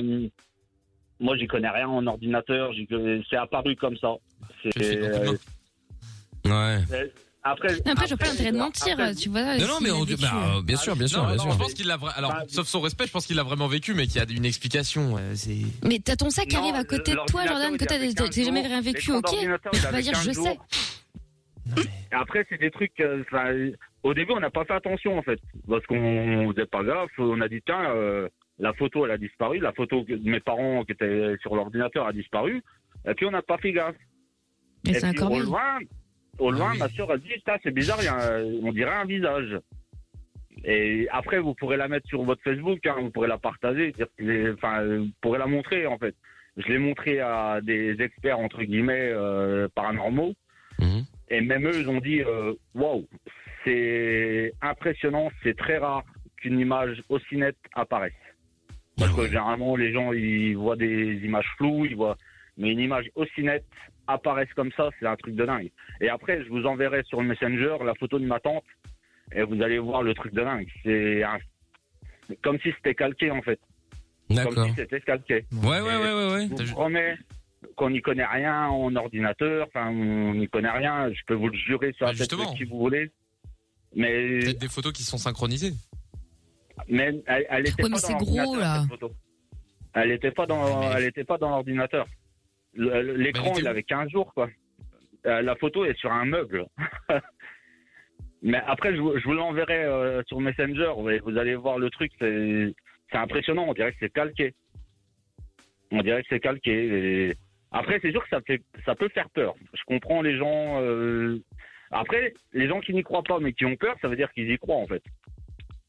moi, j'y connais rien en ordinateur. j'y connais- C'est apparu comme ça.
Bah,
C'est.
Ouais.
euh, après,
Non, après, je vois pas l'intérêt de mentir,
après-
tu vois. si il Ah, a vécu,
bah,
euh,
Ah, Non, non, Je pense qu'il l'a. vra- Alors, sauf son respect, je pense qu'il l'a vraiment vécu, mais qu'il y a une explication. euh, C'est.
Mais t'as ton sac qui
Non,
arrive à côté de
l'ordinateur,
toi, Jordan,
il
que t'as
avait
t'as-
15
t'as jamais
jours.
rien vécu, ok
L'ordinateur, il
Tu vas
avait
dire, je
15
sais.
jours. Après, c'est des trucs. euh, enfin, au début, on n'a pas fait attention, en fait. Parce qu'on faisait pas gaffe. On a dit, tiens, euh, la photo, elle a disparu. La photo que- de mes parents qui était sur l'ordinateur a disparu. Et puis, on n'a pas fait gaffe.
Mais
Et
c'est
puis,
encore
au
mieux. Ah
loin, au loin ma soeur a dit, putain, c'est bizarre, il y a un- on dirait un visage. Et après, vous pourrez la mettre sur votre Facebook, hein, vous pourrez la partager, dire que les- enfin, euh, vous pourrez la montrer en fait. Je l'ai montré à des experts entre guillemets euh, paranormaux, et même eux, ils ont dit, euh, waouh, c'est impressionnant, c'est très rare qu'une image aussi nette apparaisse. Parce que généralement, les gens, ils voient des images floues, ils voient... mais une image aussi nette apparaisse comme ça, c'est un truc de dingue. Et après, je vous enverrai sur le Messenger la photo de ma tante, et vous allez voir le truc de dingue. C'est un- comme si c'était calqué, en fait. Comme
D'accord.
si c'était calqué.
Ouais, ouais, ouais, ouais, ouais.
Je vous promets qu'on n'y connaît rien en ordinateur, enfin, on n'y connaît rien, je peux vous le jurer sur la tête de qui vous voulez. Mais...
Peut-être des photos qui sont synchronisées.
Mais elle, elle était
Ouais, mais
pas
c'est
dans
gros,
l'ordinateur,
là.
cette photo. Elle était pas dans, elle était pas dans l'ordinateur. Le- le-
Mais elle
L'écran,
était
il
où
avait 15 jours, quoi. Euh, la photo est sur un meuble. mais après, je, vous- je vous l'enverrai euh, sur Messenger. Vous, vous allez voir le truc, c'est c'est impressionnant. On dirait que c'est calqué. On dirait que c'est calqué. Et Après, c'est sûr que ça fait, ça peut faire peur. Je comprends les gens. euh, Après, les gens qui n'y croient pas mais qui ont peur, ça veut dire qu'ils y croient en fait.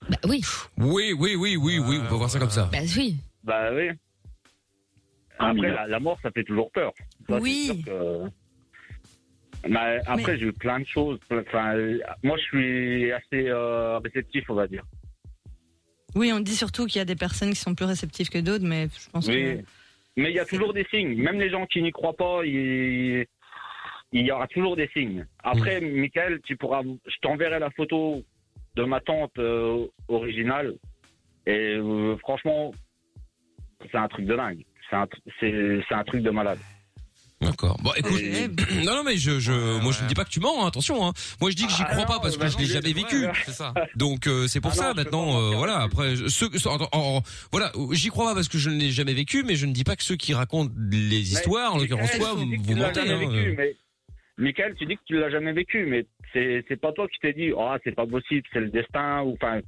Bah oui.
Oui, oui, oui, oui, oui, on peut voir ça comme ça.
Bah oui.
Bah oui. Après, la, la mort, ça fait toujours peur. Ça, c'est
Oui.
sûr que- Bah, après, j'ai eu plein de choses. Enfin, euh, moi, je suis assez euh, réceptif, on va dire.
Oui, on dit surtout qu'il y a des personnes qui sont plus réceptives que d'autres, mais je pense
Mais mais il y a toujours des signes. Même les gens qui n'y croient pas, il il y aura toujours des signes. Après,
Mm.
Michael, tu pourras, je t'enverrai la photo de ma tante euh, originale. Et euh, franchement, c'est un truc de dingue. C'est un, tr- c'est- c'est un truc de malade.
D'accord. Bon, écoute,
Eh,
non, non, mais je, je, moi, je ne dis pas que tu mens, hein, attention. Hein. Moi, je dis que
Ah
j'y crois pas parce que je l'ai jamais vécu. Donc, euh, c'est pour
Ah
ça.
non, je peux
maintenant, euh, voilà. Après, je- ceux, ceux- en- en- en- voilà, j'y crois pas parce que je ne l'ai jamais vécu, mais je ne dis pas que ceux qui racontent les histoires, en l'occurrence
Michael,
toi,
tu dis que
vous
tu l'as
mentez.
jamais
hein.
vécu, mais- Michael, tu dis que tu l'as jamais vécu, mais c'est c'est pas toi qui t'es dit, ah, c'est pas possible, c'est le destin, ou enfin,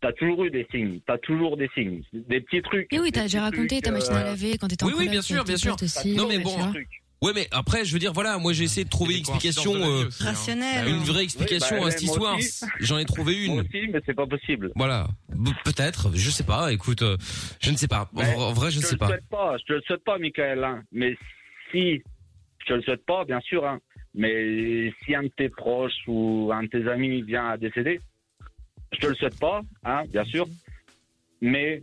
t'as toujours eu des signes, t'as toujours des signes, des petits trucs.
Mais oui,
des
t'as déjà
petits
raconté
trucs,
ta machine à
euh,
laver quand t'étais en
Oui, oui,
coloc,
bien
t'as
sûr,
tes
bien sûr.
potes aussi.
Non, mais bon. hein. Ouais, mais après, je veux dire, voilà, moi j'ai essayé de trouver une explication,
coïncidences de la vie
euh,
aussi, hein. Rationnelle.
une vraie explication
Oui, bah,
à cette
moi
histoire.
aussi.
J'en ai trouvé une.
Moi aussi, mais c'est pas possible.
Voilà, B- peut-être, je sais pas. Écoute, euh, je ne sais pas. En, en vrai, je ne
te
sais
le
pas.
souhaite pas. Je te le souhaite pas, Michael. hein. Mais si, je te le souhaite pas, bien sûr. hein. Mais si un de tes proches ou un de tes amis vient à décéder, je te le souhaite pas, hein, bien sûr. Mais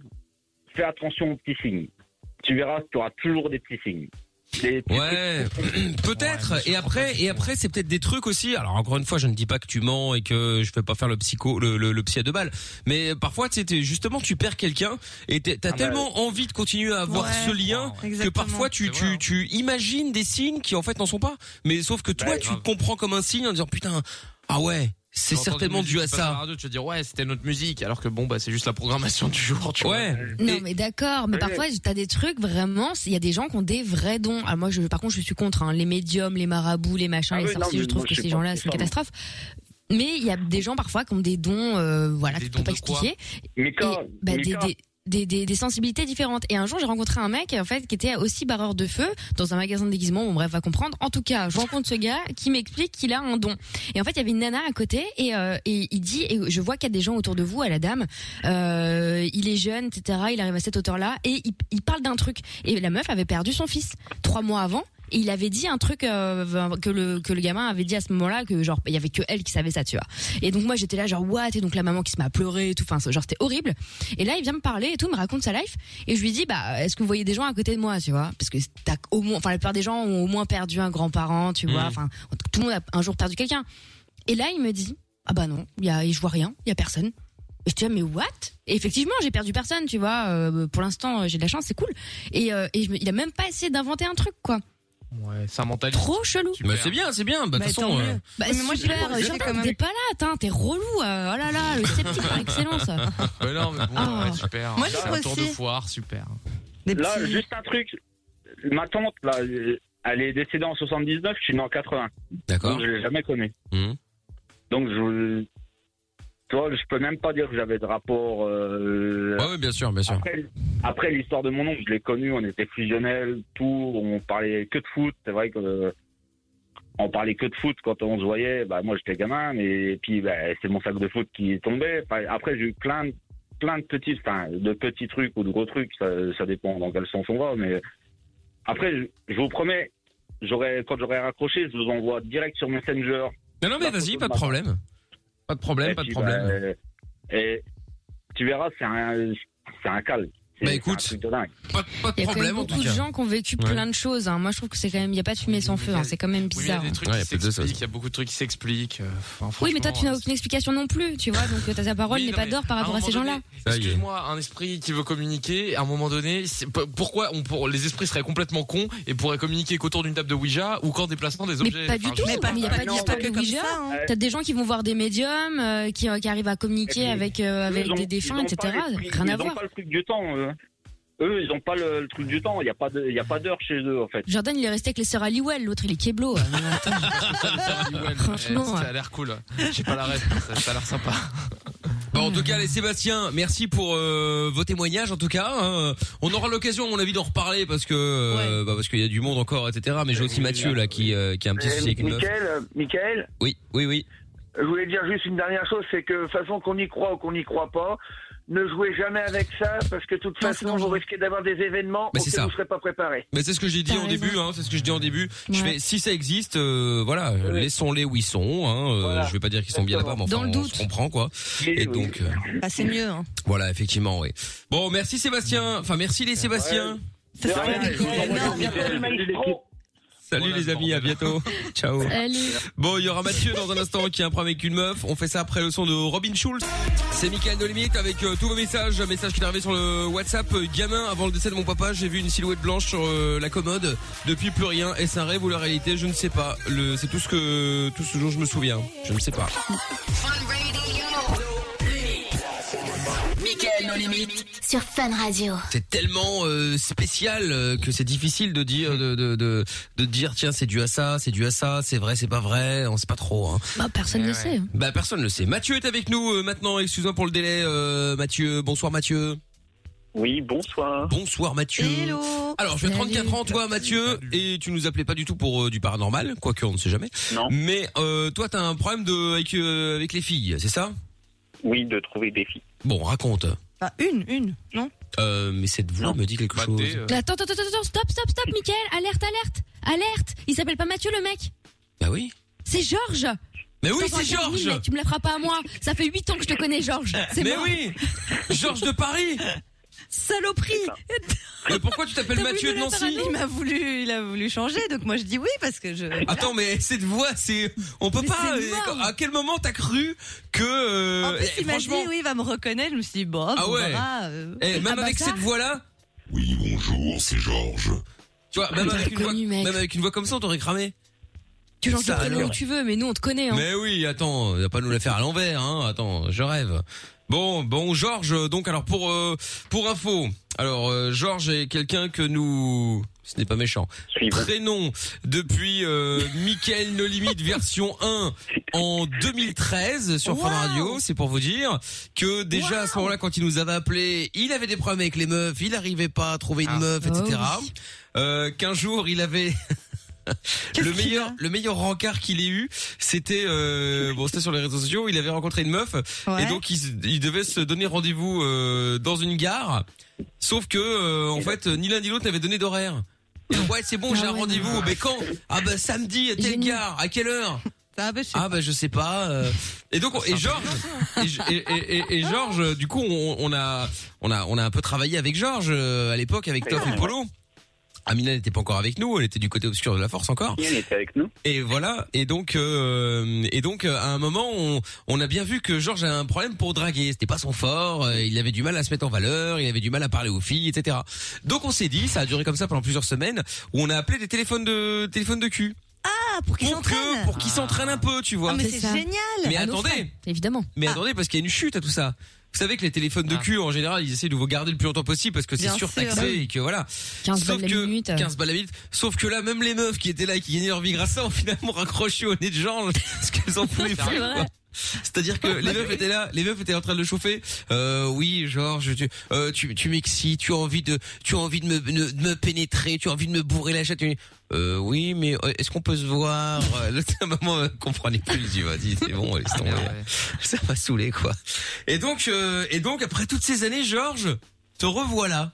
fais attention aux petits signes. Tu verras, tu auras toujours des petits signes. Des petits
Ouais, peut-être. et après, et après, c'est peut-être des trucs aussi. Alors encore une fois, je ne dis pas que tu mens et que je peux pas faire le psycho, le, le, le psy à deux balles. Mais parfois, tu sais, t'es- justement, tu perds quelqu'un et t'es- t'as
Ah bah
tellement envie de continuer à avoir
Ouais,
ce lien que
exactement.
parfois tu, tu,
hein.
tu imagines des signes qui en fait n'en sont pas. Mais sauf que
Bah,
toi, tu te comprends comme un signe en disant putain, ah ouais, c'est
J'entends des
certainement
musiques
dû
qui
à
passent la
ça.
radio, tu vas dire, ouais, c'était notre musique, alors que bon, bah, c'est juste la programmation du jour, tu
ouais.
Non mais d'accord, mais
Ah
Oui.
parfois t'as des trucs vraiment, il y a des gens qui ont des vrais dons. Alors moi, je, par contre, je suis contre hein, les médiums, les marabouts, les machins,
Ah
les
oui, non,
sorciers.
mais
je trouve
moi,
que
je suis
ces
pas-
gens-là,
je
c'est
suis
une
pas
catastrophe. Mais il y a des gens parfois qui ont des dons, euh, voilà, que tu peux pas expliquer.
Mais quand-
bah,
mais
des,
quand-
des- des- des- des sensibilités différentes. Et un jour, j'ai rencontré un mec en fait qui était aussi barreur de feu dans un magasin de déguisement. Bon bref, va comprendre. En tout cas, je rencontre ce gars qui m'explique qu'il a un don. Et en fait, il y avait une nana à côté et, euh, et il dit et je vois qu'il y a des gens autour de vous à la dame. euh, il est jeune, etc. Il arrive à cette hauteur là et il, il parle d'un truc. Et la meuf avait perdu son fils trois mois avant. Et il avait dit un truc euh, que le que le gamin avait dit à ce moment-là que genre il y avait que elle qui savait ça tu vois et donc moi j'étais là genre what et donc la maman qui se met à pleurer et tout enfin genre c'était horrible et là il vient me parler et tout me raconte sa life et je lui dis bah est-ce que vous voyez des gens à côté de moi tu vois parce que t'as au moins enfin la plupart des gens ont au moins perdu un grand-parent tu vois
Mhm.
enfin tout le monde a un jour perdu quelqu'un et là il me dit ah bah non il y a je vois rien il y a personne et je dis, mais what Et Effectivement, j'ai perdu personne, tu vois. euh, pour l'instant, euh, j'ai de la chance, c'est cool. Et, euh, et je me- il a même pas essayé d'inventer un truc, quoi.
Ouais, ça mentalise.
Trop chelou.
Bah, c'est bien, c'est bien. Bah, de toute façon, euh,
Bah,
Oui, mais moi, j'ai
super,
pas-
euh,
j'ai
surtout,
quand même-
t'es pas là, t'in, t'es relou. euh, oh là là, le sceptique par excellence.
Mais non, mais bon,
Ah.
ouais, super.
Moi, je
c'est
trouve
un tour de
aussi-
foire, super.
Là, juste un truc. Ma tante, là, euh, elle est décédée en 79, je suis né en 80.
D'accord.
Donc, je l'ai jamais connue.
Mhm.
Donc, je. Tu vois, je peux même pas dire que j'avais de rapport. Euh...
Ouais, ouais, Ah bien sûr, bien sûr.
Après, après, l'histoire de mon oncle, je l'ai connu, on était fusionnels, tout, on parlait que de foot. C'est vrai que. euh, on parlait que de foot quand on se voyait. Bah, moi, j'étais gamin, mais et puis bah, c'est mon sac de foot qui est tombé. Enfin, Après, j'ai eu plein de, plein de petits, enfin, de petits trucs ou de gros trucs. Ça, ça dépend dans quel sens on va. Mais après, je, je vous promets, j'aurai quand j'aurai raccroché, je vous envoie direct sur Messenger.
Non, non, mais vas-y, pas de problème. Pas de problème, pas de problème.
et tu verras, c'est un, c'est un calme. Bah écoute,
pas
Il y a quand même beaucoup de gens qui ont vécu
Ouais.
plein de choses. hein. Moi, je trouve que c'est quand même, il y a pas de fumée sans feu. hein. C'est quand même
Oui, mais il y a
bizarre.
des trucs
hein.
qui s'expliquent, il y a beaucoup de trucs qui s'expliquent. euh, enfin,
Oui, mais toi,
franchement,
tu n'as aucune explication non plus, tu vois. Donc, euh, ta ta parole n'est pas d'or par rapport à, ces gens-là.
Ça y est.
euh, Excuse-moi, un esprit qui veut communiquer, à un moment donné, c'est- p- pourquoi on, pour, les esprits seraient complètement cons et pourraient communiquer qu'autour d'une table de Ouija ou qu'en déplaçant des objets
Mais pas du
Enfin,
tout.
je sais
il n'y a
Ah
pas d'histoire de Ouija. T'as des gens qui vont voir des médiums, euh, qui, euh, qui arrivent à communiquer avec, euh, avec
Ils ont-
des défunts,
ils ont
etc.
pas les prix-
Rien à
Ils
voir.
n'ont pas le truc du temps. Eux, eux ils n'ont pas le, le truc du temps. Il n'y a pas de- il y a pas d'heure chez eux, en fait.
Jordan, il est resté avec les sœurs Halliwell, l'autre il est Keblo. euh, mais attends. Franchement,
Eh,
Franchement, ça
ouais.
a l'air cool. J'ai pas la rêve, ça, ça a l'air sympa.
Bon, en tout cas, les Sébastien, merci pour euh, vos témoignages. En tout cas, hein. on aura l'occasion, à mon avis, d'en reparler parce que euh, bah, parce qu'il y a du monde encore, etc. Mais j'ai aussi Mathieu là qui euh, qui a un petit souci avec une meuf.
Eh, Michael, euh, Michael
Oui, oui, oui.
Je voulais dire juste une dernière chose, c'est que de toute façon qu'on y croit ou qu'on n'y croit pas, ne jouez jamais avec ça parce que de
Ah,
toute façon vous risquez d'avoir des événements
Mais c'est
auxquels
ça.
vous ne serez pas préparé.
Mais c'est ce que j'ai dit en début, hein, c'est ce que je dis en début. Je fais, si ça existe, euh, voilà, euh, laissons-les où ils sont. Hein, euh, Je vais pas dire qu'ils sont bien là-bas, mais enfin,
Dans le
on
doute.
se comprend quoi. Et donc, euh,
Bah, c'est mieux. Hein.
voilà, effectivement, oui. Bon, merci Sébastien. Enfin, merci les Sébastiens.
Ça fait un
Salut les amis, à bientôt. Ciao.
Salut.
Bon, il y aura Mathieu dans un instant qui a un problème avec une meuf. On fait ça après le son de Robin Schulz. C'est Mickaël de Limite avec euh, tous vos messages. Un message qui est arrivé sur le WhatsApp. Euh, Gamin, avant le décès de mon papa, j'ai vu une silhouette blanche sur euh, la commode. Depuis plus rien. Est-ce un rêve ou la réalité Je ne sais pas. Le, c'est tout ce que, tout ce dont je me souviens. Je ne sais pas.
Fun Radio. Michael, nos limites. Sur Fun Radio.
C'est tellement euh, spécial euh, que c'est difficile de dire, de, de, de, de dire tiens c'est dû à ça, c'est dû à ça, c'est vrai, c'est pas vrai, on sait pas trop. Hein.
Bah, personne ne le sait.
Bah personne ne le sait. Mathieu est avec nous euh, maintenant. Excuse-moi pour le délai, euh, Mathieu. Bonsoir Mathieu.
Oui, bonsoir.
Bonsoir Mathieu. Alors, tu as 34 ans, toi Mathieu, et tu nous appelais pas du tout pour euh, du paranormal, quoique on ne sait jamais.
Non.
Mais euh, toi, t'as un problème de, avec, euh, avec les filles, c'est ça
Oui, de trouver des filles.
Bon, raconte.
Bah, une, une, non
Euh, mais cette voix me dit quelque chose.
Attends, attends, attends, attends, stop, stop, stop, Michael, alerte, alerte, alerte. Il s'appelle pas Mathieu le mec.
Bah oui.
C'est Georges.
Mais oui,
T'entends
c'est
un terme,
Georges.
mec, Tu me la feras pas à moi. Ça fait 8 ans que je te connais, Georges. C'est
Mais
mort.
oui Georges de Paris
Saloperie
Mais pourquoi tu t'appelles Mathieu de Nancy
Il m'a voulu, il a voulu changer, donc moi je dis oui parce que je.
Attends, mais cette voix, c'est. On peut
Mais
pas.
c'est
euh,
mort.
À quel moment t'as cru que. euh,
en plus,
eh,
il m'a dit
franchement.
oui, il va me reconnaître. Je me suis dit bon,
Ah
on
ouais.
verra, euh.
Eh, même
Ah bah
avec
ça.
cette voix-là. Oui, bonjour, c'est Georges. Tu vois, même
Ah,
avec, une voix,
connu, mec.
même avec une voix comme ça, on t'aurait cramé.
Tu lances le
Ça,
prénom
alors.
où tu veux, mais nous on te connaît. Hein.
Mais oui, attends, il va pas nous la faire à l'envers, hein. Attends, je rêve. Bon, bon, Georges. Donc, alors pour euh, pour info, alors euh, Georges est quelqu'un que nous, ce n'est pas méchant. Prénom depuis euh, Michael No Limit version 1 en 2013 sur Fun Radio. C'est pour vous dire que déjà à ce moment-là, quand il nous avait appelé, il avait des problèmes avec les meufs, il n'arrivait pas à trouver une meuf, etc. Euh, Qu'un jour, il avait le meilleur, le meilleur rencard qu'il ait eu, c'était euh, bon, c'était sur les réseaux sociaux. Il avait rencontré une meuf et donc il, se- il devait se donner rendez-vous euh, dans une gare. Sauf que euh, en fait, euh, ni l'un ni l'autre n'avait donné d'horaire. Et donc, ouais, c'est bon, j'ai un rendez-vous. Mais quand Ah bah samedi à telle gare. À quelle heure ah bah je sais pas. euh. Et donc on- et Georges et, je- et, et- et- et Georges euh, du coup on, on a on a on a un peu travaillé avec Georges euh, à l'époque avec Toff et Polo. Amina n'était pas encore avec nous, elle était du côté obscur de la force encore.
Elle était avec nous.
Et voilà. Et donc, euh, et donc, euh, à un moment, on, on a bien vu que Georges a un problème pour draguer. C'était pas son fort. euh, il avait du mal à se mettre en valeur. Il avait du mal à parler aux filles, etc. Donc, on s'est dit, ça a duré comme ça pendant plusieurs semaines, où on a appelé des téléphones de téléphones de cul.
Ah, pour qu'il s'entraîne.
Pour qu'ils s'entraînent un peu, tu vois.
Ah, mais c'est génial.
Mais
À nos frais, Ah.
attendez.
Évidemment.
Mais attendez, parce qu'il y a une chute à tout ça. Vous savez que les téléphones de cul, en général, ils essaient de vous garder le plus longtemps possible parce que c'est
Bien sûr.
surtaxé et que voilà.
15
Sauf
balles la
que,
minute.
15 balles la minute. Sauf que là, même les meufs qui étaient là et qui gagnaient leur vie grâce à ça ont finalement raccroché au nez de Georges parce qu'elles en pouvaient
C'est
plus.
vrai.
quoi. C'est-à-dire que les meufs étaient là, les meufs étaient en train de le chauffer. Euh, oui, Georges, tu, euh, tu, tu m'excites, tu as envie de, tu as envie de me, de me pénétrer, tu as envie de me bourrer la chatte. Euh, oui, mais euh, est-ce qu'on peut se voir Euh, Le à un moment, euh, comprenait plus. Je dis, vas-y, c'est bon, laisse tomber. Ça m'a saoulé, quoi. Et donc, euh, et donc, après toutes ces années, Georges, te revoilà.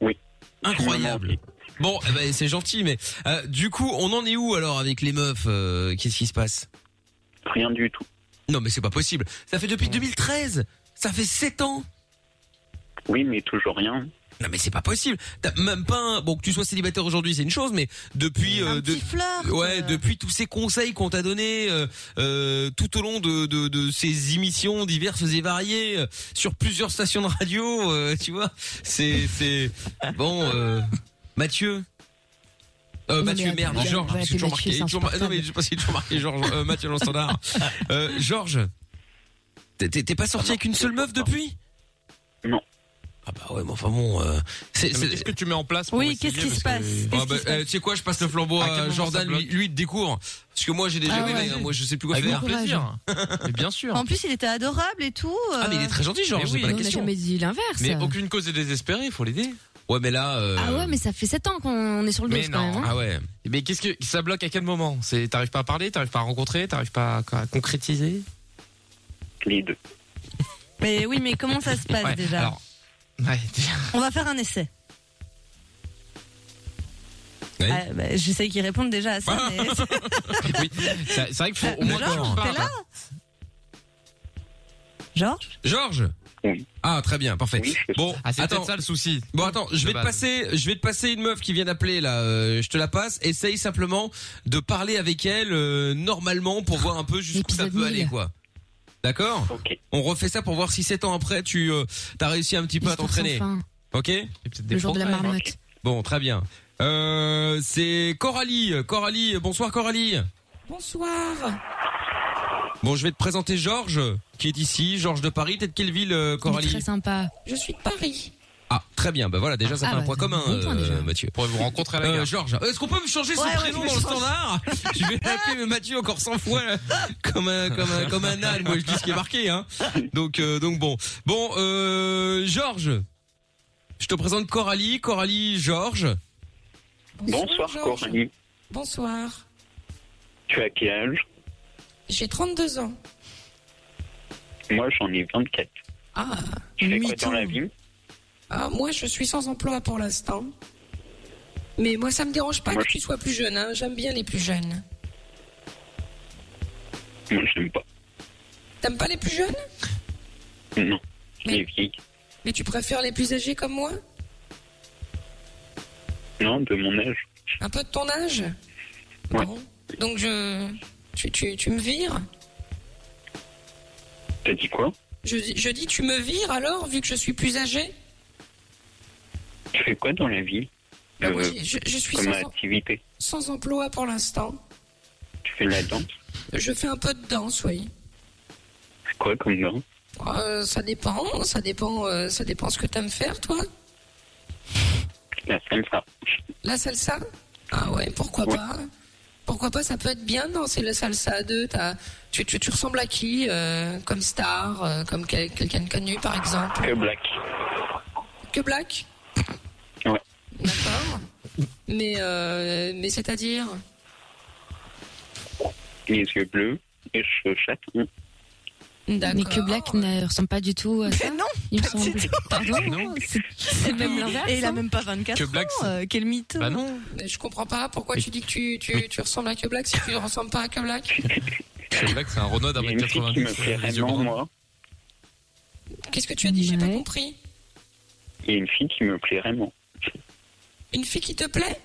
Oui. Incroyable. Bon, eh ben, c'est gentil, mais euh, du coup, on en est où alors avec les meufs euh, Qu'est-ce qui se passe
Rien du tout.
Non, mais c'est pas possible. Ça fait depuis 2013. Ça fait 7 ans.
Oui, mais toujours rien.
Non, mais c'est pas possible. T'as même pas un... bon que tu sois célibataire aujourd'hui, c'est une chose, mais depuis euh, de- ouais, depuis tous ces conseils qu'on t'a donnés euh, euh, tout au long de, de, de ces émissions diverses et variées euh, sur plusieurs stations de radio, euh, tu vois, c'est c'est bon. euh, Mathieu. Euh,
Non,
Mathieu,
mais
merde,
attends,
Georges,
j'aurais
j'ai toujours
appelé
marqué.
Mathieu, c'est
toujours mar- Non, mais je sais pas si j'ai toujours marqué Georges, euh, Mathieu dans le standard. Euh, Georges, t'es- t'es t'es pas sorti avec une seule meuf depuis
Non.
Ah bah ouais, mais enfin bon. euh, c'est-
Non, mais
c'est-
qu'est-ce que tu mets en place pour
Oui,
essayer,
qu'est-ce qui
parce
se passe
que- eh,
Ah bah, euh, tu sais quoi, je passe le flambeau
À
à,
quel moment ça
Jordan,
bloque
lui, lui, il découvre. Parce que moi j'ai déjà
Ah
donné,
ouais.
hein, moi je sais plus quoi
Avec
faire.
bon plaisir.
Mais bien sûr.
En plus, il était adorable et tout. euh.
Ah, mais il est très gentil, Georges, c'est pas la
on n'a
question.
jamais dit l'inverse.
Mais aucune cause est désespérée, il faut l'aider.
Ouais, mais là. euh,
Ah ouais, mais ça fait 7 ans qu'on est sur le dos
Mais
quand même.
non.
hein.
Ah ouais.
Mais qu'est-ce que ça bloque à quel moment C'est t'arrives pas à parler, t'arrives pas à rencontrer, t'arrives pas à, à concrétiser.
Les deux.
Mais oui, mais comment ça se passe
Ouais,
déjà
alors, ouais, déjà.
On va faire un essai.
Ouais.
Ah, bah, J'essaie qu'ils répondent déjà à ça. mais...
Oui, c'est c'est vrai qu'il faut
Euh,
au moins
Georges,
qu'on en parle.
t'es
hein.
là Georges
Georges Ah, très bien, parfait. Bon,
Ah, c'est
attends.
peut-être ça le souci.
Bon, attends, je vais te passer, je vais te passer une meuf qui vient d'appeler là. euh, je te la passe. Essaye simplement de parler avec elle euh, normalement pour voir un peu jusqu'où ça peut aller, quoi. D'accord On refait ça pour voir si 7 ans après tu euh, t'as réussi un petit peu à t'entraîner. hein.
sans fin.
Ok
des Le jour de la progrès. marmotte. Ok.
Bon, très bien. Euh, c'est Coralie. Coralie, bonsoir Coralie.
Bonsoir.
Bon, je vais te présenter Georges, qui est ici. Georges de Paris. T'es de quelle ville, euh,
Il est
Coralie
Très sympa. Je suis de Paris.
Ah, très bien. Bah voilà, déjà ça
Ah
fait un
bah,
point
c'est un
commun,
bon point,
euh,
déjà.
Mathieu. Pour vous rencontrer
à la gare.
Georges, est-ce qu'on peut me changer son
Ouais, ouais,
prénom
tu peux
dans le
changer.
standard Je vais l'appeler Mathieu encore 100 fois là, comme un comme un comme un âne. Moi, je dis ce qui est marqué. Hein. Donc euh, donc bon, bon euh, Georges. Je te présente Coralie, Coralie Georges.
Bonsoir, Coralie.
Bonsoir.
Tu as quel âge
J'ai 32 ans.
Moi, j'en ai 24.
Ah,
Tu fais quoi dans la vie
ah, moi, je suis sans emploi pour l'instant. Mais moi, ça me dérange pas que tu sois plus jeune. hein. J'aime bien les plus jeunes.
Moi, je n'aime pas.
T'aimes pas les plus jeunes
Non. Les filles.
Mais tu préfères les plus âgés comme moi
Non, de mon âge.
Un peu de ton âge
Ouais.
Donc, je... Tu, tu, tu me vires
T'as dit quoi
je, dis- je dis, tu me vires alors, vu que je suis plus âgé
Tu fais quoi dans la vie Euh,
Bah, moi, je- je suis
Comme
sans-
activité.
Sans emploi pour l'instant.
Tu fais de la danse
Je fais un peu de danse, oui.
C'est quoi comme danse
Euh, ça dépend, ça dépend, euh, ça dépend ce que t'aimes faire, toi.
La salsa.
La salsa Ah ouais, pourquoi pas Pourquoi pas, ça peut être bien, non C'est le salsa à deux. t'as- Tu, tu, tu ressembles à qui euh, Comme star, euh, comme quel- quelqu'un de connu, par exemple
Que black.
Que Black
Ouais.
D'accord. Mais, euh, mais c'est-à-dire
Les yeux bleus, les cheveux châtains.
Mais que Black ne ressemble pas du tout à ça.
non,
il me semble. Pardon, c'est- c'est même l'inverse.
Et il a
hein.
même pas 24
Que
ans.
Black, c'est-
euh, quel mythe.
Bah non.
Mais Je comprends pas pourquoi tu dis que tu, tu, tu ressembles à Que Black si tu ne ressembles pas à Que Black
C'est vrai que c'est un Renaud euh, d'un mètre
fille
90.
qui me plaît vraiment, moi.
Qu'est-ce que tu as dit J'ai pas compris.
Il y a une fille qui me plaît vraiment.
Une fille qui te plaît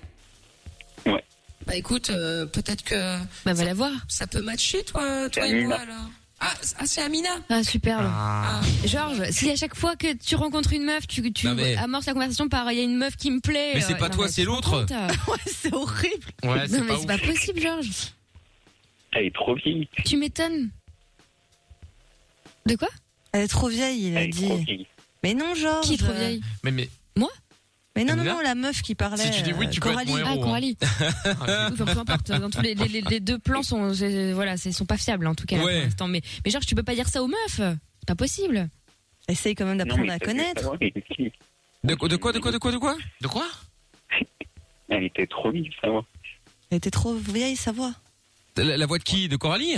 Ouais.
Bah écoute, euh, peut-être que. Bah va la voir. Ça peut matcher, toi, toi et
Amina.
moi alors. Ah, c- ah, c'est Amina
Ah, superbe.
Ah.
Georges, si à chaque fois que tu rencontres une meuf, tu, tu
Non, mais-
amorces la conversation par il y a une meuf qui me plaît.
Mais c'est
euh,
pas
non,
toi,
mais
c'est
tu te rends
l'autre.
compte, euh.
c'est horrible.
Ouais, c'est
non, mais
pas
c'est pas
ouf.
possible, Georges.
Elle est trop vieille.
Tu m'étonnes. De quoi
Elle est trop vieille, il a dit. Mais non, Georges. Qui est trop vieille
Mais, mais
Moi
Mais non, non,
Amina
non, la meuf qui parlait.
si tu dis oui,
euh,
tu
Coralie.
peux être mon héros. hein.
Ah, Coralie. Enfin, Ah, peu importe, dans tous les, les- les- les deux plans sont, c'est- voilà, c'est- sont pas fiables en tout cas là,
Ouais.
pour l'instant. Mais, mais Georges, tu peux pas dire ça aux meufs. C'est pas possible.
Essaye quand même d'apprendre à connaître.
De, de quoi, de quoi, de quoi, de quoi De quoi
Elle était trop vieille, ça va.
Elle était trop vieille, sa voix.
La, la voix de qui De Coralie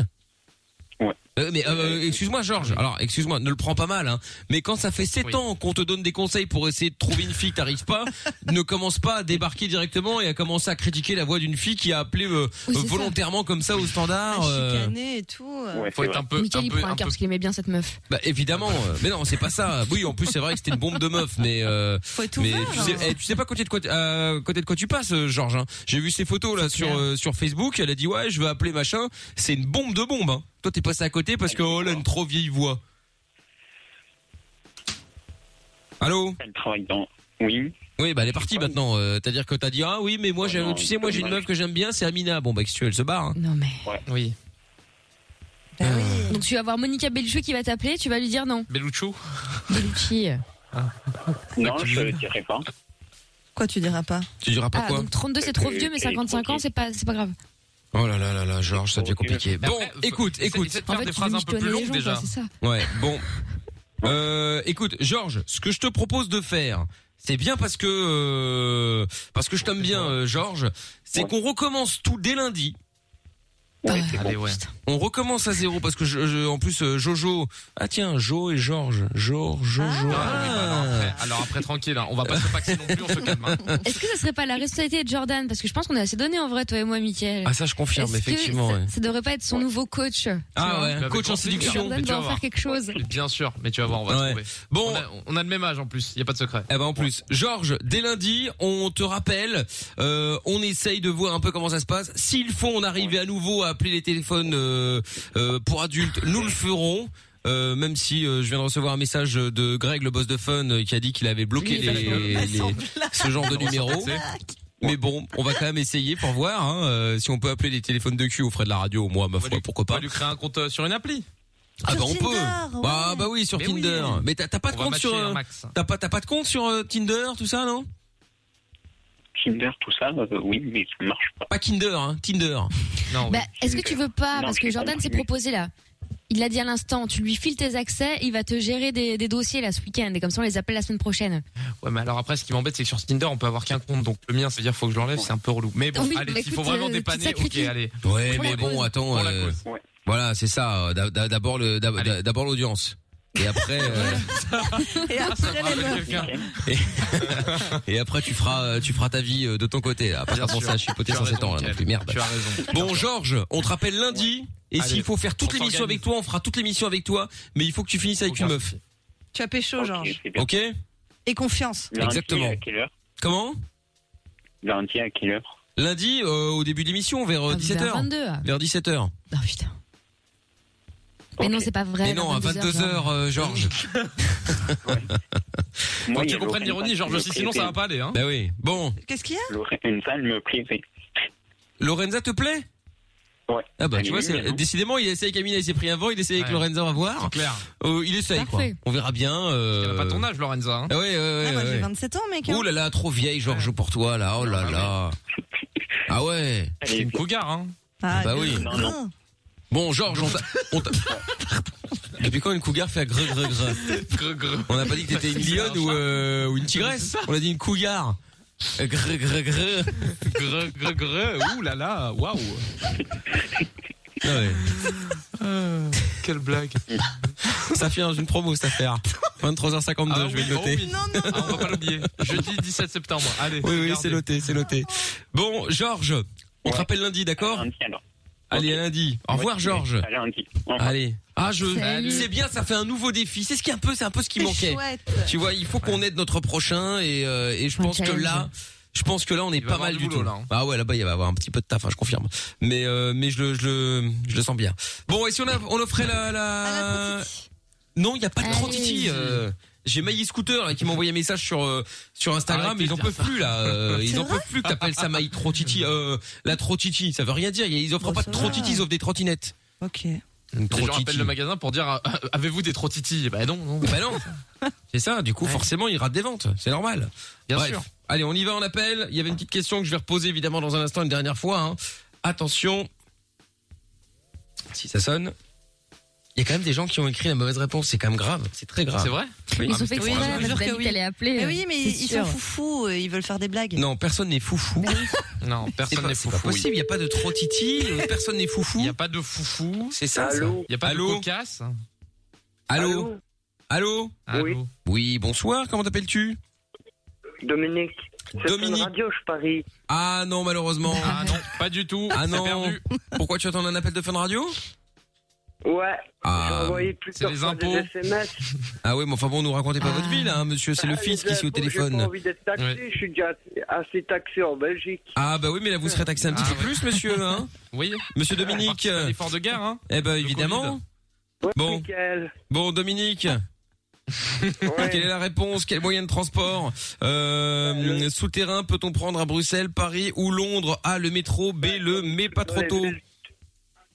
Ouais.
mais euh, excuse-moi Georges, alors excuse-moi, ne le prends pas mal, hein, mais quand ça fait 7 ans qu'on te donne des conseils pour essayer de trouver une fille que t'arrives pas, ne commence pas à débarquer directement et à commencer à critiquer la voix d'une fille qui a appelé euh,
Oui, c'est ça.
volontairement comme ça au standard. euh,
Chicaner et tout. euh.
faut être un peu,
Mickaël,
un
il
peu,
prend un
un peu-
cœur parce qu'il aimait bien cette meuf.
Bah évidemment, euh, mais non, c'est pas ça. Oui, en plus c'est vrai que c'était une bombe de meuf, mais euh, mais tu sais,
hein.
eh, tu sais pas côté de quoi, euh, côté de quoi tu passes, euh, Georges. hein. J'ai vu ses photos là sur euh, sur Facebook. Elle a dit ouais, je vais appeler machin. C'est une bombe de bombe. Hein. Toi t'es passé à côté parce que oh, elle a une trop vieille voix. Allô.
Elle travaille dans. Oui.
Oui, bah elle est partie maintenant. euh, T'as à dire que t'as dit ah oui, mais moi j'ai-
non,
tu sais moi j'ai une
dommage.
meuf que j'aime bien, c'est Amina. Bon bah qu'est-ce que tu veux, elle se barre. Ah.
Non mais. Bah
Oui.
Donc tu vas avoir Monica Bellucci qui va t'appeler, tu vas lui dire non.
Belluccio
Bellucci. euh.
Non, je ne dirai pas.
Quoi, tu diras pas
Bah, Tu diras pas
Ah,
quoi
donc 32 c'est trop vieux, mais 55 ans c'est pas, c'est pas grave.
Oh là là là là, Georges, ça devient compliqué.
Bah, Ben
Bon, écoute, écoute.
essaie de faire En fait, des tu phrases veux un peu mitonner plus les longues, gens, déjà. quoi, c'est ça.
Ouais, bon. Euh, écoute, Georges, ce que je te propose de faire, c'est bien parce que euh, parce que je t'aime bien, euh, Georges, c'est qu'on recommence tout dès lundi. Allez, ouais. On recommence à zéro parce que je, je- en plus euh, Jojo, ah tiens, Jo et Georges, Jo, Jo, Jo.
Ah, Alors bah après, tranquille, hein, on va pas se paxer non plus, on se calme. hein.
Est-ce que ça serait pas la responsabilité de Jordan Parce que je pense qu'on a assez donné en vrai, toi et moi, Mickaël.
Ah, ça, je confirme,
Est-ce que
effectivement,
Ça,
ouais.
ça devrait pas être son nouveau coach. tu
Ah
vois
ouais,
Mais avec
coach
grand
en
plaisir.
séduction.
Jordan
Mais tu
doit
vas
en
voir.
faire quelque chose.
Bien sûr, mais tu vas voir, on va trouver.
Bon,
on a, on a le même âge en plus, il y a pas de secret.
Eh ben en plus, Georges, dès lundi, on te rappelle, euh, on essaye de voir un peu comment ça se passe. S'il faut, on arrivait à nouveau à appeler les téléphones euh, euh, pour adultes, nous le ferons. Euh, même si euh, je viens de recevoir un message de Greg, le boss de Fun, euh, qui a dit qu'il avait bloqué
Oui,
les,
parce que-
les-
sans
ce genre de
On s'en
numéro.
passait.
Mais bon, on va quand même essayer pour voir hein, euh, si on peut appeler les téléphones de cul au frais de la radio. Moi, ma foi, pourquoi
On
pas
va lui créer un compte euh, sur une appli.
Ah bah on
Tinder,
peut. Bah, bah oui sur
Mais oui.
Tinder. Mais t'as t'as pas de
On va
compte
matcher
sur
un
euh,
max.
t'as pas t'as pas de compte sur euh, Tinder tout ça non
Tinder, tout ça, euh, oui, mais ça marche pas.
Pas Kinder hein, Tinder.
Non.
Bah, est-ce que tu veux pas
Non,
Parce
je
que
l'ai
Jordan
compris,
s'est
oui.
proposé là. il l'a dit à l'instant, tu lui files tes accès, il va te gérer des, des dossiers là ce week-end et comme ça on les appelle la semaine prochaine.
Oh,
Ah,
Ouais, mais alors après, ce qui m'embête, c'est que sur Tinder, on peut avoir qu'un compte. Donc le mien, c'est-à-dire faut que je l'enlève, c'est un peu relou. Mais bon,
Oui, bah,
allez, s'il faut
écoute,
vraiment
euh,
dépanner,
tu
ok,
sacrifies.
allez.
Ouais,
Pour
mais
la
bon,
cause.
attends.
Pour la
euh,
cause.
Voilà, c'est ça. d'a- d'a- D'abord le, d'a- d'a- d'abord l'audience. Et après. euh,
Et après, les meufs.
et, et après, tu feras, tu feras ta vie euh, de ton côté. Là. Pas
Bien
faire penser
sûr.
à chipoter
Tu as
sans
raison,
ans là non
Mickaël.
plus. Merde.
Tu as raison.
Bon, Georges, on te rappelle lundi. Et
Allez,
s'il faut faire toute
on
l'émission
s'organise.
avec toi, on fera toute l'émission avec toi. Mais il faut que tu finisses avec une meuf.
Tu as pécho, Georges.
Ok
Et confiance.
Exactement. Comment
Lundi à quelle heure
Lundi, euh, au début de l'émission, vers
Ah,
17h.
vers 22, ah.
Vers 17h.
Ah putain. Mais non, c'est pas vrai.
Mais non, à 22h, euh, Georges.
Moi, il y
tu
a Lorraine
comprennes l'ironie,
qui
Georges,
me
aussi, sinon
plaisait.
ça va pas aller. Hein.
Bah oui. Bon.
Qu'est-ce qu'il y a
Lorenza, elle me plaisait.
Lorenza te plaît
Ouais.
Ah bah
Elle
tu
est
vois,
mignonne,
c'est-
hein.
décidément, il essaye Camille, il s'est pris avant, il essaye avec
Ouais.
Lorenza, on va voir.
Claire.
Euh, il essaye
Parfait.
quoi. On verra bien. Euh...
Elle a pas ton âge, Lorenza. Hein.
Ah ouais, ouais, ouais.
Ah, moi, j'ai
ouais.
27 ans, mec. hein.
Ouh là là, trop vieille Georges pour toi là, oh là là. Ah ouais.
C'est une cougar, hein.
Ah,
bah oui.
grrr.
Bon Georges, on t'a... on t'a- Depuis quand une cougar fait un greu greu greu On n'a pas dit que t'étais une lionne ou, euh, ou une tigresse On a dit une cougar. Euh, Greu greu greu.
Greu, greu, greu. Ouh là là, waouh.
Ah ouais.
Euh, Quelle blague.
Ça fait une promo cette affaire. 23h52,
Ah
je vais
oui,
le noter.
oh oui. Ah, on va pas l'oublier. Jeudi 17 septembre. Allez.
Oui, oui,
regardez.
c'est noté, c'est noté. Bon, Georges, on te rappelle lundi,
Euh,
d'accord Allez, à lundi. Au revoir, Georges.
À lundi.
Allez. Ah, je.
Salut.
C'est bien, ça fait un nouveau défi. C'est ce qui est un peu, c'est un peu ce qui
C'est
manquait.
chouette.
Tu vois, il faut qu'on aide notre prochain et, euh, et je pense que
challenge.
là. Je pense que là on est
va
pas
avoir
mal
du
du,
boulot,
tout.
là, hein.
Ah ouais là-bas il va y avoir un petit peu de taf, hein, je confirme. Mais euh, mais je le je le je le sens bien. Bon et si on a- on offrait la la non il y a pas de
Allez.
trotiti. euh, J'ai Maï Scooter là, qui m'a envoyé un message sur euh, sur Instagram,
Arrêtez
ils en
de dire
peuvent
ça.
plus là, euh,
C'est
ils en
vrai
peuvent plus que t'appelles ça Maï Trotiti.
Mm.
Euh, la Trotiti, ça veut rien dire. Ils offrent
Bon,
pas
Bah, ça
de
va.
Trotiti, ils offrent des trottinettes.
Ok.
Une
Les gens
trotiti.
appellent le magasin pour dire ah, ah, avez-vous des trop titis Bah non, non.
Bah non. C'est ça, du coup, forcément, il rate des ventes. C'est normal.
Bien
Bref.
sûr.
Allez, on y va, on appelle. Il y avait une petite question que je vais reposer évidemment dans un instant, une dernière fois. hein. Attention. Si ça sonne. Il y a quand même des gens qui ont écrit la mauvaise réponse. C'est quand même grave. C'est très grave.
C'est vrai
Oui.
Ils
Ah,
sont
mais
fait
c'est
exprès,
vrai.
parce
jure
que
que
David,
oui.
elle est appelée.
Mais oui, mais
c'est
ils sont
sûr.
foufous, euh, ils veulent faire des blagues.
Non, personne n'est foufou.
Non, personne n'est
C'est pas
foufou.
possible. Il n'y a pas de trop titi. euh, Personne n'est foufou.
Il n'y a pas de foufou.
C'est ça. ça.
Il n'y a pas de
Allô.
cocasse.
Allô. Allô.
Allô.
Oui. Bonsoir. Comment t'appelles-tu
Dominique. Dominique. radio, je parie.
Ah non, malheureusement.
Ah non, pas du tout.
Ah
C'est
non.
perdu.
Pourquoi tu attends un appel de Fun Radio
Ouais.
Ah,
J'ai envoyé plusieurs
les
fois
impôts.
des SMS.
Ah oui, mais enfin bon, nous racontez pas votre vie là, hein, monsieur, c'est le
Ah,
fils
les
qui est au
impôts, J'ai pas
téléphone.
envie d'être taxé,
Ouais.
je suis déjà assez- assez taxé en Belgique.
Ah bah oui, mais là vous serez taxé un petit
Ah
peu
ouais. Ah,
plus, monsieur, hein
Oui.
Monsieur
On
Dominique. euh,
participe à L'effort de guerre, hein.
Eh ben évidemment. Bon,
Nickel.
bon Dominique. Quelle est la réponse Quel moyen de transport Euh, Souterrain peut-on prendre à Bruxelles, Paris ou Londres A le métro,
Bah,
B le mais pas trop
Ouais,
tôt.
c'est-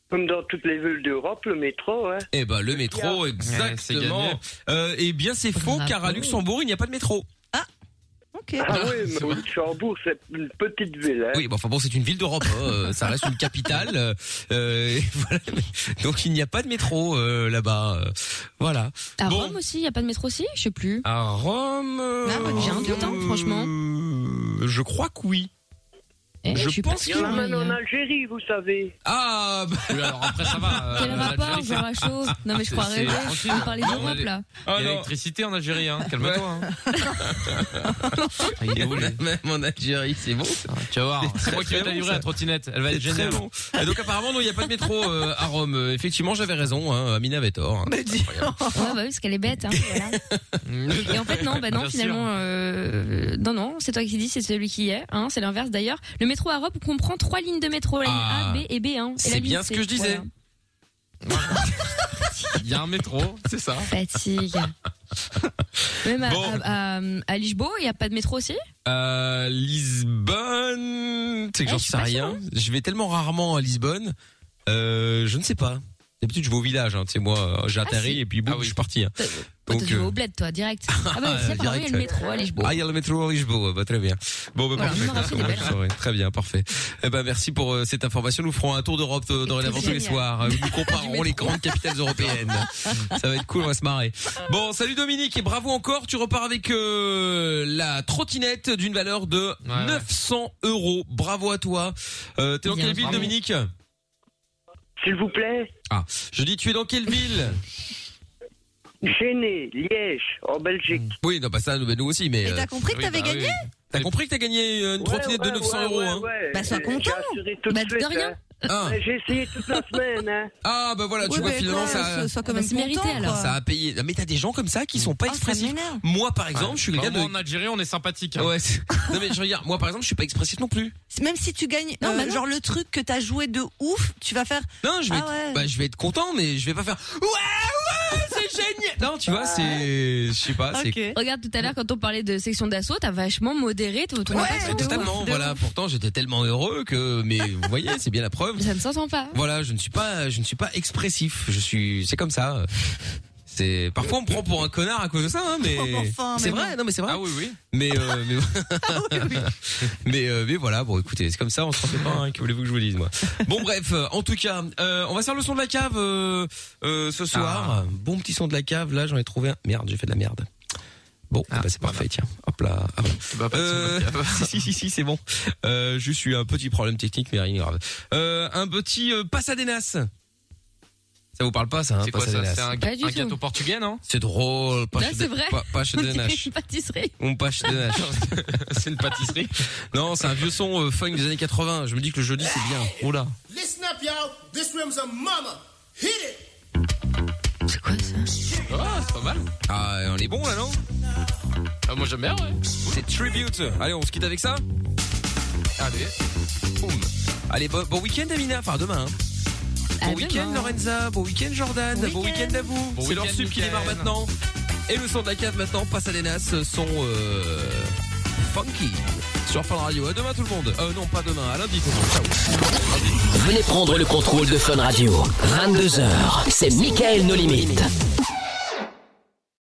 Comme dans toutes les villes d'Europe, le métro, ouais.
Eh ben le métro,
c'est gagné.
exactement. Euh, eh bien c'est faux car à Luxembourg il n'y a pas de métro.
Ok.
Ah oui, mais Luxembourg, c'est une petite ville, hein.
Oui, bon, enfin bon, c'est une ville d'Europe, hein, euh, ça reste une capitale. euh, euh, et voilà. Donc il n'y a pas de métro euh, là-bas. euh, voilà.
À
Bon.
Rome aussi, il y a pas de métro aussi Je sais plus.
À Rome. euh,
Ah, moi, j'ai un doute, hein, franchement.
euh, je crois que oui.
Eh,
je
je suis pas
pense
Il y
que hein.
en
sûre.
a
Ah,
même en
ouais.
Algérie, vous savez.
ah. bah,
Oui, alors après ça va. euh,
Quel rapport,
l'Algérie,
genre à chaud Non, mais je
C'est-
crois
c'est
rêver.
tranquille.
On parlait
Non,
d'Europe
mais-
là.
Ah,
Il y a
non.
l'électricité en Algérie, hein. Calme-toi. hein. Ah, il est où, lui
Même en Algérie, c'est bon. ça.
Tu vas voir.
C'est
C'est moi qui
très
vais te
bon,
livrer
ça.
la trottinette. Elle va
C'est
être
très
géniale.
bon. Et donc apparemment, non, il n'y a pas de métro euh, à Rome. Euh, Effectivement, j'avais raison. Hein, Amina avait tort. hein.
Ouais, bah oui, parce qu'elle est bête. Hein, voilà. Et en fait, non, bah non,
Bien sûr.
finalement, euh, non, non, c'est toi qui dis, c'est celui qui y est. Hein, c'est l'inverse d'ailleurs. Le métro à Rome comprend trois lignes de métro, la ligne
Ah.
A, B et B1. Et la
C'est
ligne
bien ce
C.
que je disais.
Voilà.
Il y a un métro, c'est ça.
Fatigue. Même à,
Bon.
à, à- à Lisboa, il n'y a pas de métro aussi
Euh, Lisbonne, tu sais que
Eh,
j'en
je suis
sais
pas
rien.
sûre, hein.
Je vais tellement rarement à Lisbonne, euh, je ne sais pas. D'habitude, je vais au village, hein, tu sais, moi, euh,
Ah,
j'atterris et puis boum, je suis parti. hein.
Toi,
Donc,
tu vas
euh,
au bled, toi, direct. Ah bah, c'est par il y a le
direct.
métro à Lisboa.
Ah, il y a le métro à Lisboa. Bah, très bien. Bon, bah,
Voilà,
parfait.
on aura fait des belles. hein.
Je saurai. Très bien, parfait. Eh ben, merci pour euh, cette information. Nous ferons un tour d'Europe euh, dorénavant tous les
Génial.
soirs. Euh, Nous comparerons les grandes capitales européennes. Ça va être cool, on va se marrer. Bon, salut Dominique et bravo encore. Tu repars avec euh, la trottinette d'une valeur de 900 euros. Bravo à toi. Euh, T'es dans
Bien,
quelle ville,
bravo.
Dominique
S'il vous plaît.
Ah, je dis, tu es dans quelle ville
Gêné, Liège, en Belgique.
Oui, non, bah ça, nous, nous aussi, mais.
Et t'as
euh,
compris que
oui,
t'avais
bah
gagné
oui. T'as compris que t'as gagné euh, une trottinette de 900 euros, hein
Bah, sois content.
Bah, de rien. Ah.
J'ai essayé toute la semaine. Hein.
Ah, bah voilà, tu vois, finalement,
euh,
ça.
Bah,
Ça a payé. Non, mais t'as des gens comme ça qui sont
Ah,
pas expressifs. Moi, par exemple, je suis le gars de.
En Algérie, Bah, on est sympathique. hein.
Ouais, c'est- non, mais je regarde, moi, par exemple, je suis pas expressif non plus.
Même si tu gagnes,
Non,
euh,
bah non.
genre le truc que t'as joué de ouf, tu vas faire.
Non, je vais,
Ah
être-
ouais.
bah, je vais être content, mais je vais pas faire. Ouais, ouais, c'est génial. Non, tu vois, c'est. Je sais pas, c'est.
Regarde tout à l'heure quand on parlait de section d'assaut, t'as vachement modéré ton ton
Ouais,
action de
totalement,
ouf.
voilà. Pourtant, j'étais tellement heureux que. Mais vous voyez, c'est bien la preuve.
Ça ne s'entend pas.
Voilà, je ne suis pas, je ne suis pas expressif. Je suis, c'est comme ça. C'est parfois on me prend pour un connard à cause de ça, hein, mais
Oh, enfin, mais
c'est vrai,
bon.
non mais c'est vrai. Ah oui oui. Mais euh, mais...
Ah
mais euh, mais voilà, bon écoutez, c'est comme ça, on se refait pas. hein, que voulez-vous que je vous dise moi Bon bref, euh, en tout cas, euh, on va faire le son de la cave euh, euh, ce
Ah.
soir. Bon petit son de la cave. Là, j'en ai trouvé un. Merde, j'ai fait de la merde. Bon, bah, c'est parfait. Tiens, hop là. Ah, voilà. Euh, si si si, si c'est bon. Euh, je suis un petit problème technique, mais rien de grave. Euh, un petit euh, Pasadenas. Ça vous parle pas ça hein,
C'est quoi ça
Pasadenas
C'est un,
Pas du
un
tout.
gâteau portugais, non
C'est drôle.
Là,
Pasadenas.
c'est vrai.
Pa- Pasadenas.
On dirait une pâtisserie.
On pâche de C'est une pâtisserie. Non, c'est un vieux son euh, funk des années 80. Je me dis que le jeudi, c'est bien. Oh là.
Listen up, y'all. This room's a mama. Hit it.
C'est quoi ça
Oh, c'est pas mal.
Ah, on est bon là, non
Ah, moi j'aime bien, ouais.
C'est Tribute. Allez, on se quitte avec ça Allez. Boum. Allez, bon, bon week-end, Amina. Enfin, demain. hein. Bon week-end, Lorenza. Bon week-end, Jordan. Bon week-end à vous.
Bon
c'est leur
week-end,
sub qui
Mickaël.
démarre maintenant. Et le son de la cave maintenant passe à l'ENAS. Son euh, funky sur Fun Radio. À demain, tout le monde. Euh, non, pas demain. À lundi, tout le monde. Ciao.
Venez prendre le contrôle de Fun Radio. 22h, c'est Michael No Limit.